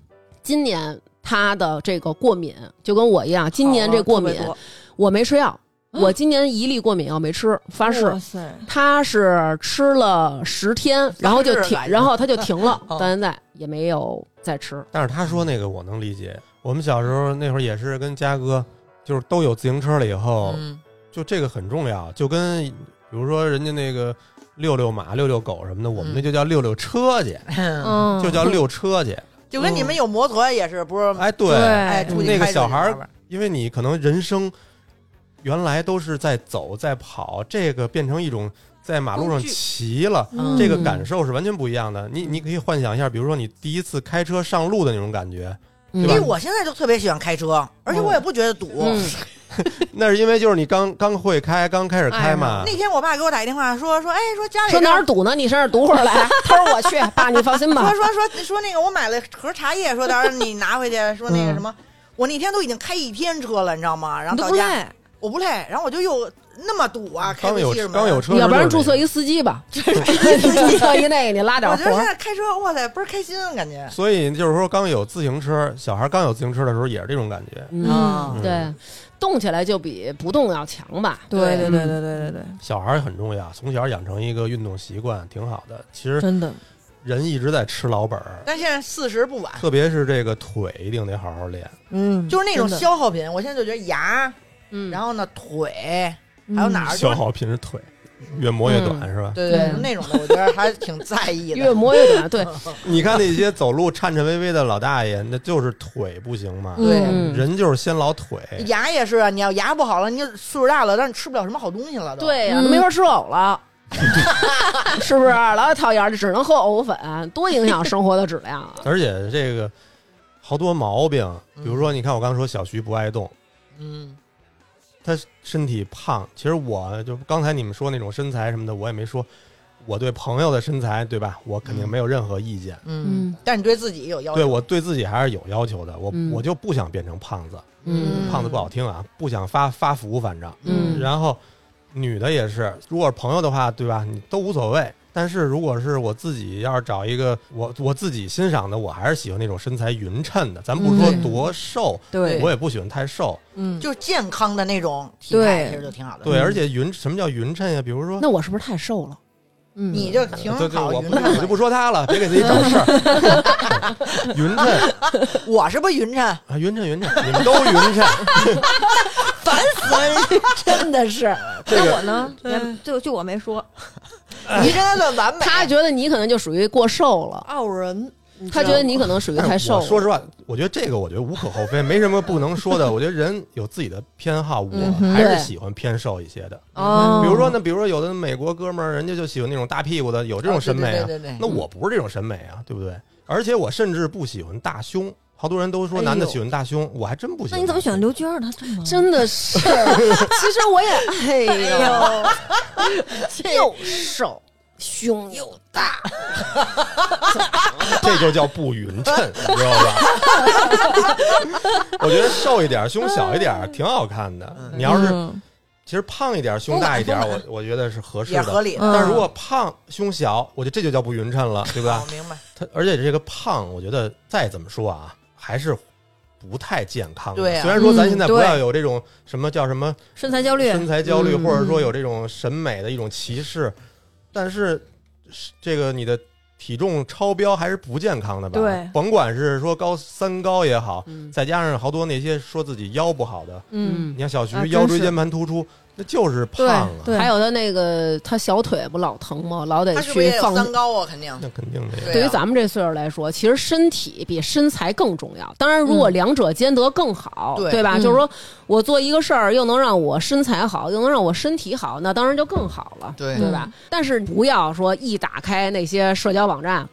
[SPEAKER 4] 今年他的这个过敏就跟我一样，今年
[SPEAKER 1] 哦
[SPEAKER 4] 这过敏
[SPEAKER 1] 好了
[SPEAKER 4] 我没吃药，我今年一粒过敏药没吃，发
[SPEAKER 1] 特别多
[SPEAKER 4] 誓
[SPEAKER 1] 啊哇。塞，
[SPEAKER 4] 他是吃了十天，然后就
[SPEAKER 3] 发誓
[SPEAKER 4] 停
[SPEAKER 3] 感，觉，
[SPEAKER 4] 然后他就停了 到现在也没有再吃。
[SPEAKER 2] 但是他说那个我能理解，我们小时候那会儿也是跟嘉哥，就是都有自行车了以后，
[SPEAKER 3] 嗯，
[SPEAKER 2] 就这个很重要，就跟比如说人家那个遛遛马、遛遛狗什么的，我们
[SPEAKER 3] 嗯
[SPEAKER 2] 那就叫遛遛车去，
[SPEAKER 1] 嗯，哦
[SPEAKER 2] 就叫遛车去。
[SPEAKER 3] 就跟你们有摩托也是，不是？
[SPEAKER 2] 哎，对，
[SPEAKER 3] 哎，
[SPEAKER 1] 对
[SPEAKER 3] 出去
[SPEAKER 2] 那个
[SPEAKER 3] 开着
[SPEAKER 2] 小
[SPEAKER 3] 就
[SPEAKER 2] 孩儿
[SPEAKER 3] 玩儿
[SPEAKER 2] 因为你可能人生原来都是在走、在跑，这个变成一种在马路上
[SPEAKER 3] 工具
[SPEAKER 2] 骑了。
[SPEAKER 1] 嗯
[SPEAKER 2] 这个感受是完全不一样的。你你可以幻想一下，比如说你第一次开车上路的那种感觉，
[SPEAKER 4] 嗯
[SPEAKER 2] 对
[SPEAKER 3] 因
[SPEAKER 2] 吧
[SPEAKER 3] 为哎我现在就特别喜欢开车，而且我也不觉得堵。
[SPEAKER 4] 嗯，
[SPEAKER 2] 那是因为就是你刚刚会开，刚开始开嘛。
[SPEAKER 3] 哎那天我爸给我打一电话说说，哎，说家里
[SPEAKER 4] 说哪
[SPEAKER 3] 让
[SPEAKER 4] 儿堵呢？你身上堵会儿 来。他说我去，爸，你放心吧
[SPEAKER 3] 说。说说说那个，我买了盒茶叶，说到时候你拿回去，说那个什么，我那天都已经开一天车了，你知道吗？然后
[SPEAKER 1] 你都
[SPEAKER 3] 到
[SPEAKER 1] 不
[SPEAKER 3] 家
[SPEAKER 1] 累，
[SPEAKER 3] 我不累，然后我就又那么堵啊，开
[SPEAKER 2] 刚
[SPEAKER 3] 回
[SPEAKER 2] 有
[SPEAKER 3] 西直门
[SPEAKER 2] 刚有车，
[SPEAKER 4] 要不然注册一。司机 吧，注 册一那个，你拉点
[SPEAKER 3] 我
[SPEAKER 4] 活
[SPEAKER 3] 觉得现
[SPEAKER 4] 儿。
[SPEAKER 3] 在开车，哇塞，倍儿开心，啊感觉。
[SPEAKER 2] 所以就是说，刚有自行车，小孩刚有自行车的时候也是这种感觉。
[SPEAKER 4] 嗯
[SPEAKER 3] 啊
[SPEAKER 2] 嗯
[SPEAKER 4] 对，动起来就比不动要强吧。
[SPEAKER 1] 对
[SPEAKER 3] 对
[SPEAKER 1] 对对对对对对，
[SPEAKER 2] 小孩很重要，从小养成一个运动习惯挺好的。其实
[SPEAKER 1] 真的，
[SPEAKER 2] 人一直在吃老本儿，
[SPEAKER 3] 但现在四十不晚，
[SPEAKER 2] 特别是这个腿一定得好好练。
[SPEAKER 1] 嗯，
[SPEAKER 3] 就是那种
[SPEAKER 1] 真的
[SPEAKER 3] 消耗品。我现在就觉得牙，
[SPEAKER 4] 嗯，
[SPEAKER 3] 然后呢腿，还有哪儿？
[SPEAKER 2] 消耗品是腿，越磨越短、
[SPEAKER 4] 嗯
[SPEAKER 2] 是吧？
[SPEAKER 3] 对对，
[SPEAKER 4] 嗯
[SPEAKER 3] 那种的，我觉得还挺在意
[SPEAKER 4] 越
[SPEAKER 3] 的。
[SPEAKER 4] 磨越短。对，
[SPEAKER 2] 你看那些走路颤颤巍巍的老大爷，那就是腿不行嘛。
[SPEAKER 3] 对
[SPEAKER 4] 嗯
[SPEAKER 2] 人就是先老腿，
[SPEAKER 3] 牙也是啊，你要牙不好了，你就岁数大了，但是吃不了什么好东西了都。
[SPEAKER 4] 对呀，
[SPEAKER 1] 嗯
[SPEAKER 4] 没法吃藕 了。是不是老讨厌，只能喝藕粉，多影响生活的质量啊！
[SPEAKER 2] 而且这个好多毛病，比如说你看我刚说小徐不爱动，
[SPEAKER 3] 嗯，
[SPEAKER 2] 他身体胖，其实我就刚才你们说那种身材什么的，我也没说。我对朋友的身材，对吧？我肯定没有任何意见。
[SPEAKER 3] 嗯
[SPEAKER 4] 嗯，
[SPEAKER 3] 但你对自己有要
[SPEAKER 2] 对
[SPEAKER 3] 求，
[SPEAKER 2] 我对自己还是有要求的，我、
[SPEAKER 4] 嗯
[SPEAKER 2] 我就不想变成胖子，
[SPEAKER 4] 嗯
[SPEAKER 2] 胖子不好听啊，不想发发福，反正。
[SPEAKER 4] 嗯
[SPEAKER 2] 然后女的也是，如果是朋友的话，对吧？你都无所谓。但是如果是我自己，要是找一个我我自己欣赏的，我还是喜欢那种身材匀称的。咱不说
[SPEAKER 1] 嗯
[SPEAKER 2] 多瘦，
[SPEAKER 1] 对，
[SPEAKER 2] 我也不喜欢太瘦。
[SPEAKER 1] 嗯，
[SPEAKER 3] 就是健康的那种体态，
[SPEAKER 1] 对
[SPEAKER 3] 其实就挺好的。
[SPEAKER 2] 对，
[SPEAKER 4] 嗯
[SPEAKER 2] 而且匀什么叫匀称呀？比如说，
[SPEAKER 4] 那我是不是太瘦了？
[SPEAKER 1] 嗯
[SPEAKER 3] 你就挺
[SPEAKER 2] 对对，
[SPEAKER 3] 好
[SPEAKER 2] 我
[SPEAKER 3] 匀
[SPEAKER 2] 不
[SPEAKER 3] 称
[SPEAKER 2] 我就
[SPEAKER 3] 的。
[SPEAKER 2] 不说他了，别给自己找事儿。 匀称
[SPEAKER 3] 我是不是匀称？
[SPEAKER 2] 啊，匀称匀称，你们都匀称。
[SPEAKER 4] 真的是，
[SPEAKER 1] 那我呢？连就就我没说，
[SPEAKER 3] 你真的算完美。
[SPEAKER 4] 他觉得你可能就属于过瘦了，
[SPEAKER 1] 傲人，
[SPEAKER 3] 嗯
[SPEAKER 4] 他觉得你可能属于太
[SPEAKER 2] 但是
[SPEAKER 4] 瘦
[SPEAKER 2] 我
[SPEAKER 3] 哎
[SPEAKER 4] 了。
[SPEAKER 2] 说实话，我觉得这个我觉得无可厚非，没什么不能说的。我觉得人有自己的偏好，
[SPEAKER 1] 嗯
[SPEAKER 2] 我
[SPEAKER 1] 哼
[SPEAKER 2] 还
[SPEAKER 4] 对
[SPEAKER 2] 是喜欢偏瘦一些的。
[SPEAKER 1] 哦，
[SPEAKER 2] 比如说呢，比如说有的美国哥们儿，人家就喜欢那种大屁股的，有这种审美啊。
[SPEAKER 3] 哦对对对对对
[SPEAKER 2] 那我不是这种审美啊，对不对？而且我甚至不喜欢大胸，好多人都说男的
[SPEAKER 1] 哎呦
[SPEAKER 2] 喜欢大胸，我还真不喜
[SPEAKER 1] 那
[SPEAKER 2] 欢。
[SPEAKER 1] 你怎么选？刘娟儿呢？这么
[SPEAKER 4] 真的是， 其实我也哎呦， 又瘦，胸又大，
[SPEAKER 2] 这就叫不匀称，你知道吧？
[SPEAKER 1] 嗯
[SPEAKER 2] 我觉得瘦一点，胸小一点，挺好看的。你要是其实胖一点、胸大一点，我我觉得是合适
[SPEAKER 3] 也合
[SPEAKER 2] 的。
[SPEAKER 3] 理的。
[SPEAKER 1] 嗯
[SPEAKER 2] 但如果胖、胸小，我觉得这就叫不匀 称了，对吧
[SPEAKER 3] 我？明白，
[SPEAKER 2] 它而且这个胖，我觉得再怎么说啊，还是不太健康的。
[SPEAKER 3] 对啊
[SPEAKER 2] 虽然说咱
[SPEAKER 4] 嗯
[SPEAKER 2] 现在不
[SPEAKER 4] 对
[SPEAKER 2] 要有这种什么叫什么
[SPEAKER 1] 身材焦虑，
[SPEAKER 2] 身材焦虑，
[SPEAKER 4] 嗯
[SPEAKER 2] 或者说有这种审美的一种歧视，但是是这个你的体重超标还是不健康的吧？
[SPEAKER 1] 对
[SPEAKER 2] 甭管是说高三高也好，
[SPEAKER 4] 嗯
[SPEAKER 2] 再加上好多那些说自己腰不好的，
[SPEAKER 1] 嗯，
[SPEAKER 2] 你看小徐
[SPEAKER 1] 啊
[SPEAKER 2] 腰
[SPEAKER 1] 真
[SPEAKER 2] 椎
[SPEAKER 1] 是
[SPEAKER 2] 间盘突出，那就是胖
[SPEAKER 1] 对
[SPEAKER 2] 啊，
[SPEAKER 1] 对，
[SPEAKER 4] 还有他那个他小腿不老疼吗？老得
[SPEAKER 3] 嗯他是不是
[SPEAKER 4] 去
[SPEAKER 3] 也有
[SPEAKER 4] 放
[SPEAKER 3] 三高啊？肯定。
[SPEAKER 2] 那肯定的呀。
[SPEAKER 3] 对
[SPEAKER 4] 对于
[SPEAKER 3] 啊
[SPEAKER 4] 咱们这岁数来说，其实身体比身材更重要。当然，如果两者兼得更好，
[SPEAKER 3] 嗯对
[SPEAKER 4] 吧？
[SPEAKER 1] 嗯
[SPEAKER 4] 就是说我做一个事儿，又能让我身材好，又能让我身体好，那当然就更好了，
[SPEAKER 3] 对
[SPEAKER 4] 对嗯吧？但是不要说一打开那些社交网站，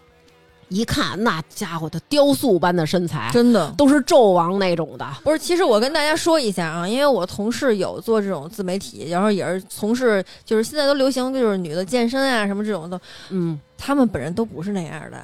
[SPEAKER 4] 一看那家伙的雕塑般的身材，
[SPEAKER 1] 真的。
[SPEAKER 4] 都是纣王那种的。
[SPEAKER 1] 不是，其实我跟大家说一下啊，因为我同事有做这种自媒体，然后也是从事，就是现在都流行就是女的健身啊什么这种的，
[SPEAKER 4] 嗯，
[SPEAKER 1] 他们本人都不是那样的。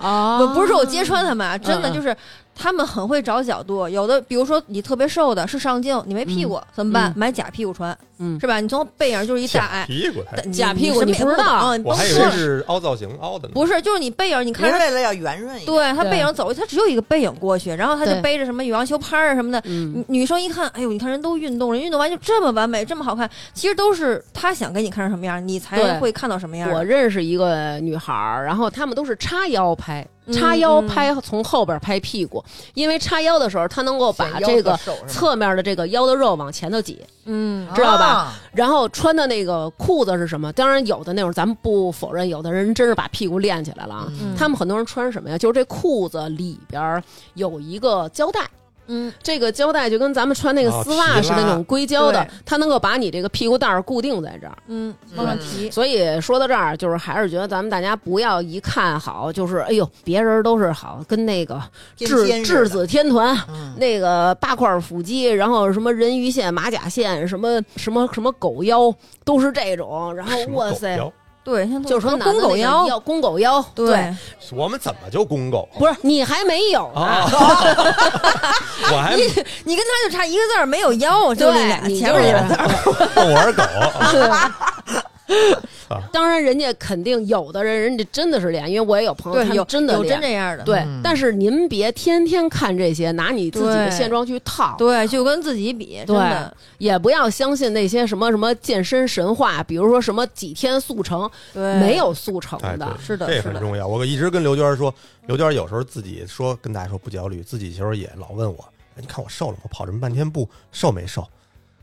[SPEAKER 4] 啊
[SPEAKER 1] 不不是说我揭穿他们啊，真的
[SPEAKER 4] 嗯嗯
[SPEAKER 1] 就是他们很会找角度。有的，比如说你特别瘦的，是上镜，你没屁股怎么办？
[SPEAKER 4] 嗯
[SPEAKER 1] 买假屁股穿，
[SPEAKER 4] 嗯
[SPEAKER 1] 是吧？你从背影就是一大
[SPEAKER 2] 假
[SPEAKER 1] 矮，
[SPEAKER 2] 屁股还，
[SPEAKER 1] 但
[SPEAKER 4] 假屁股
[SPEAKER 1] 什么
[SPEAKER 4] 你
[SPEAKER 1] 也
[SPEAKER 4] 不知道啊
[SPEAKER 1] 懂你
[SPEAKER 2] 我
[SPEAKER 1] 甭
[SPEAKER 2] 还以
[SPEAKER 1] 说
[SPEAKER 2] 为
[SPEAKER 1] 了
[SPEAKER 2] 是凹造型凹的呢。
[SPEAKER 1] 不是，就是你背影，你
[SPEAKER 3] 您
[SPEAKER 1] 看着，
[SPEAKER 3] 是为了要圆润一点，
[SPEAKER 1] 对他
[SPEAKER 4] 对
[SPEAKER 1] 背影走过去，他只有一个背影过去，然后他就
[SPEAKER 4] 对
[SPEAKER 1] 背着什么宇阳修攀儿啊什么的。
[SPEAKER 4] 嗯
[SPEAKER 1] 女女生一看，哎呦，你看人都运动了，运动完就这么完美，这么好看，其实都是他想给你看成什么样，你才
[SPEAKER 4] 对
[SPEAKER 1] 会看到什么样。
[SPEAKER 4] 我认识一个女孩儿，然后她们都是叉腰拍，叉
[SPEAKER 1] 嗯
[SPEAKER 4] 腰
[SPEAKER 1] 嗯
[SPEAKER 4] 拍从后边拍屁股，因为叉腰的时候，她能够把
[SPEAKER 3] 显腰特
[SPEAKER 4] 这个
[SPEAKER 3] 瘦是吗
[SPEAKER 4] 侧面的这个腰的肉往前头挤，
[SPEAKER 1] 嗯
[SPEAKER 4] 知道吧
[SPEAKER 3] 啊
[SPEAKER 4] 然后穿的那个裤子是什么？当然有的那种咱们不否认，有的人真是把屁股练起来了啊。
[SPEAKER 1] 嗯
[SPEAKER 4] 他们很多人穿什么呀？就是这裤子里边儿有一个胶带，
[SPEAKER 1] 嗯，
[SPEAKER 4] 这个胶带就跟咱们穿那个
[SPEAKER 2] 哦
[SPEAKER 4] 丝袜
[SPEAKER 2] 皮
[SPEAKER 4] 是
[SPEAKER 2] 拉
[SPEAKER 4] 那种硅胶的
[SPEAKER 1] 对，
[SPEAKER 4] 它能够把你这个屁股蛋儿固定在这儿。
[SPEAKER 1] 嗯，
[SPEAKER 3] 嗯
[SPEAKER 1] 往上提，
[SPEAKER 4] 所以说到这儿，就是还是觉得咱们大家不要一看好，就是哎呦，别人都是好，跟那个
[SPEAKER 3] 尖
[SPEAKER 4] 质
[SPEAKER 3] 尖似的
[SPEAKER 4] 质子天团。
[SPEAKER 3] 嗯
[SPEAKER 4] 那个八块腹肌，然后什么人鱼线、马甲线，什么什么什么狗腰，都是这种。然后
[SPEAKER 2] 什么
[SPEAKER 4] 哇
[SPEAKER 2] 狗
[SPEAKER 4] 塞，
[SPEAKER 2] 腰，
[SPEAKER 1] 对，像
[SPEAKER 4] 就是说
[SPEAKER 1] 公狗腰，
[SPEAKER 4] 要公狗腰，对，
[SPEAKER 1] 对，
[SPEAKER 2] 我们怎么就公狗
[SPEAKER 4] 不是你还没有
[SPEAKER 2] 啊
[SPEAKER 4] 呢，？
[SPEAKER 2] 我还
[SPEAKER 1] 你跟他就差一个字儿，没有腰，就那俩
[SPEAKER 4] 对，你
[SPEAKER 1] 前
[SPEAKER 4] 就
[SPEAKER 1] 面那
[SPEAKER 4] 是
[SPEAKER 1] 俩字儿。
[SPEAKER 2] 啊 我是狗，啊
[SPEAKER 4] 当然，人家肯定有的人，人家真的是练，因为我也有朋友，他
[SPEAKER 1] 对，
[SPEAKER 4] 们
[SPEAKER 1] 有
[SPEAKER 4] 真的
[SPEAKER 1] 有真这
[SPEAKER 4] 练。
[SPEAKER 1] 样的，
[SPEAKER 4] 对，
[SPEAKER 3] 嗯
[SPEAKER 4] 但是您别天天看这些，拿你自己的
[SPEAKER 1] 对
[SPEAKER 4] 现状去套，
[SPEAKER 1] 对，就跟自己比，真
[SPEAKER 4] 对
[SPEAKER 1] 的，
[SPEAKER 4] 也不要相信那些什么什么健身神话，比如说什么几天速成，
[SPEAKER 1] 对，
[SPEAKER 4] 没有速成
[SPEAKER 2] 哎，
[SPEAKER 4] 的
[SPEAKER 2] 对，
[SPEAKER 1] 是的
[SPEAKER 2] 这
[SPEAKER 1] 是
[SPEAKER 2] 很
[SPEAKER 1] 的
[SPEAKER 2] 重要。我一直跟刘娟说，刘娟有时候自己说跟大家说不焦虑，自己其实也老问我，哎你看我瘦了吗？我跑这么半天步，瘦没瘦？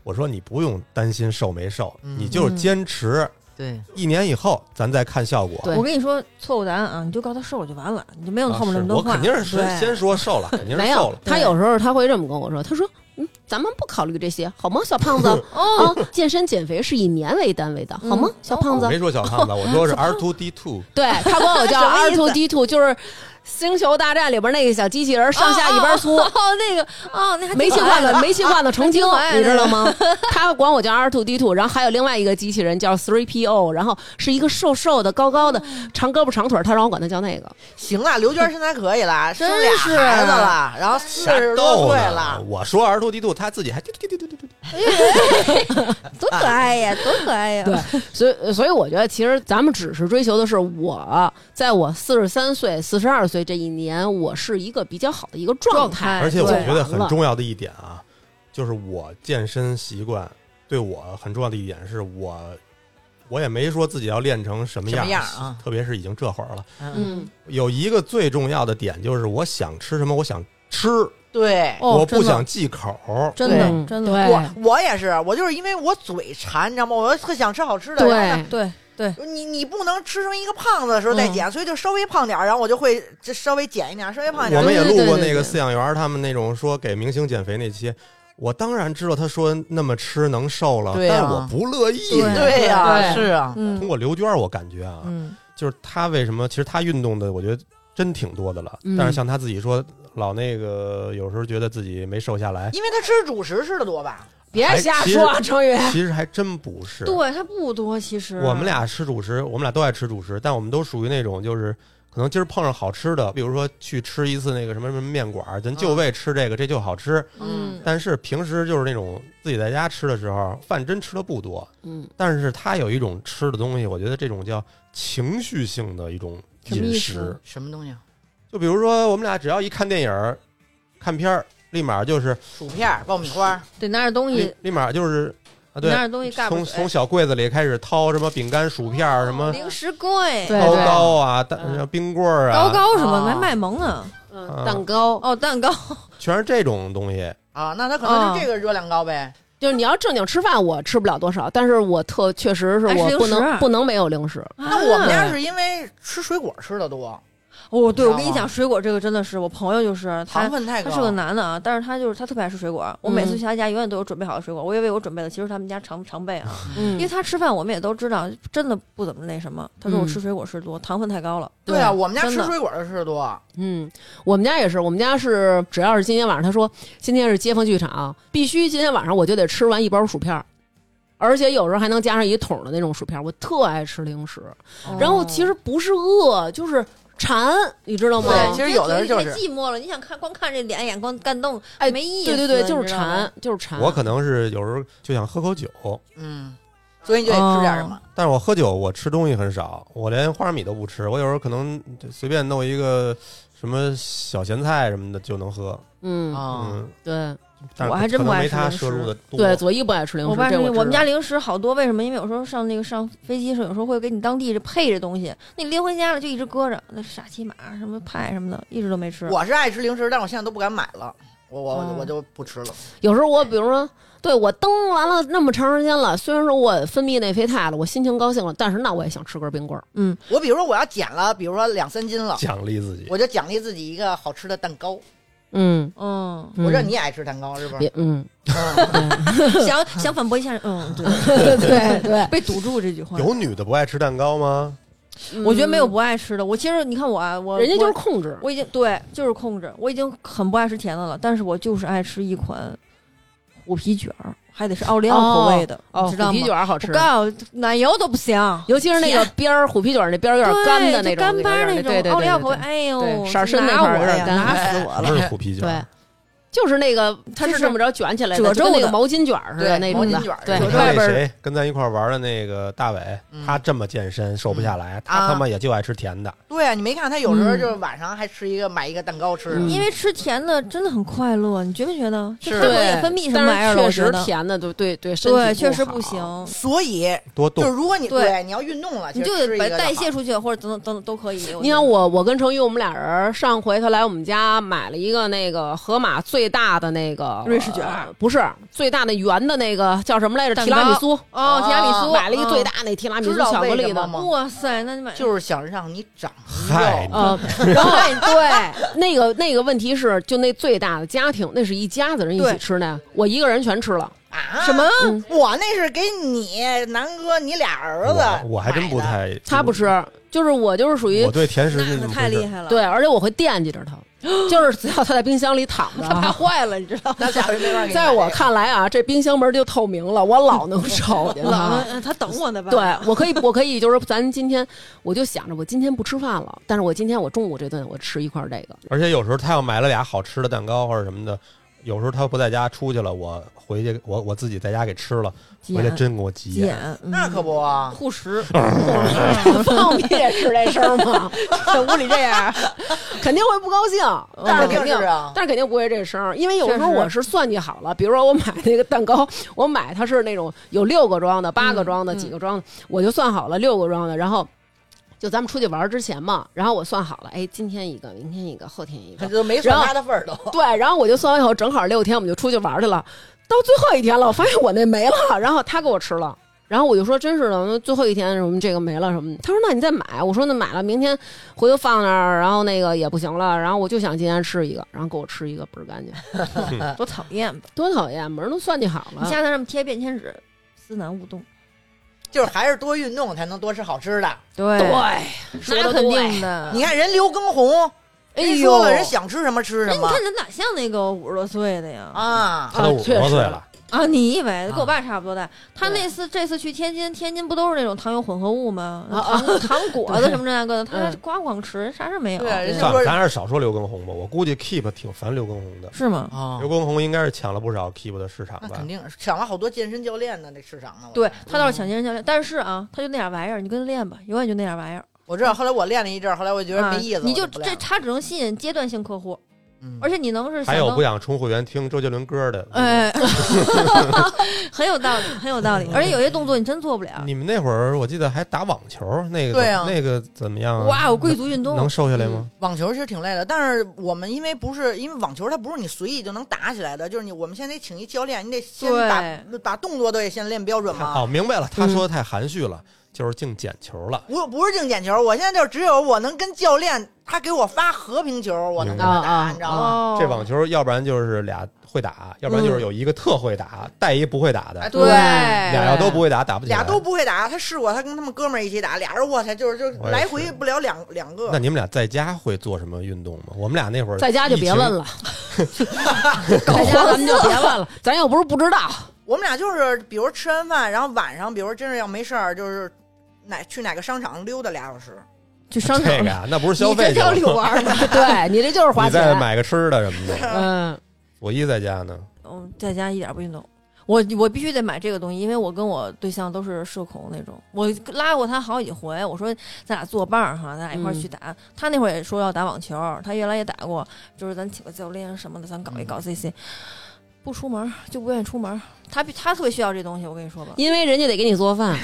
[SPEAKER 2] 我说你不用担心瘦没瘦，
[SPEAKER 3] 嗯
[SPEAKER 2] 你就是坚持，
[SPEAKER 3] 对，
[SPEAKER 2] 一年以后咱再看效果。
[SPEAKER 4] 对
[SPEAKER 1] 我跟你说错误答案啊，你就告诉他瘦就完了，你就没有
[SPEAKER 2] 啊
[SPEAKER 1] 后面那么
[SPEAKER 2] 是
[SPEAKER 1] 多
[SPEAKER 2] 我
[SPEAKER 1] 话。
[SPEAKER 2] 肯定是
[SPEAKER 1] 对啊
[SPEAKER 2] 先先说瘦了，肯定是
[SPEAKER 4] 没
[SPEAKER 2] 瘦
[SPEAKER 4] 有
[SPEAKER 2] 了。。
[SPEAKER 4] 他有时候他会这么跟我说，他说：“嗯，咱们不考虑这些，好吗，小 胖子？哦，健身减肥是以年为单位的，好吗
[SPEAKER 1] 嗯，
[SPEAKER 4] 小胖子
[SPEAKER 2] 我？”没说小胖子，我说是 R two D two，
[SPEAKER 4] 对他管我叫
[SPEAKER 1] 什么
[SPEAKER 4] R
[SPEAKER 1] 意思
[SPEAKER 4] two D two，就是《星球大战》里边那个小机器人，上下一边粗。
[SPEAKER 1] 哦，哦哦那个哦，那还挺
[SPEAKER 4] 煤气
[SPEAKER 1] 可爱
[SPEAKER 4] 罐子，煤气罐子成 精
[SPEAKER 1] 挺可，爱的
[SPEAKER 4] 你知道吗？
[SPEAKER 1] 哎
[SPEAKER 4] 他管我叫 R two D two，然后还有另外一个机器人叫 Three P O，然后是一个瘦瘦的、高高的、
[SPEAKER 1] 哦
[SPEAKER 4] 长胳膊长腿儿，他让我管他叫那个。
[SPEAKER 3] 行了，刘娟身材可以 了，生
[SPEAKER 1] 真
[SPEAKER 3] 俩
[SPEAKER 1] 是
[SPEAKER 3] 孩子
[SPEAKER 4] 啊
[SPEAKER 3] 了，然后四
[SPEAKER 2] 瞎
[SPEAKER 3] 十多
[SPEAKER 2] 逗
[SPEAKER 3] 岁
[SPEAKER 2] 呢。
[SPEAKER 3] 了，
[SPEAKER 2] 我说 R two D two，他自己还嘟嘟嘟嘟嘟嘟嘟
[SPEAKER 1] 多可爱呀，多可爱呀！
[SPEAKER 4] 对所以，所以我觉得，其实咱们只是追求的是我在我四十三岁、四十二岁这一年，我是一个比较好的一个状
[SPEAKER 1] 哎
[SPEAKER 4] 态。
[SPEAKER 2] 而且我
[SPEAKER 4] 对
[SPEAKER 2] 觉得
[SPEAKER 4] 完
[SPEAKER 2] 很
[SPEAKER 4] 了
[SPEAKER 2] 重要的一点啊，就是我健身习惯对我很重要的一点是我，我也没说自己要练成什么
[SPEAKER 3] 什
[SPEAKER 2] 样，
[SPEAKER 3] 么样啊
[SPEAKER 2] 特别是已经这会儿了。
[SPEAKER 3] 嗯，
[SPEAKER 4] 嗯，
[SPEAKER 2] 有一个最重要的点就是我想吃什么，我想吃，
[SPEAKER 3] 对。
[SPEAKER 1] 哦
[SPEAKER 2] 我不
[SPEAKER 1] 真的
[SPEAKER 2] 想忌口。
[SPEAKER 1] 真的
[SPEAKER 4] 对
[SPEAKER 1] 真的，
[SPEAKER 4] 对
[SPEAKER 3] 我我也是，我就是因为我嘴馋，你知道吗？我特想吃好吃的。然后呢
[SPEAKER 4] 对，
[SPEAKER 1] 对
[SPEAKER 2] 啊
[SPEAKER 1] 对，
[SPEAKER 3] 你你不能吃成一个胖子的时候再
[SPEAKER 1] 嗯
[SPEAKER 3] 减，所以就稍微胖点儿，然后我就会就稍微减一点，稍微胖一点。
[SPEAKER 2] 我们也
[SPEAKER 4] 对对
[SPEAKER 2] 录过
[SPEAKER 4] 对对
[SPEAKER 2] 那个
[SPEAKER 4] 对
[SPEAKER 2] 饲养员儿他们那种说给明星减肥那期，我当然知道他说那么吃能瘦了，
[SPEAKER 3] 对啊
[SPEAKER 2] 但我不乐意。
[SPEAKER 1] 对
[SPEAKER 2] 啊
[SPEAKER 3] 对呀、
[SPEAKER 4] 对
[SPEAKER 3] 是啊，
[SPEAKER 2] 通
[SPEAKER 1] 嗯
[SPEAKER 2] 过刘娟儿，我感觉啊，
[SPEAKER 1] 嗯，
[SPEAKER 2] 就是他为什么？其实他运动的，我觉得真挺多的了。
[SPEAKER 4] 嗯
[SPEAKER 2] 但是像他自己说，老那个有时候觉得自己没瘦下来，
[SPEAKER 3] 因为他吃主食吃的多吧？
[SPEAKER 4] 别
[SPEAKER 2] 还
[SPEAKER 4] 瞎
[SPEAKER 2] 其实
[SPEAKER 4] 说啊，程宇。
[SPEAKER 2] 其实还真不是。
[SPEAKER 1] 对，它不多，其实
[SPEAKER 2] 我们俩吃主食，我们俩都爱吃主食，但我们都属于那种就是可能今儿碰上好吃的，比如说去吃一次那个什么什么面馆儿，咱
[SPEAKER 4] 嗯
[SPEAKER 2] 就为吃这个，这就好吃。
[SPEAKER 1] 嗯，
[SPEAKER 2] 但是平时就是那种自己在家吃的时候，饭真吃的不多，
[SPEAKER 4] 嗯，
[SPEAKER 2] 但是它有一种吃的东西，我觉得这种叫情绪性的一种
[SPEAKER 1] 什么
[SPEAKER 2] 饮
[SPEAKER 1] 意
[SPEAKER 2] 食
[SPEAKER 1] 思。
[SPEAKER 3] 什么东西啊？
[SPEAKER 2] 就比如说我们俩只要一看电影儿、看片儿，立马就是
[SPEAKER 3] 薯片儿、爆米花儿，
[SPEAKER 1] 得拿着东
[SPEAKER 2] 立
[SPEAKER 1] 西，
[SPEAKER 2] 立马就是啊，对，
[SPEAKER 1] 拿着东西哎盖
[SPEAKER 2] 从
[SPEAKER 1] 着嘴
[SPEAKER 2] 从小柜子里开始掏什么饼干、薯片儿什么。
[SPEAKER 1] 零食柜、
[SPEAKER 4] 对
[SPEAKER 2] 糕糕啊，蛋
[SPEAKER 4] 嗯
[SPEAKER 2] 冰棍儿哎啊，
[SPEAKER 1] 糕糕什么
[SPEAKER 4] 啊
[SPEAKER 1] 还卖萌呢？
[SPEAKER 4] 嗯
[SPEAKER 2] 啊
[SPEAKER 4] 蛋糕
[SPEAKER 1] 哦，蛋糕，
[SPEAKER 4] 啊
[SPEAKER 2] 全是这种东西。
[SPEAKER 3] 啊，那它可
[SPEAKER 1] 嗯
[SPEAKER 3] 能就这个热量高
[SPEAKER 1] 啊
[SPEAKER 3] 呗。
[SPEAKER 4] 就是你要正经吃饭，我吃不了多少，但是我特确实是
[SPEAKER 1] 爱吃
[SPEAKER 4] 我
[SPEAKER 1] 零
[SPEAKER 4] 不能
[SPEAKER 1] 食啊
[SPEAKER 4] 不能没有零食，
[SPEAKER 1] 那
[SPEAKER 3] 那我们家是因为吃水果吃的多，
[SPEAKER 1] 哦，对，我
[SPEAKER 3] 知道
[SPEAKER 1] 跟你
[SPEAKER 3] 吗
[SPEAKER 4] 啊
[SPEAKER 1] 讲，水果这个真的是我朋友就是他
[SPEAKER 3] 糖，分太
[SPEAKER 1] 他
[SPEAKER 3] 高。
[SPEAKER 1] 是个男的啊，但是他就是他特别爱吃水果。我每次
[SPEAKER 4] 嗯
[SPEAKER 1] 去他家，永远都有准备好的水果。我以为我准备了，其实他们家常常备啊。因为
[SPEAKER 4] 嗯，
[SPEAKER 1] 他吃饭，我们也都知道，真的不怎么那什么。他说我
[SPEAKER 4] 嗯
[SPEAKER 1] 吃水果吃多，糖分太高了。
[SPEAKER 3] 对啊，我们家
[SPEAKER 1] 真
[SPEAKER 3] 吃
[SPEAKER 1] 的
[SPEAKER 3] 水果的吃的多。
[SPEAKER 4] 嗯，我们家也是，我们家是只要是今天晚上，他说今天是街坊剧场，必须今天晚上我就得吃完一包薯片儿，而且有时候还能加上一桶的那种薯片儿，我特爱吃零食。
[SPEAKER 1] 哦
[SPEAKER 4] 然后其实不是饿，就是馋，你知道吗？
[SPEAKER 3] 对其实有的人
[SPEAKER 1] 觉得
[SPEAKER 3] 就是
[SPEAKER 1] 太寂寞了。你想看，光看这脸眼光干瞪，
[SPEAKER 4] 哎
[SPEAKER 1] 没意思。
[SPEAKER 4] 对对对，就
[SPEAKER 1] 你
[SPEAKER 4] 是
[SPEAKER 1] 知道吗
[SPEAKER 4] 馋，就是
[SPEAKER 1] 啊
[SPEAKER 4] 馋。
[SPEAKER 2] 我可能是有时候就想喝口酒，
[SPEAKER 3] 嗯，所以你就得吃点什么。
[SPEAKER 2] 但是我喝酒我吃东西很少，我连花生米都不吃。我有时候可能就随便弄一个什么小咸菜什么的就能喝，
[SPEAKER 4] 嗯，
[SPEAKER 3] 啊，
[SPEAKER 2] 嗯，
[SPEAKER 4] 对
[SPEAKER 2] 但是
[SPEAKER 1] 我还真
[SPEAKER 2] 可能
[SPEAKER 1] 不爱
[SPEAKER 2] 没
[SPEAKER 1] 吃
[SPEAKER 2] 他
[SPEAKER 1] 零
[SPEAKER 2] 摄入
[SPEAKER 1] 食
[SPEAKER 2] 的多。
[SPEAKER 4] 对，左一不爱吃零食，
[SPEAKER 1] 我爸
[SPEAKER 4] 这
[SPEAKER 1] 说，
[SPEAKER 4] 我
[SPEAKER 1] 我们
[SPEAKER 4] 知道
[SPEAKER 1] 家零食好多，为什么？因为有时候上那个上飞机上，有时候会给你当地这配这东西，那你拎回家了就一直搁着，那傻骑马什么派什么的，一直都没吃。
[SPEAKER 3] 我是爱吃零食，但我现在都不敢买了。我我
[SPEAKER 1] 嗯
[SPEAKER 3] 我就不吃了，
[SPEAKER 4] 有时候我比如说，对我蹬完了那么长时间了，虽然说我分泌内啡肽了，我心情高兴了，但是那我也想吃根冰棍儿。
[SPEAKER 1] 嗯，
[SPEAKER 3] 我比如说我要减了，比如说两三斤了，
[SPEAKER 2] 奖励自己。
[SPEAKER 3] 我就奖励自己一个好吃的蛋糕。
[SPEAKER 4] 嗯，
[SPEAKER 1] 嗯，
[SPEAKER 3] 我知道你也爱吃蛋糕是不是？
[SPEAKER 4] 也嗯，
[SPEAKER 3] 嗯
[SPEAKER 1] 想想反驳一下，嗯， 对，
[SPEAKER 4] 对 对，
[SPEAKER 1] 被堵住这句话。
[SPEAKER 2] 有女的不爱吃蛋糕吗？
[SPEAKER 1] 我觉得没有不爱吃的。我其实你看我啊，嗯我
[SPEAKER 4] 人家就是
[SPEAKER 1] 我
[SPEAKER 4] 控制。
[SPEAKER 1] 我已经对，就是控制，我已经很不爱吃甜的了，但是我就是爱吃一款虎皮卷儿，还得是奥利奥口味的，
[SPEAKER 4] 哦，
[SPEAKER 1] 你知道吗？
[SPEAKER 4] 虎皮卷儿好
[SPEAKER 1] 我
[SPEAKER 4] 吃，
[SPEAKER 1] 告诉你奶油都不行，
[SPEAKER 4] 尤其是那个边儿虎皮卷儿那边儿有点
[SPEAKER 1] 对
[SPEAKER 4] 干的那
[SPEAKER 1] 就
[SPEAKER 4] 种，
[SPEAKER 1] 干巴
[SPEAKER 4] 那
[SPEAKER 1] 那
[SPEAKER 4] 个对对对
[SPEAKER 1] 种奥利奥
[SPEAKER 4] 对
[SPEAKER 1] 口味，
[SPEAKER 4] 对
[SPEAKER 1] 哎呦，
[SPEAKER 4] 对色儿深那块儿有点干
[SPEAKER 1] 拿死我
[SPEAKER 2] 不
[SPEAKER 1] 了。
[SPEAKER 2] 是虎皮酒，
[SPEAKER 4] 对，就是那个，它
[SPEAKER 1] 就是是
[SPEAKER 4] 这么着卷起来的，
[SPEAKER 1] 褶
[SPEAKER 4] 就跟
[SPEAKER 1] 皱
[SPEAKER 4] 那个
[SPEAKER 1] 的
[SPEAKER 4] 毛巾卷儿似的
[SPEAKER 3] 对
[SPEAKER 4] 那种
[SPEAKER 3] 毛
[SPEAKER 4] 的
[SPEAKER 3] 巾卷儿，
[SPEAKER 4] 对，
[SPEAKER 2] 你
[SPEAKER 3] 褶皱
[SPEAKER 4] 外
[SPEAKER 2] 看
[SPEAKER 4] 边
[SPEAKER 2] 那
[SPEAKER 4] 儿
[SPEAKER 2] 谁跟咱一块儿玩的那个大伟，
[SPEAKER 3] 嗯
[SPEAKER 2] 他这么健身瘦不下来，他
[SPEAKER 3] 啊
[SPEAKER 2] 他妈也就爱吃甜的。
[SPEAKER 3] 对啊，你没看他有时候
[SPEAKER 4] 嗯
[SPEAKER 3] 就是晚上还吃一个买一个蛋糕吃
[SPEAKER 4] 嗯
[SPEAKER 3] 的，
[SPEAKER 1] 因为吃甜的真的很快乐，你觉没觉得？就是它
[SPEAKER 3] 对
[SPEAKER 1] 会也分泌什么玩意
[SPEAKER 4] 但
[SPEAKER 1] 儿
[SPEAKER 4] 是
[SPEAKER 1] 了？
[SPEAKER 4] 确
[SPEAKER 1] 我觉
[SPEAKER 4] 实
[SPEAKER 1] 得，
[SPEAKER 4] 甜的，对对对，身体
[SPEAKER 1] 对，确实
[SPEAKER 4] 好
[SPEAKER 1] 不行。
[SPEAKER 3] 所以
[SPEAKER 2] 多
[SPEAKER 3] 就是
[SPEAKER 2] 动，
[SPEAKER 3] 如果你
[SPEAKER 1] 对
[SPEAKER 3] 对你要运动了，
[SPEAKER 1] 你
[SPEAKER 3] 其
[SPEAKER 1] 就
[SPEAKER 3] 实吃
[SPEAKER 1] 得
[SPEAKER 3] 一
[SPEAKER 1] 把
[SPEAKER 3] 个
[SPEAKER 1] 它
[SPEAKER 3] 就
[SPEAKER 1] 代
[SPEAKER 3] 好
[SPEAKER 1] 谢出去，或者等等等等都可以。看
[SPEAKER 4] 你看我，我跟程宇我们俩人上回他来我们家买了一个那个河马最大的那个
[SPEAKER 1] 瑞士卷儿
[SPEAKER 4] 呃不是最大的圆的那个叫什么来着？
[SPEAKER 1] 蛋
[SPEAKER 4] 提拉米
[SPEAKER 1] 糕
[SPEAKER 4] 苏，
[SPEAKER 1] 哦，提拉米苏
[SPEAKER 4] 买了一个最
[SPEAKER 1] 嗯
[SPEAKER 4] 大那提拉米苏
[SPEAKER 3] 知道
[SPEAKER 4] 巧克
[SPEAKER 3] 为
[SPEAKER 4] 力
[SPEAKER 3] 什么
[SPEAKER 4] 的。
[SPEAKER 3] 吗？
[SPEAKER 1] 哇塞，那你买
[SPEAKER 3] 就是想让你长
[SPEAKER 2] 嗨
[SPEAKER 3] 肉。
[SPEAKER 4] 呃，然后对那个那个问题是，就那最大的家庭，那是一家子人一起
[SPEAKER 1] 对
[SPEAKER 4] 吃的，我一个人全吃了。
[SPEAKER 3] 啊？
[SPEAKER 1] 什么？？
[SPEAKER 4] 嗯
[SPEAKER 3] 我那是给你南哥，你俩儿子
[SPEAKER 2] 我我还真不
[SPEAKER 3] 买的。
[SPEAKER 2] 太，
[SPEAKER 4] 他不，吃，就是我就是属于
[SPEAKER 2] 嗯我对甜食
[SPEAKER 1] 那
[SPEAKER 2] 那
[SPEAKER 1] 可
[SPEAKER 2] 种
[SPEAKER 1] 太厉害了，
[SPEAKER 4] 对，而且我会惦记着他， 就是只要他在冰箱里躺着啊，
[SPEAKER 1] 怕坏了，你知道吗？
[SPEAKER 3] 那下回没法给你买
[SPEAKER 4] 在我
[SPEAKER 3] 这个，
[SPEAKER 4] 看来啊，这冰箱门就透明了，我老能瞅 见它。
[SPEAKER 1] 冷，嗯他等我呢吧？
[SPEAKER 4] 啊对，我可以，我可以，就是咱今天，我就想着我今天不吃饭了，但是我今天我中午这顿我吃一块儿这个，
[SPEAKER 2] 而且有时候他要买了俩好吃的蛋糕或者什么的，有时候他不在家出去了，我回去我我自己在家给吃了，
[SPEAKER 1] 急
[SPEAKER 2] 回
[SPEAKER 1] 眼
[SPEAKER 2] 来真给我急
[SPEAKER 1] 急
[SPEAKER 2] 眼。
[SPEAKER 1] 眼，嗯
[SPEAKER 3] 那可不啊。
[SPEAKER 1] 护食，
[SPEAKER 4] 放屁吃这声儿 吗？在屋里这样，肯定会不高兴，但是嗯
[SPEAKER 3] 肯
[SPEAKER 4] 肯定
[SPEAKER 3] 定是啊
[SPEAKER 4] 但是肯定不会这声儿，因为有时候
[SPEAKER 1] 确实
[SPEAKER 4] 我是算计好了，比如说我买那个蛋糕，我买它是那种有六个装的、八个装的、
[SPEAKER 1] 嗯
[SPEAKER 4] 几个装的，我就算好了六个装的，然后。就咱们出去玩儿之前嘛，然后我算好了，哎，今天一个，明天一个，后天一个
[SPEAKER 1] 嗯
[SPEAKER 3] 这，都没算他的份儿都。
[SPEAKER 4] 对，然后我就算完以后，正好六天我们就出去玩去了。到最后一天了，我发现我那没了，然后他给我吃了。然后我就说：“真是的，那最后一天什么这个没了什么的。”他说：“那你再买。”我说：“那买了，明天回头放那儿，然后那个也不行了。然后我就想今天吃一个，然后给我吃一个倍儿干净， 嗯
[SPEAKER 1] 多讨厌吧？
[SPEAKER 4] 多讨厌！门儿都算计好
[SPEAKER 1] 你
[SPEAKER 4] 了。
[SPEAKER 1] 下次让他们贴便签纸，思南勿动。
[SPEAKER 3] 就是还是多运动才能多吃好吃的。
[SPEAKER 1] 对
[SPEAKER 4] 对，说
[SPEAKER 1] 那
[SPEAKER 4] 得
[SPEAKER 1] 肯
[SPEAKER 4] 对
[SPEAKER 1] 定的。
[SPEAKER 4] 哎
[SPEAKER 3] 你看人刘畊宏，
[SPEAKER 1] 哎
[SPEAKER 3] 人
[SPEAKER 1] 呦
[SPEAKER 3] 说了，人想吃什么吃
[SPEAKER 1] 人
[SPEAKER 3] 什
[SPEAKER 1] 哎你
[SPEAKER 3] 么
[SPEAKER 1] 看人哪像那个五十多岁的呀？
[SPEAKER 3] 啊。
[SPEAKER 2] 他都
[SPEAKER 4] 啊
[SPEAKER 2] 五十
[SPEAKER 4] 确
[SPEAKER 2] 多
[SPEAKER 4] 实
[SPEAKER 2] 岁了，
[SPEAKER 1] 啊！你以为
[SPEAKER 4] 啊
[SPEAKER 1] 跟我爸差不多大？他
[SPEAKER 4] 对
[SPEAKER 1] 那次这次去天津，天津不都是那种糖油混合物吗？
[SPEAKER 4] 啊啊
[SPEAKER 1] 糖糖果子什么这那个的，他
[SPEAKER 4] 嗯
[SPEAKER 1] 光光吃，啥事儿没有
[SPEAKER 3] 对，啊人家
[SPEAKER 2] 算
[SPEAKER 3] 说
[SPEAKER 2] 了，咱还是少说刘畊宏吧。我估计 Keep 挺烦刘畊宏的，
[SPEAKER 1] 是吗？
[SPEAKER 3] 啊
[SPEAKER 2] 刘畊宏应该是抢了不少 Keep 的市场
[SPEAKER 3] 那
[SPEAKER 2] 吧
[SPEAKER 3] 肯？定是抢了好多健身教练呢，这市场呢。我
[SPEAKER 1] 对他
[SPEAKER 3] 嗯
[SPEAKER 1] 倒是抢健身教练，但是啊，他就那点玩意儿，你跟他练吧，永远就那点玩意儿，
[SPEAKER 3] 我知道，后来我练了一阵儿，后来我觉得
[SPEAKER 1] 啊
[SPEAKER 3] 没意思，，
[SPEAKER 1] 你就
[SPEAKER 3] 我不练
[SPEAKER 1] 这
[SPEAKER 3] 了，
[SPEAKER 1] 他只能吸引阶段性客户，
[SPEAKER 3] 嗯
[SPEAKER 1] 而且你能是想
[SPEAKER 2] 还有
[SPEAKER 1] 到
[SPEAKER 2] 不想充会员听周杰伦歌的，
[SPEAKER 1] 哎， 很有道理，很有道理，
[SPEAKER 3] 嗯
[SPEAKER 1] 而且有些动作你真做不了。
[SPEAKER 2] 你们那会儿我记得还打网球，那个
[SPEAKER 3] 对啊
[SPEAKER 2] 那个怎么样啊？
[SPEAKER 1] 哇，我贵族运动
[SPEAKER 2] 能瘦下来吗？
[SPEAKER 3] 网球其实挺累的，但是我们因为不是因为网球它不是你随意就能打起来的，就是你我们先得请一教练，你得先
[SPEAKER 1] 对
[SPEAKER 3] 把把动作都得先练标
[SPEAKER 1] 嗯
[SPEAKER 3] 准
[SPEAKER 2] 他
[SPEAKER 3] 嘛。
[SPEAKER 2] 哦，明白了，他说的太含蓄了，就是净捡球了。
[SPEAKER 3] 我不是净捡球，我现在就只有我能跟教练他给我发和平球，我能跟他
[SPEAKER 4] 啊
[SPEAKER 3] 打，
[SPEAKER 4] 啊
[SPEAKER 3] 你知道吗？
[SPEAKER 1] 哦，
[SPEAKER 2] 这网球，要不然就是俩会打，要不然就是有一个特会打，带一不会打的，
[SPEAKER 3] 哎
[SPEAKER 1] 对
[SPEAKER 2] 俩要都不会打，打不起来。
[SPEAKER 3] 俩都不会打，他试过，他跟他们哥们儿一起打，俩人我操，就是就是
[SPEAKER 2] 我也
[SPEAKER 3] 来
[SPEAKER 2] 是
[SPEAKER 3] 回不了两两个
[SPEAKER 2] 那。你们俩在家会做什么运动吗？我们俩那会儿
[SPEAKER 4] 在家就别问
[SPEAKER 2] 了，
[SPEAKER 4] 了，在家咱们就别问了，咱又不是不知 道。
[SPEAKER 3] 我们俩就是，比如吃完饭，然后晚上，比如真是要没事儿，就是哪去哪个商场溜达俩小时。
[SPEAKER 1] 去商场
[SPEAKER 2] 这个啊，那不是消费
[SPEAKER 1] 你这叫
[SPEAKER 2] 就
[SPEAKER 1] 遛弯儿吧？
[SPEAKER 4] 对你这就是花
[SPEAKER 2] 你再
[SPEAKER 4] 钱。
[SPEAKER 2] 买个吃的什么的。
[SPEAKER 3] 呃
[SPEAKER 4] 嗯，
[SPEAKER 2] 我一在家呢，
[SPEAKER 1] 嗯，在家一点不运动。我我必须得买这个东西，因为我跟我对象都是社恐那种。我拉过他好几回，我说咱俩作伴儿哈，咱俩一块儿
[SPEAKER 4] 嗯
[SPEAKER 1] 去打。他那会儿也说要打网球，他原来也打过，就是咱请个教练什么的，咱搞
[SPEAKER 4] 嗯
[SPEAKER 1] 一搞这些。不出门儿就不愿意出门儿，他比他特别需要这东西。我跟你说吧，
[SPEAKER 4] 因为人家得给你做饭，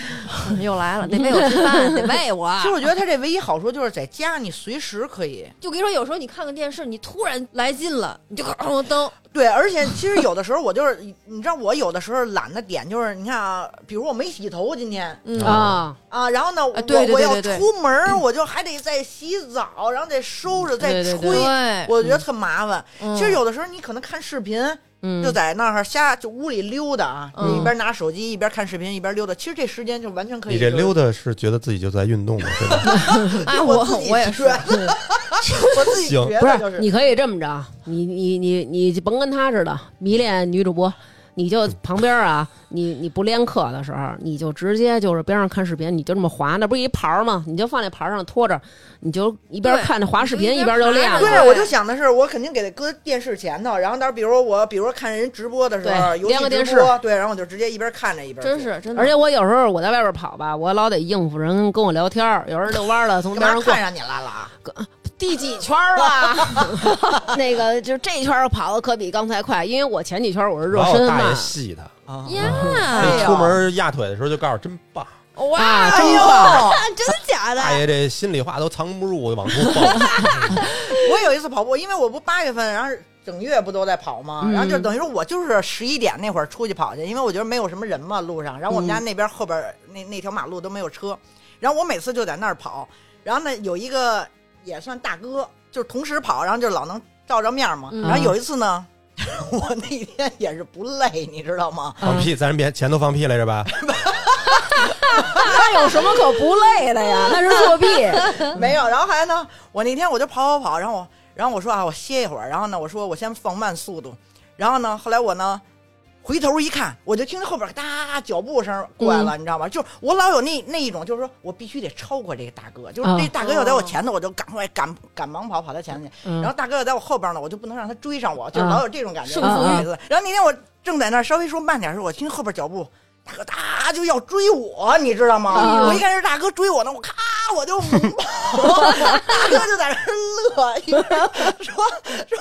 [SPEAKER 1] 又来了，得喂我吃饭，得喂 我。
[SPEAKER 3] 其实我觉得他这唯一好处就是在家你随时可以。
[SPEAKER 1] 就跟你说，有时候你看个电视，你突然来劲了，你就咣咣蹬。
[SPEAKER 3] 对，而且其实有的时候我 就是，你知道我有的时候懒的点就是，你看啊，比如我没洗头今天
[SPEAKER 1] 嗯
[SPEAKER 4] 啊，
[SPEAKER 3] 啊，然后呢，我
[SPEAKER 1] 对对对
[SPEAKER 3] 我要
[SPEAKER 1] 对对
[SPEAKER 3] 出门儿，我就还得再洗澡，然后再收拾，再
[SPEAKER 4] 对对
[SPEAKER 3] 吹，
[SPEAKER 4] 对
[SPEAKER 3] 我觉得特麻烦。
[SPEAKER 1] 嗯
[SPEAKER 3] 其实有的时候你可能看视频，
[SPEAKER 4] 嗯，
[SPEAKER 3] 就在那儿瞎就屋里溜达啊，
[SPEAKER 1] 嗯
[SPEAKER 3] 你一边拿手机一边看视频一边溜达，其实这时间就完全可以。
[SPEAKER 2] 你这溜，达是觉得自己就在运动吗？是吧？
[SPEAKER 1] 啊，
[SPEAKER 3] 我
[SPEAKER 1] 我
[SPEAKER 3] 自己
[SPEAKER 1] 我也
[SPEAKER 3] 觉
[SPEAKER 1] 是，
[SPEAKER 3] 得 我自己
[SPEAKER 2] 行
[SPEAKER 3] 觉
[SPEAKER 4] 不，
[SPEAKER 3] 得就是
[SPEAKER 4] 你可以这么着，你你你你甭跟他似的迷恋女主播，你就旁边啊，你你不练课的时候，你就直接就是边上看视频，你就这么滑，那不是一盘儿吗？你就放那盘儿上拖着，你就一边
[SPEAKER 1] 对
[SPEAKER 4] 看着滑视频
[SPEAKER 1] 你就一边
[SPEAKER 4] 边就
[SPEAKER 1] 滑着
[SPEAKER 4] 练了。
[SPEAKER 3] 对，
[SPEAKER 1] 对
[SPEAKER 3] 我就想的是，我肯定给它搁电视前头，然后到时候比如我，比如说看人直播的时候，
[SPEAKER 4] 对
[SPEAKER 3] 游
[SPEAKER 4] 连
[SPEAKER 3] 戏
[SPEAKER 4] 个
[SPEAKER 3] 直
[SPEAKER 4] 电视
[SPEAKER 3] 播，对，然后我就直接一边看着一边做，
[SPEAKER 1] 真是真的。
[SPEAKER 4] 而且我有时候我在外边跑吧，我老得应付人跟我聊天儿，有时候遛弯儿了从边
[SPEAKER 3] 干
[SPEAKER 4] 上
[SPEAKER 3] 嘛
[SPEAKER 4] 过
[SPEAKER 3] 看上你来了啊？
[SPEAKER 4] 第几圈儿了， 那个就这圈儿跑的可比刚才快，因为我前几圈儿我是热
[SPEAKER 2] 把我
[SPEAKER 4] 身
[SPEAKER 2] 大
[SPEAKER 4] 嘛
[SPEAKER 2] 爷，戏他，
[SPEAKER 1] 呀，
[SPEAKER 2] 那出门压腿的时候就告诉真棒，
[SPEAKER 1] 哎哇，
[SPEAKER 4] 啊，
[SPEAKER 3] 哎
[SPEAKER 4] 真
[SPEAKER 3] 呦，
[SPEAKER 4] 棒！
[SPEAKER 1] 真的假的？
[SPEAKER 2] 大爷这心里话都藏不住，往出蹦。
[SPEAKER 3] 我有一次跑步，因为我不八月份，然后整月不都在跑吗？
[SPEAKER 4] 嗯
[SPEAKER 3] 然后就等于说我就是十一点那会儿出去跑去，因为我觉得没有什么人嘛路上，然后我们家那边后边儿那那条马路都没有车，然后我每次就在那儿跑，然后呢有一个也算大哥，就是同时跑，然后就老能照着面儿嘛。
[SPEAKER 4] 嗯
[SPEAKER 3] 然后有一次呢， 我那天也是不累，你知道吗？
[SPEAKER 2] 放屁，咱别前头放屁来着吧？
[SPEAKER 4] 那有什么可不累的 呀？那是作弊。
[SPEAKER 3] 没有。然后还呢，我那天我就跑跑跑，然后我然后我说啊，我歇一会儿，然后呢，我说我先放慢速度，然后呢，后来我呢。回头一看，我就听见后边哒脚步声过来了，
[SPEAKER 4] 嗯
[SPEAKER 3] 你知道吗？就是我老有那那一种，就是说我必须得超过这个大哥，就是
[SPEAKER 4] 啊
[SPEAKER 3] 这大哥要在我前头，我就赶快赶赶忙跑跑他前头去。
[SPEAKER 4] 嗯啊
[SPEAKER 3] 然后大哥要在我后边呢，我就不能让他追上我，就是老有这种感觉。
[SPEAKER 1] 胜负
[SPEAKER 4] 欲
[SPEAKER 3] 每次然后那天我正在那儿稍微说慢点的时候，我听后边脚步，大哥哒就要追我，你知道吗？
[SPEAKER 4] 啊
[SPEAKER 3] 我一看是大哥追我呢，我咔我就跑， 大哥就在那儿乐，一边说说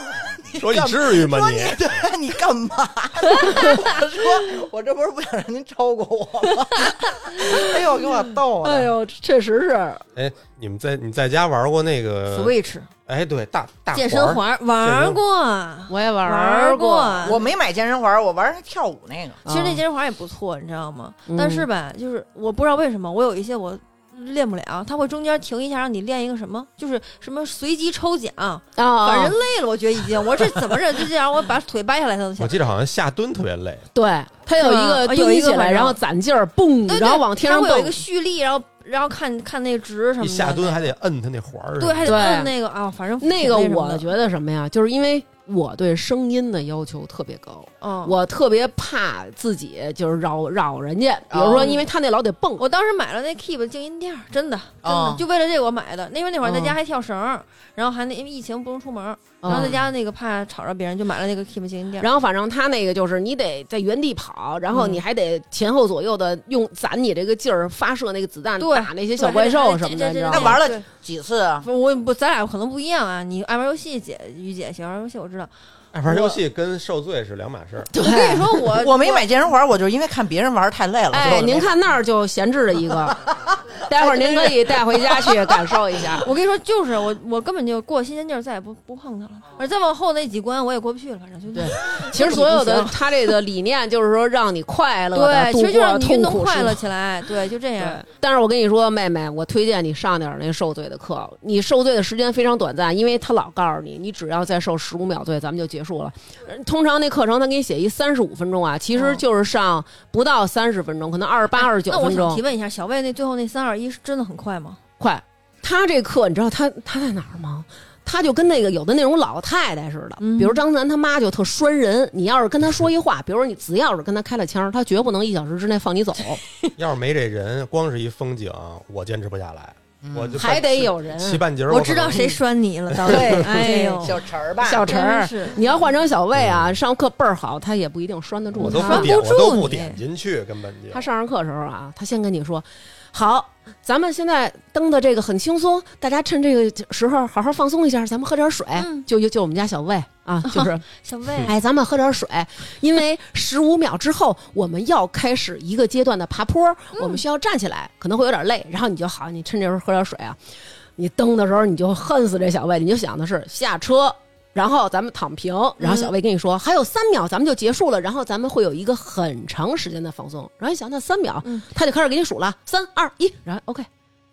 [SPEAKER 3] 你
[SPEAKER 2] 说你
[SPEAKER 3] 干
[SPEAKER 2] 至于吗
[SPEAKER 3] 说
[SPEAKER 2] 你
[SPEAKER 3] 你对你干嘛 呢？我说我这不是不想让您超过我吗？哎呦，给我逗的！
[SPEAKER 4] 哎呦，确实是，
[SPEAKER 2] 哎，你们在你在家玩过那个
[SPEAKER 1] Switch
[SPEAKER 2] 哎，对，大大
[SPEAKER 1] 呃健身
[SPEAKER 2] 环儿，
[SPEAKER 1] 环玩过，
[SPEAKER 4] 我也玩
[SPEAKER 1] 玩
[SPEAKER 4] 儿过。
[SPEAKER 3] 我没买健身环，我玩那跳舞那个。
[SPEAKER 1] 其实那健身环也不错，你知道吗？
[SPEAKER 4] 嗯
[SPEAKER 1] 但是吧，就是我不知道为什么，我有一些我练不了，它会中间停一下，让你练一个什么，就是什么随机抽奖，
[SPEAKER 4] 啊，
[SPEAKER 1] 反正累了，我觉得已经，我这怎么着就这样，我把腿掰下来它都
[SPEAKER 2] 我
[SPEAKER 1] 行。
[SPEAKER 2] 记得好像下蹲特别累，
[SPEAKER 4] 对，它有一
[SPEAKER 1] 是
[SPEAKER 4] 个
[SPEAKER 1] 吧哦有
[SPEAKER 4] 蹲
[SPEAKER 1] 一个
[SPEAKER 4] 起来，
[SPEAKER 1] 反正
[SPEAKER 4] 然后攒劲儿，蹦，
[SPEAKER 1] 对对
[SPEAKER 4] 然后往天
[SPEAKER 1] 它
[SPEAKER 4] 上
[SPEAKER 1] 会有一
[SPEAKER 4] 蹦
[SPEAKER 1] 个。蓄力，然后然后看看那值什么
[SPEAKER 2] 一
[SPEAKER 1] 的。
[SPEAKER 2] 下蹲还得摁他那环儿。
[SPEAKER 1] 对，还得
[SPEAKER 4] 对
[SPEAKER 1] 摁那个啊，反正
[SPEAKER 4] 那个
[SPEAKER 1] 挺什么
[SPEAKER 4] 我
[SPEAKER 1] 的
[SPEAKER 4] 觉得什么呀，就是因为我对声音的要求特别高，
[SPEAKER 1] 嗯，
[SPEAKER 4] 我特别怕自己就是扰扰人家，比如
[SPEAKER 3] 哦
[SPEAKER 4] 说因为他那老得蹦，
[SPEAKER 1] 我当时买了那 Keep 静音垫儿，真的真的、
[SPEAKER 3] 哦
[SPEAKER 1] 就为了这个我买的。那因为那会儿在家
[SPEAKER 4] 嗯
[SPEAKER 1] 还跳绳儿，然后还那因为疫情不能出门儿，
[SPEAKER 4] 嗯
[SPEAKER 1] 然后在家那个怕吵着别人，就买了那个 Keep 静音垫儿。
[SPEAKER 4] 然后反正他那个就是你得在原地跑，然
[SPEAKER 1] 嗯
[SPEAKER 4] 后你还得前后左右的用攒你这个劲儿发射那个子弹，
[SPEAKER 1] 对
[SPEAKER 4] 打那些小怪兽什么的，你知道
[SPEAKER 3] 那
[SPEAKER 4] 吗？
[SPEAKER 3] 玩了
[SPEAKER 1] 对
[SPEAKER 3] 几次啊？
[SPEAKER 1] 不，我不，咱俩可能不一样啊。你爱玩游戏，姐于姐喜欢玩游戏，我知道。
[SPEAKER 2] 爱哎玩游戏跟受罪是两码事儿。
[SPEAKER 1] 我跟你说，我
[SPEAKER 3] 我没买健身环，我就是因为看别人玩太累了。所以
[SPEAKER 4] 哎
[SPEAKER 3] 我，就没
[SPEAKER 4] 您看那儿就闲置了一个， 待会儿您可以带回家去感受一下。
[SPEAKER 1] 我跟你说，就是我，我根本就过新鲜劲儿，再也不不碰它了。而再往后那几关我也过不去了，反正就
[SPEAKER 4] 哦对
[SPEAKER 1] 哎
[SPEAKER 4] 其实所有的他这个理念就是说让你快乐的
[SPEAKER 1] 对，
[SPEAKER 4] 度
[SPEAKER 1] 其实就
[SPEAKER 4] 过
[SPEAKER 1] 让你运
[SPEAKER 4] 痛
[SPEAKER 1] 动
[SPEAKER 4] 苦
[SPEAKER 1] 快
[SPEAKER 4] 时
[SPEAKER 1] 乐
[SPEAKER 4] 光。
[SPEAKER 1] 起来，对，就这
[SPEAKER 4] 对
[SPEAKER 1] 样。，
[SPEAKER 4] 但是我跟你说，妹妹，我推荐你上点儿那受罪的课。你受罪的时间非常短暂，因为他老告诉你，你只要再受十五秒罪，咱们就结束了。呃通常那课程他给你写一三十五分钟啊，其实就是上不到三十分钟，可能二十八、二十九
[SPEAKER 1] 哦那我
[SPEAKER 4] 分
[SPEAKER 1] 想提
[SPEAKER 4] 钟。
[SPEAKER 1] 问一下，小魏那最后那三二一是真的很快吗？
[SPEAKER 4] 快，他这课你知道他他在哪儿吗？他就跟那个有的那种老太太似的，
[SPEAKER 1] 嗯
[SPEAKER 4] 比如张楠他妈就特拴人，你要是跟他说一话，比如说你只要是跟他开了腔儿，他绝不能一小时之内 放你走，
[SPEAKER 2] 要是没这人，光是一风景，我坚持不下来。我就
[SPEAKER 4] 还得有人。
[SPEAKER 2] 骑半截儿。
[SPEAKER 1] 我
[SPEAKER 2] 可
[SPEAKER 1] 知道
[SPEAKER 2] 能嗯
[SPEAKER 1] 谁拴你了，到底。
[SPEAKER 4] 对
[SPEAKER 1] 哎呦，
[SPEAKER 3] 小陈儿吧，
[SPEAKER 4] 小陈
[SPEAKER 1] 真
[SPEAKER 4] 儿
[SPEAKER 1] 是，
[SPEAKER 4] 你要换成小魏啊，上课倍儿好，他也不一定拴得住
[SPEAKER 2] 我都
[SPEAKER 4] 他啊
[SPEAKER 2] 不
[SPEAKER 1] 不。
[SPEAKER 2] 点，我
[SPEAKER 1] 住
[SPEAKER 2] 都
[SPEAKER 1] 你
[SPEAKER 2] 不点进去，根本就
[SPEAKER 4] 他上上课的时候啊，他先跟你说：“好，咱们现在登的这个很轻松，大家趁这个时候好好放松一下，咱们喝点水。
[SPEAKER 1] 嗯
[SPEAKER 4] 就就就我们家小魏 啊，就是
[SPEAKER 1] 小魏，
[SPEAKER 4] 哎，咱们喝点水，因为十五秒之后我们要开始一个阶段的爬坡，
[SPEAKER 1] 嗯
[SPEAKER 4] 我们需要站起来，可能会有点累，然后你就好，你趁这时候喝点水啊。你蹬的时候你就恨死这小魏，你就想的是下车。然后咱们躺平，然后
[SPEAKER 1] 嗯
[SPEAKER 4] 小魏跟你说、还有三秒，咱们就结束了。然后咱们会有一个很长时间的放松。然后你想那三秒，
[SPEAKER 1] 嗯
[SPEAKER 4] 他就开始给你数了，三二一，然后 OK，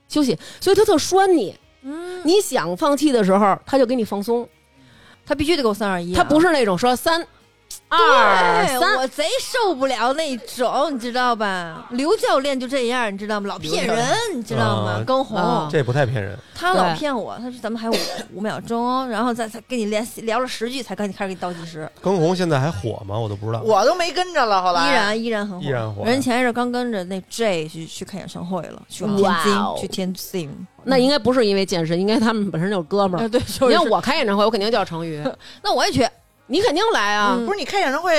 [SPEAKER 4] 休息。所以他特拴你，
[SPEAKER 1] 嗯，
[SPEAKER 4] 你想放弃的时候，他就给你放松。
[SPEAKER 1] 他必须得给我三二一，啊
[SPEAKER 4] 他不是那种说三二
[SPEAKER 1] 对，
[SPEAKER 4] 三，
[SPEAKER 1] 我贼受不了那种，你知道吧？刘教练就这样，你知道吗？老骗
[SPEAKER 3] 刘教
[SPEAKER 1] 人，你知道吗
[SPEAKER 2] 啊？
[SPEAKER 1] 跟红，
[SPEAKER 4] 啊
[SPEAKER 2] 这不太骗人。
[SPEAKER 1] 他老
[SPEAKER 4] 对
[SPEAKER 1] 骗我，他说咱们还有五秒钟，然后再再跟你连聊了十句，才跟你开始给你倒计时，
[SPEAKER 2] 更红现在还火吗？我都不知道。
[SPEAKER 3] 我都没跟着了。后来
[SPEAKER 1] 依然依然很火。
[SPEAKER 2] 依然火。
[SPEAKER 1] 人前一阵刚跟着那 J 去去看演唱会了，去天
[SPEAKER 4] 哇
[SPEAKER 1] 津，
[SPEAKER 4] 哦
[SPEAKER 1] 去天津。
[SPEAKER 4] 那应该不是因为健身，应该他们本啊身就是哥们
[SPEAKER 1] 哎
[SPEAKER 4] 儿。
[SPEAKER 1] 对，
[SPEAKER 4] 你
[SPEAKER 1] 要
[SPEAKER 4] 看我开演唱会，我肯定叫成宇，
[SPEAKER 1] 那我也去，
[SPEAKER 4] 你肯定来啊。
[SPEAKER 1] 嗯
[SPEAKER 3] 不是你开演唱会，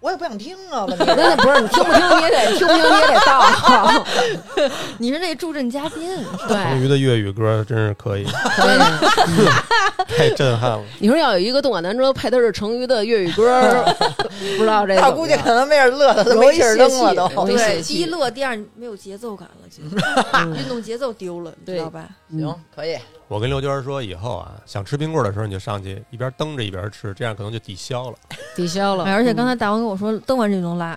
[SPEAKER 3] 我也不想听啊。问题
[SPEAKER 4] 那那不是你听不听你也得听不听你也得到，
[SPEAKER 1] 你是那助阵嘉宾，
[SPEAKER 2] 成
[SPEAKER 4] 对，
[SPEAKER 2] 瑜的粤语歌真是 可以，太震撼了。
[SPEAKER 4] 你说要有一个动感单车配的是成瑜的粤语歌 儿，不知道这
[SPEAKER 3] 大
[SPEAKER 4] 个
[SPEAKER 3] 姑姐可能被人乐的都没劲儿扔了都。
[SPEAKER 4] 容易泄
[SPEAKER 1] 对，
[SPEAKER 4] 气
[SPEAKER 1] 第一乐，第二没有节奏感了，就 运动节奏丢了，你知道吧？
[SPEAKER 3] 行，可以。
[SPEAKER 2] 我跟刘娟说，以后啊，想吃冰棍儿的时候，你就上去一边蹬着一边吃，这样可能就抵消了。
[SPEAKER 4] 抵消了。嗯
[SPEAKER 1] 哎，而且刚
[SPEAKER 4] 才
[SPEAKER 1] 才大王跟我说，蹬完这就能拉，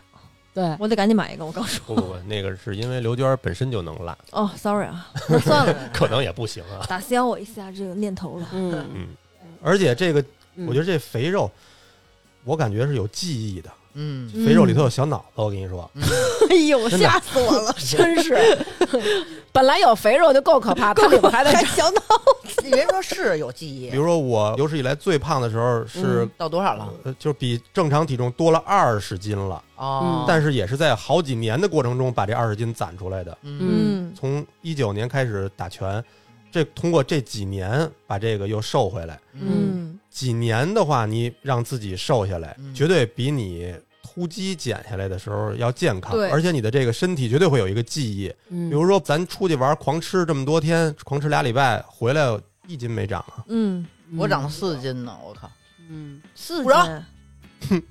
[SPEAKER 4] 对
[SPEAKER 1] 我得赶紧买一个。我刚说，
[SPEAKER 2] 不不不，那个是因为刘娟本身就能辣，
[SPEAKER 1] 哦，sorry 啊，那算了，
[SPEAKER 2] 可能也不行啊。
[SPEAKER 1] 打消我一下这个念头了。
[SPEAKER 4] 嗯，
[SPEAKER 2] 而且这个，
[SPEAKER 4] 嗯
[SPEAKER 2] 我觉得这肥肉，我感觉是有记忆的。
[SPEAKER 3] 嗯，
[SPEAKER 2] 肥肉里头有小脑子，我跟你说，
[SPEAKER 1] 哎呦，
[SPEAKER 2] 真的
[SPEAKER 1] 吓死我了！
[SPEAKER 4] 真是，本来有肥肉就够可怕，它里边还得
[SPEAKER 1] 还小脑，
[SPEAKER 3] 你别说是有记
[SPEAKER 2] 比
[SPEAKER 3] 忆，
[SPEAKER 2] 如说我有史以来最胖的时候是
[SPEAKER 4] 嗯，
[SPEAKER 3] 到多少了？
[SPEAKER 2] 呃就比正常体重多了二十斤了，
[SPEAKER 3] 哦
[SPEAKER 4] 嗯，
[SPEAKER 2] 但是也是在好几年的过程中把这二十斤攒出来的。
[SPEAKER 4] 嗯
[SPEAKER 2] 从一九年开始打拳，这通过这几年把这个又瘦回来。
[SPEAKER 4] 嗯
[SPEAKER 2] 几年的话，你让自己瘦下来，
[SPEAKER 3] 嗯
[SPEAKER 2] 绝对比你突击减下来的时候要健康
[SPEAKER 1] 对，
[SPEAKER 2] 而且你的这个身体绝对会有一个记忆。比
[SPEAKER 4] 嗯，
[SPEAKER 2] 如说，咱出去玩，狂吃这么多天，狂吃俩礼拜，回来一斤没长啊。
[SPEAKER 1] 嗯，
[SPEAKER 3] 我长了四斤呢，我靠！
[SPEAKER 4] 嗯，
[SPEAKER 1] 四
[SPEAKER 3] 不是
[SPEAKER 1] 斤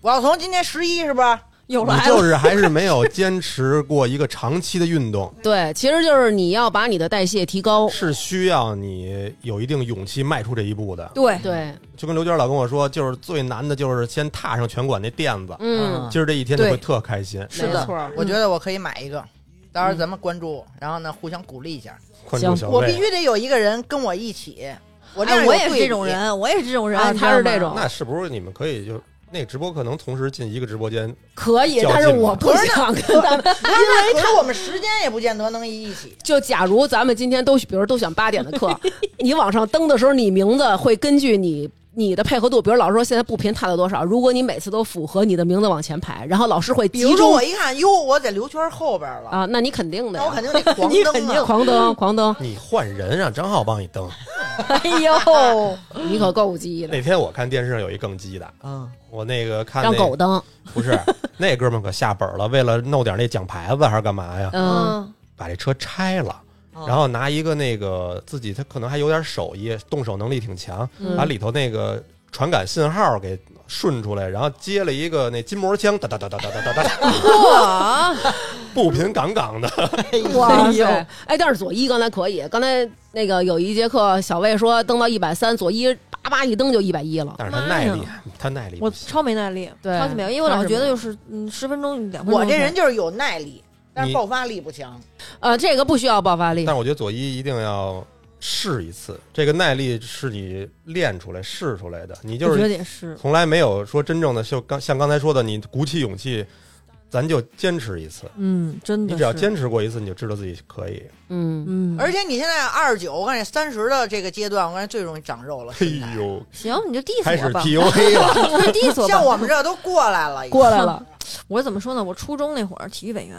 [SPEAKER 3] 我要从今年十一是吧？
[SPEAKER 1] 有
[SPEAKER 2] 你
[SPEAKER 1] 来
[SPEAKER 2] 就
[SPEAKER 1] 了，
[SPEAKER 2] 是还是没有坚持过一个长期的运动，
[SPEAKER 4] 对，其实就是你要把你的代谢提高，
[SPEAKER 2] 是需要你有一定勇气迈出这一步的。
[SPEAKER 1] 对，
[SPEAKER 4] 对，
[SPEAKER 2] 就跟刘娟老跟我说，就是最难的就是先踏上拳馆那垫子，
[SPEAKER 4] 嗯，
[SPEAKER 2] 今儿这一天就会
[SPEAKER 4] 对
[SPEAKER 2] 特开心。
[SPEAKER 3] 是
[SPEAKER 4] 没
[SPEAKER 3] 的
[SPEAKER 4] 错儿，
[SPEAKER 3] 我觉得我可以买一个，到时候咱们关注我，然后呢互相鼓励一下。
[SPEAKER 2] 关
[SPEAKER 4] 行
[SPEAKER 2] 注小
[SPEAKER 3] 我
[SPEAKER 2] 魏，
[SPEAKER 3] 必须得有一个人跟我一起，我这样
[SPEAKER 1] 哎，
[SPEAKER 3] 有
[SPEAKER 1] 我也是
[SPEAKER 3] 对比
[SPEAKER 1] 这种。 人，我也是这种人
[SPEAKER 4] 啊，
[SPEAKER 1] 你
[SPEAKER 4] 他
[SPEAKER 1] 知道
[SPEAKER 4] 是
[SPEAKER 1] 吗
[SPEAKER 4] 这种
[SPEAKER 2] 那是不是你们可以就那直播课能同时进一个直播间？
[SPEAKER 4] 可以，
[SPEAKER 2] 较劲
[SPEAKER 4] 但是我
[SPEAKER 2] 嘛
[SPEAKER 4] 不想跟咱们。
[SPEAKER 3] 因为可是我们时间也不见得能一起。
[SPEAKER 4] 就假如 咱们今天都，比如都选八点的课，你往上登的时候，你名字会根据你你的配合度，比如老师说现在步频踏到多少，如果你每次都符合，你的名字往前排，然后老师会
[SPEAKER 3] 比
[SPEAKER 4] 集
[SPEAKER 3] 如说
[SPEAKER 4] 中
[SPEAKER 3] 我一看，哟，我在刘圈后边了，
[SPEAKER 4] 啊，那你肯定的
[SPEAKER 3] 那我肯
[SPEAKER 4] 呀，
[SPEAKER 3] 定得 狂蹬啊！
[SPEAKER 4] 狂蹬狂蹬，
[SPEAKER 2] 你换人让张浩帮你 蹬。
[SPEAKER 4] 哎 呦，
[SPEAKER 1] 嗯
[SPEAKER 4] 你可够鸡的，
[SPEAKER 2] 那天我看电视上有一更鸡的，
[SPEAKER 3] 嗯，
[SPEAKER 2] 我那个看
[SPEAKER 4] 让
[SPEAKER 2] 那
[SPEAKER 4] 狗蹬，
[SPEAKER 2] 不是那哥们儿可下本了，为了弄点那奖牌子还是干嘛呀，
[SPEAKER 4] 嗯，
[SPEAKER 2] 把这车拆了。
[SPEAKER 3] 哦
[SPEAKER 2] 然后拿一个那个自己，他可能还有点手艺，动手能力挺强，
[SPEAKER 4] 嗯
[SPEAKER 2] 把里头那个传感信号给顺出来，然后接了一个那筋膜枪，哒哒哒哒哒哒哒哒，
[SPEAKER 3] 啊
[SPEAKER 1] 哇，
[SPEAKER 2] 步频杠杠的。
[SPEAKER 4] 哇
[SPEAKER 3] 哎呦
[SPEAKER 4] 塞！哎，但是左一刚才可以，刚才那个有一节课，小魏说蹬到一百三，左一叭叭一蹬就一百一了。
[SPEAKER 2] 但是他
[SPEAKER 1] 妈
[SPEAKER 2] 耐
[SPEAKER 1] 呀
[SPEAKER 2] 力，他耐力
[SPEAKER 1] 我
[SPEAKER 2] 不行。
[SPEAKER 1] 超没耐力，
[SPEAKER 4] 对
[SPEAKER 1] 超级没有，因为我老
[SPEAKER 4] 超级
[SPEAKER 1] 觉得
[SPEAKER 4] 没有
[SPEAKER 1] 就是嗯，十分钟两分钟。
[SPEAKER 3] 我这人就是有耐力，但是
[SPEAKER 2] 你
[SPEAKER 3] 爆发力不强。
[SPEAKER 4] 呃，这个不需要爆发力
[SPEAKER 2] 但，我觉得左一一定要试一次，这个耐力是你练出来、试出来的。你就
[SPEAKER 1] 我觉得
[SPEAKER 2] 是
[SPEAKER 1] 也是，
[SPEAKER 2] 从来没有说真正的，就刚像刚才说的，你鼓起勇气，咱就坚持一次。
[SPEAKER 1] 嗯，真的
[SPEAKER 2] 你
[SPEAKER 1] 是，
[SPEAKER 2] 只要坚持过一次，你就知道自己可以。
[SPEAKER 4] 嗯，
[SPEAKER 1] 嗯，
[SPEAKER 3] 而且你现在二十九，我感觉三十的这个阶段，我感觉最容易长肉了。
[SPEAKER 2] 哎
[SPEAKER 3] 身材
[SPEAKER 2] 呦，
[SPEAKER 1] 行，你就
[SPEAKER 2] 开
[SPEAKER 1] diss
[SPEAKER 2] 始
[SPEAKER 1] 我吧，
[SPEAKER 2] PUA 了。
[SPEAKER 1] 你就 diss 我吧。
[SPEAKER 3] 像我们这都过来了，已经
[SPEAKER 4] 过来 了。
[SPEAKER 1] 我怎么说呢？我初中那会儿体育委员，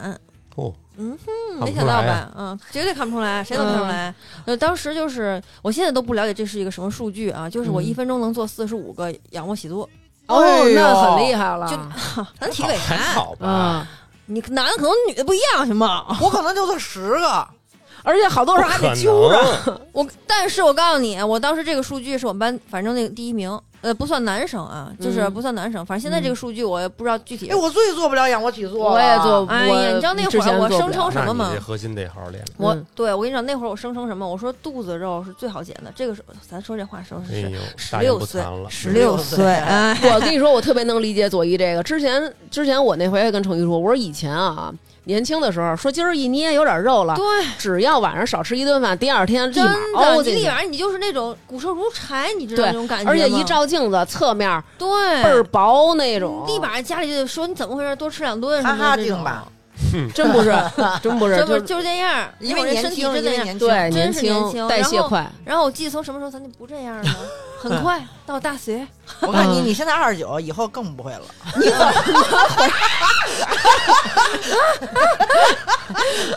[SPEAKER 2] 哦，
[SPEAKER 1] 嗯哼，
[SPEAKER 2] 看不
[SPEAKER 1] 没
[SPEAKER 2] 出
[SPEAKER 1] 想到
[SPEAKER 2] 来啊
[SPEAKER 1] 吧
[SPEAKER 2] 呀？
[SPEAKER 1] 嗯，绝对看不出来，谁都看不出
[SPEAKER 4] 嗯
[SPEAKER 1] 来。呃，当时就是，我现在都不了解这是一个什么数据啊，就是我
[SPEAKER 4] 嗯
[SPEAKER 1] 一分钟能做四十五个仰卧起坐，
[SPEAKER 4] 哦
[SPEAKER 3] 哎，呦
[SPEAKER 4] 那很厉害了
[SPEAKER 1] 就咱体嗯
[SPEAKER 2] 好
[SPEAKER 1] 委
[SPEAKER 2] 还
[SPEAKER 1] 员，
[SPEAKER 2] 好吧？
[SPEAKER 4] 啊！
[SPEAKER 1] 你男的可能女的不一样，行 吗？
[SPEAKER 3] 我可能就做十 个，
[SPEAKER 4] 而且好多时候还
[SPEAKER 2] 可
[SPEAKER 4] 得揪着，
[SPEAKER 2] 能
[SPEAKER 1] 我，但是我告诉你，我当时这个数据是我们班反正那个第一名，呃，不算男生啊，就是
[SPEAKER 4] 嗯
[SPEAKER 1] 不算男生，反正现在这个数据我也不知道具体
[SPEAKER 3] 哎，。我最做不了仰卧起坐了，啊
[SPEAKER 4] 我也做
[SPEAKER 1] 哎呀，
[SPEAKER 4] 我
[SPEAKER 1] 你知道那
[SPEAKER 4] 之
[SPEAKER 1] 会
[SPEAKER 4] 前
[SPEAKER 1] 儿我
[SPEAKER 4] 做不
[SPEAKER 1] 声称
[SPEAKER 4] 了
[SPEAKER 1] 什么
[SPEAKER 2] 那
[SPEAKER 1] 吗
[SPEAKER 2] 你这？核心得好好练。
[SPEAKER 1] 我
[SPEAKER 4] 嗯
[SPEAKER 1] 对我跟你讲，那会儿我声称什么？我说肚子肉是最好减的。这个时候，咱说这话时候
[SPEAKER 2] 哎
[SPEAKER 1] 是
[SPEAKER 2] 呦，
[SPEAKER 1] 十
[SPEAKER 2] 大言
[SPEAKER 1] 六
[SPEAKER 2] 不
[SPEAKER 1] 岁
[SPEAKER 2] 惭了，。
[SPEAKER 1] 十六岁，哎，
[SPEAKER 4] 我跟你说，我特别能理解左一这个。之前之前我那回也跟程一说，我说以前啊，年轻的时候说今儿一捏有点肉了，
[SPEAKER 1] 对，
[SPEAKER 4] 只要晚上少啊吃一顿饭，第二天立
[SPEAKER 1] 真
[SPEAKER 4] 马凹
[SPEAKER 1] 的，
[SPEAKER 4] 进
[SPEAKER 1] 你立
[SPEAKER 4] 去。
[SPEAKER 1] 马你就是那种骨瘦如柴，你知道
[SPEAKER 4] 对
[SPEAKER 1] 那种感觉吗？
[SPEAKER 4] 而且一照镜子，侧面儿
[SPEAKER 1] 对
[SPEAKER 4] 倍儿薄那种，
[SPEAKER 1] 立马家里就说你怎么回事？多吃两顿什
[SPEAKER 3] 哈
[SPEAKER 1] 么
[SPEAKER 3] 哈
[SPEAKER 1] 的这
[SPEAKER 3] 镜
[SPEAKER 1] 种，
[SPEAKER 3] 吧，
[SPEAKER 4] 真 不是，真不是，
[SPEAKER 1] 真
[SPEAKER 4] 就
[SPEAKER 1] 不
[SPEAKER 4] 是
[SPEAKER 1] 就是这样，
[SPEAKER 3] 因
[SPEAKER 1] 我
[SPEAKER 3] 为
[SPEAKER 1] 这
[SPEAKER 3] 年
[SPEAKER 1] 身体
[SPEAKER 3] 轻，
[SPEAKER 1] 是
[SPEAKER 3] 因
[SPEAKER 1] 这
[SPEAKER 3] 为
[SPEAKER 1] 样。
[SPEAKER 3] 年轻，
[SPEAKER 4] 对
[SPEAKER 1] 真
[SPEAKER 4] 年
[SPEAKER 1] 是
[SPEAKER 4] 轻
[SPEAKER 1] 年轻
[SPEAKER 4] 代谢
[SPEAKER 1] 然后
[SPEAKER 4] 快，
[SPEAKER 1] 然后我记得从什么时候咱就不这样了，很快到大学，
[SPEAKER 3] 我看你，
[SPEAKER 4] 嗯
[SPEAKER 3] 你现在二十九，以后更不会了。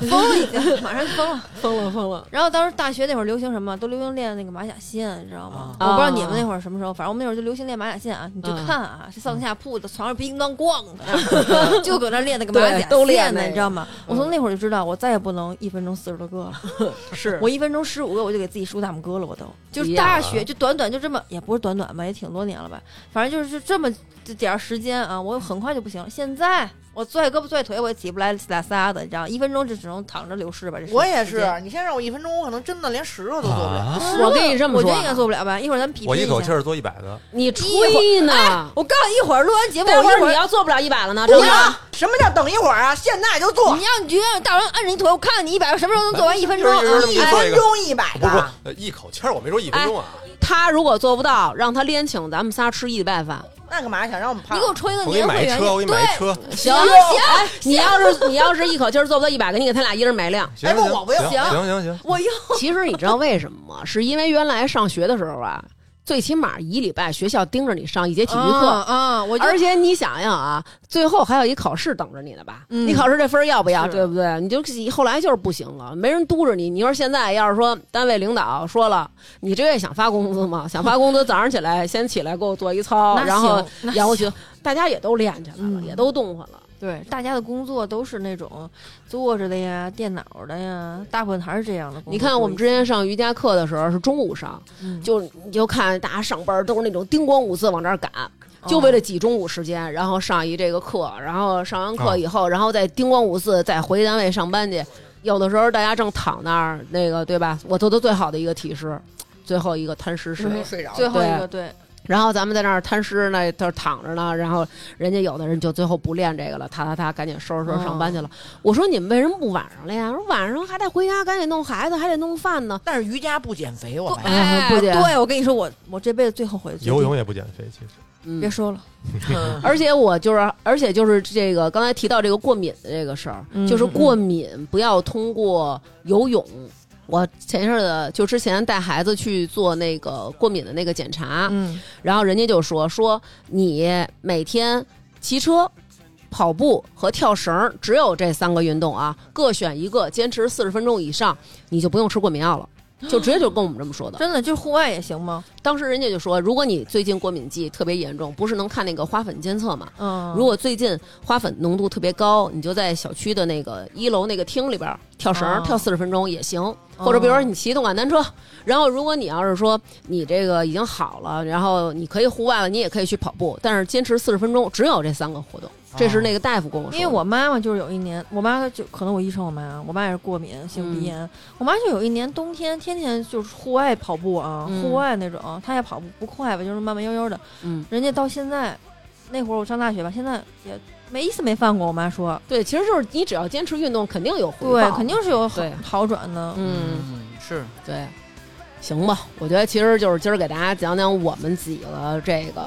[SPEAKER 1] 疯了已经，马上就疯了。
[SPEAKER 4] 疯了疯了。
[SPEAKER 1] 然后当时大学那会儿流行什么，都流行练那个马甲线，你知道吗？
[SPEAKER 4] 啊
[SPEAKER 1] 我不知道你们那会儿什么时候，反正我们那会儿就流行练马甲线啊。你就看啊，这上下铺的床上叮当咣的， 就搁那练那个马甲
[SPEAKER 4] 对嗯 都
[SPEAKER 1] 线
[SPEAKER 4] 练那
[SPEAKER 1] 呢，
[SPEAKER 4] 个
[SPEAKER 1] 你知道吗？我从那会儿就知道，我再也不能一分钟四十多个了，
[SPEAKER 4] 嗯是
[SPEAKER 1] 我一分钟十五个我就给自己竖大拇哥了，我都就
[SPEAKER 4] 一
[SPEAKER 1] 是
[SPEAKER 4] 样啊
[SPEAKER 1] 大学就短短就这么，也不是短短吧，也挺多年了吧，反正就是这么这点儿时间啊，我很快就不行了。现在我拽胳膊拽腿我也起不来俩仨的，你知道，一分钟就只能躺着流逝吧。这时
[SPEAKER 3] 我也
[SPEAKER 1] 时
[SPEAKER 3] 是
[SPEAKER 1] 间，
[SPEAKER 3] 你先让我一分钟，我可能真的连十个都做不了。
[SPEAKER 2] 啊！
[SPEAKER 4] 我跟你这么说
[SPEAKER 1] 我觉
[SPEAKER 4] 啊
[SPEAKER 1] 得应该做不了吧？一会儿咱们比拼
[SPEAKER 2] 我一口
[SPEAKER 1] 下
[SPEAKER 2] 气。儿做一百个，
[SPEAKER 4] 你吹呢？
[SPEAKER 1] 哎我告诉你，一会儿录完节目，
[SPEAKER 4] 待
[SPEAKER 1] 我
[SPEAKER 4] 会
[SPEAKER 1] 一
[SPEAKER 4] 儿
[SPEAKER 1] 会
[SPEAKER 4] 你
[SPEAKER 1] 儿
[SPEAKER 4] 要做不了一百了呢，
[SPEAKER 3] 不
[SPEAKER 4] 张
[SPEAKER 3] 行
[SPEAKER 4] 亮，，
[SPEAKER 2] 啊
[SPEAKER 3] 什么叫等一会儿啊？现在就做
[SPEAKER 1] 你，让你觉得大王按着你腿，我看看你一百什么时候能做完一分钟啊？
[SPEAKER 2] 一人一人
[SPEAKER 1] 哎
[SPEAKER 2] 一人
[SPEAKER 3] 一分钟一百
[SPEAKER 2] 不是不是
[SPEAKER 1] 啊
[SPEAKER 3] 的，，
[SPEAKER 2] 呃一口气儿，我没说一分钟啊。
[SPEAKER 4] 哎他如果做不到，让他连请咱们仨吃一拜饭。
[SPEAKER 3] 那干嘛想让我们胖
[SPEAKER 1] 哎你给？我吹的
[SPEAKER 2] 我给你
[SPEAKER 1] 年
[SPEAKER 2] 买
[SPEAKER 1] 会
[SPEAKER 2] 一
[SPEAKER 1] 员
[SPEAKER 2] 车，我给你买一车。
[SPEAKER 1] 行
[SPEAKER 4] 行哎你要是你要是一口气儿做不到一百个，你给他俩一人买辆。
[SPEAKER 2] 行
[SPEAKER 3] 哎不
[SPEAKER 2] 行
[SPEAKER 3] 我不用
[SPEAKER 2] 行
[SPEAKER 1] 行
[SPEAKER 2] 行行行，
[SPEAKER 1] 我又
[SPEAKER 4] 其实你知道为什么吗？是因为原来上学的时候啊，最起码一礼拜学校盯着你上一节体育课，
[SPEAKER 1] 啊啊，我就
[SPEAKER 4] 而且你想想啊，最后还有一考试等着你呢吧？
[SPEAKER 1] 嗯
[SPEAKER 4] 你考试这分儿要不要，
[SPEAKER 1] 是
[SPEAKER 4] 对不对？你就后来就是不行了，没人督着你。你说现在要是说单位领导说了，你这月想发工 资吗？想发工资，早上起来先起来给我做一
[SPEAKER 1] 哦
[SPEAKER 4] 操，
[SPEAKER 1] 那
[SPEAKER 4] 然后
[SPEAKER 1] 行那
[SPEAKER 4] 仰卧起坐，大家也都练起来了，
[SPEAKER 1] 嗯
[SPEAKER 4] 也都动换了。
[SPEAKER 1] 对大家的工作都是那种坐着的呀、电脑的呀，大部分还是这样的工作。
[SPEAKER 4] 你看我们之前上瑜伽课的时候是中午上，
[SPEAKER 1] 嗯
[SPEAKER 4] 就你就看大家上班都是那种叮咣五四往这儿赶，就
[SPEAKER 1] 哦嗯
[SPEAKER 4] 为了挤中午时间，然后上一这个课，然后上完
[SPEAKER 1] 啊
[SPEAKER 4] 课以后，然后再叮咣五四再回单位上班去。有的时候大家正躺那儿，那个对吧？我做的最好的一个体式，最后一个贪食式，
[SPEAKER 3] 嗯睡着
[SPEAKER 1] 最
[SPEAKER 3] 了。
[SPEAKER 1] 后一个对，
[SPEAKER 4] 然后咱们在那儿贪尸呢，就是躺着呢，然后人家有的人就最后不练这个了，他他他赶紧收拾收拾
[SPEAKER 1] 哦
[SPEAKER 4] 上班去了。我说你们为什么不晚上练？说晚上还得回家赶紧弄孩子，还得弄饭呢。
[SPEAKER 3] 但是瑜伽不减肥，我发现。
[SPEAKER 4] 哎不减
[SPEAKER 1] 对我跟你说，我我这辈子最后悔的决定
[SPEAKER 2] 游泳也不减肥，其实
[SPEAKER 4] 嗯
[SPEAKER 1] 别说了，
[SPEAKER 3] 嗯
[SPEAKER 4] 而且我就是，而且就是这个刚才提到这个过敏的这个事儿，
[SPEAKER 1] 嗯
[SPEAKER 4] 就是过敏不要通过游泳我前一阵子就之前带孩子去做那个过敏的那个检查，
[SPEAKER 6] 嗯，
[SPEAKER 4] 然后人家就说说你每天骑车、跑步和跳绳儿，只有这三个运动啊，各选一个，坚持四十分钟以上，你就不用吃过敏药了。就直接就跟我们这么说的，
[SPEAKER 1] 真的，就是户外也行吗？
[SPEAKER 4] 当时人家就说，如果你最近过敏季特别严重，不是能看那个花粉监测嘛？
[SPEAKER 1] 嗯，
[SPEAKER 4] 如果最近花粉浓度特别高，你就在小区的那个一楼那个厅里边儿跳绳儿，
[SPEAKER 1] 哦
[SPEAKER 4] 跳四十分钟也行。或者比如说你骑动感单车，然后如果你要是说你这个已经好了，然后你可以户外了，你也可以去跑步，但是坚持四十分钟，只有这三个活动。这是那个大夫跟我说的，
[SPEAKER 1] 哦因为我妈妈就是有一年，我妈就可能我遗传我妈，啊我妈也是过敏性鼻炎。
[SPEAKER 4] 嗯
[SPEAKER 1] 我妈就有一年冬天天天就是户外跑步啊，
[SPEAKER 4] 嗯
[SPEAKER 1] 户外那种，她也跑步不快吧，就是慢慢悠悠的。
[SPEAKER 4] 嗯，
[SPEAKER 1] 人家到现在，那会儿我上大学吧，现在也没一次没犯过。我妈说，
[SPEAKER 4] 对，其实就是你只要坚持运动，肯定有回报，
[SPEAKER 1] 对，肯定是有好
[SPEAKER 4] 对
[SPEAKER 1] 好转的。
[SPEAKER 4] 嗯。
[SPEAKER 6] 是
[SPEAKER 4] 对，行吧，我觉得其实就是今儿给大家讲讲我们几个这个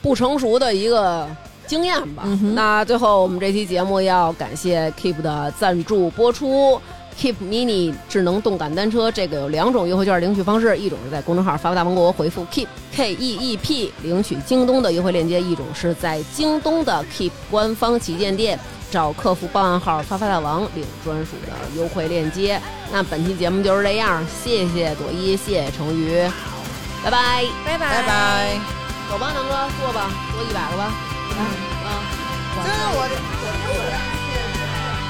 [SPEAKER 4] 不成熟的一个经验吧。
[SPEAKER 1] 嗯哼
[SPEAKER 4] 那最后我们这期节目要感谢 Keep 的赞助播出。Keep Mini 智能动感单车，这个有两种优惠券领取方式，一种是在公众号“发发大王国”回复 Keep K E E P 领取京东的优惠链接，一种是在京东的 Keep 官方旗舰店找客服报暗号“发发大王”领专属的优惠链接。那本期节目就是这样，谢谢朵一，谢谢成宇，拜拜。
[SPEAKER 1] 拜拜
[SPEAKER 6] 拜拜。
[SPEAKER 4] 走吧，南哥，坐吧，坐一百个吧。嗯啊。
[SPEAKER 6] 真的，我这我这。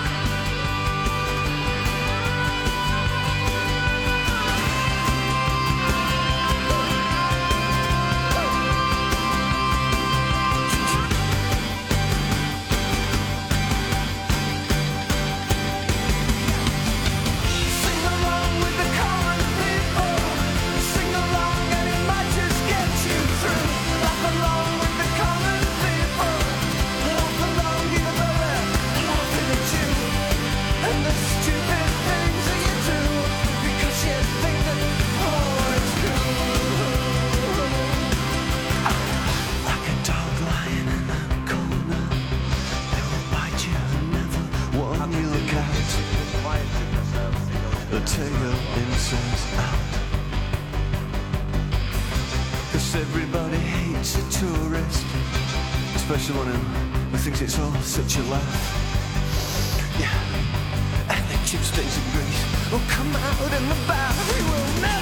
[SPEAKER 3] Sing along with the common people. Sing along and it might just get you through. Laugh along with the common people. Laugh along, you know they're laughing at you and the stupid things that you do because you think that oh it's cool. Like a dog lying in a corner, they will bite you and never warn you look out. They'll tear your incense out. Cause everybody hates a tourist, especially one who thinks it's all such a laugh. Oh, Yeah, and the chips stays in Greece will come out in the bath. We will never. oh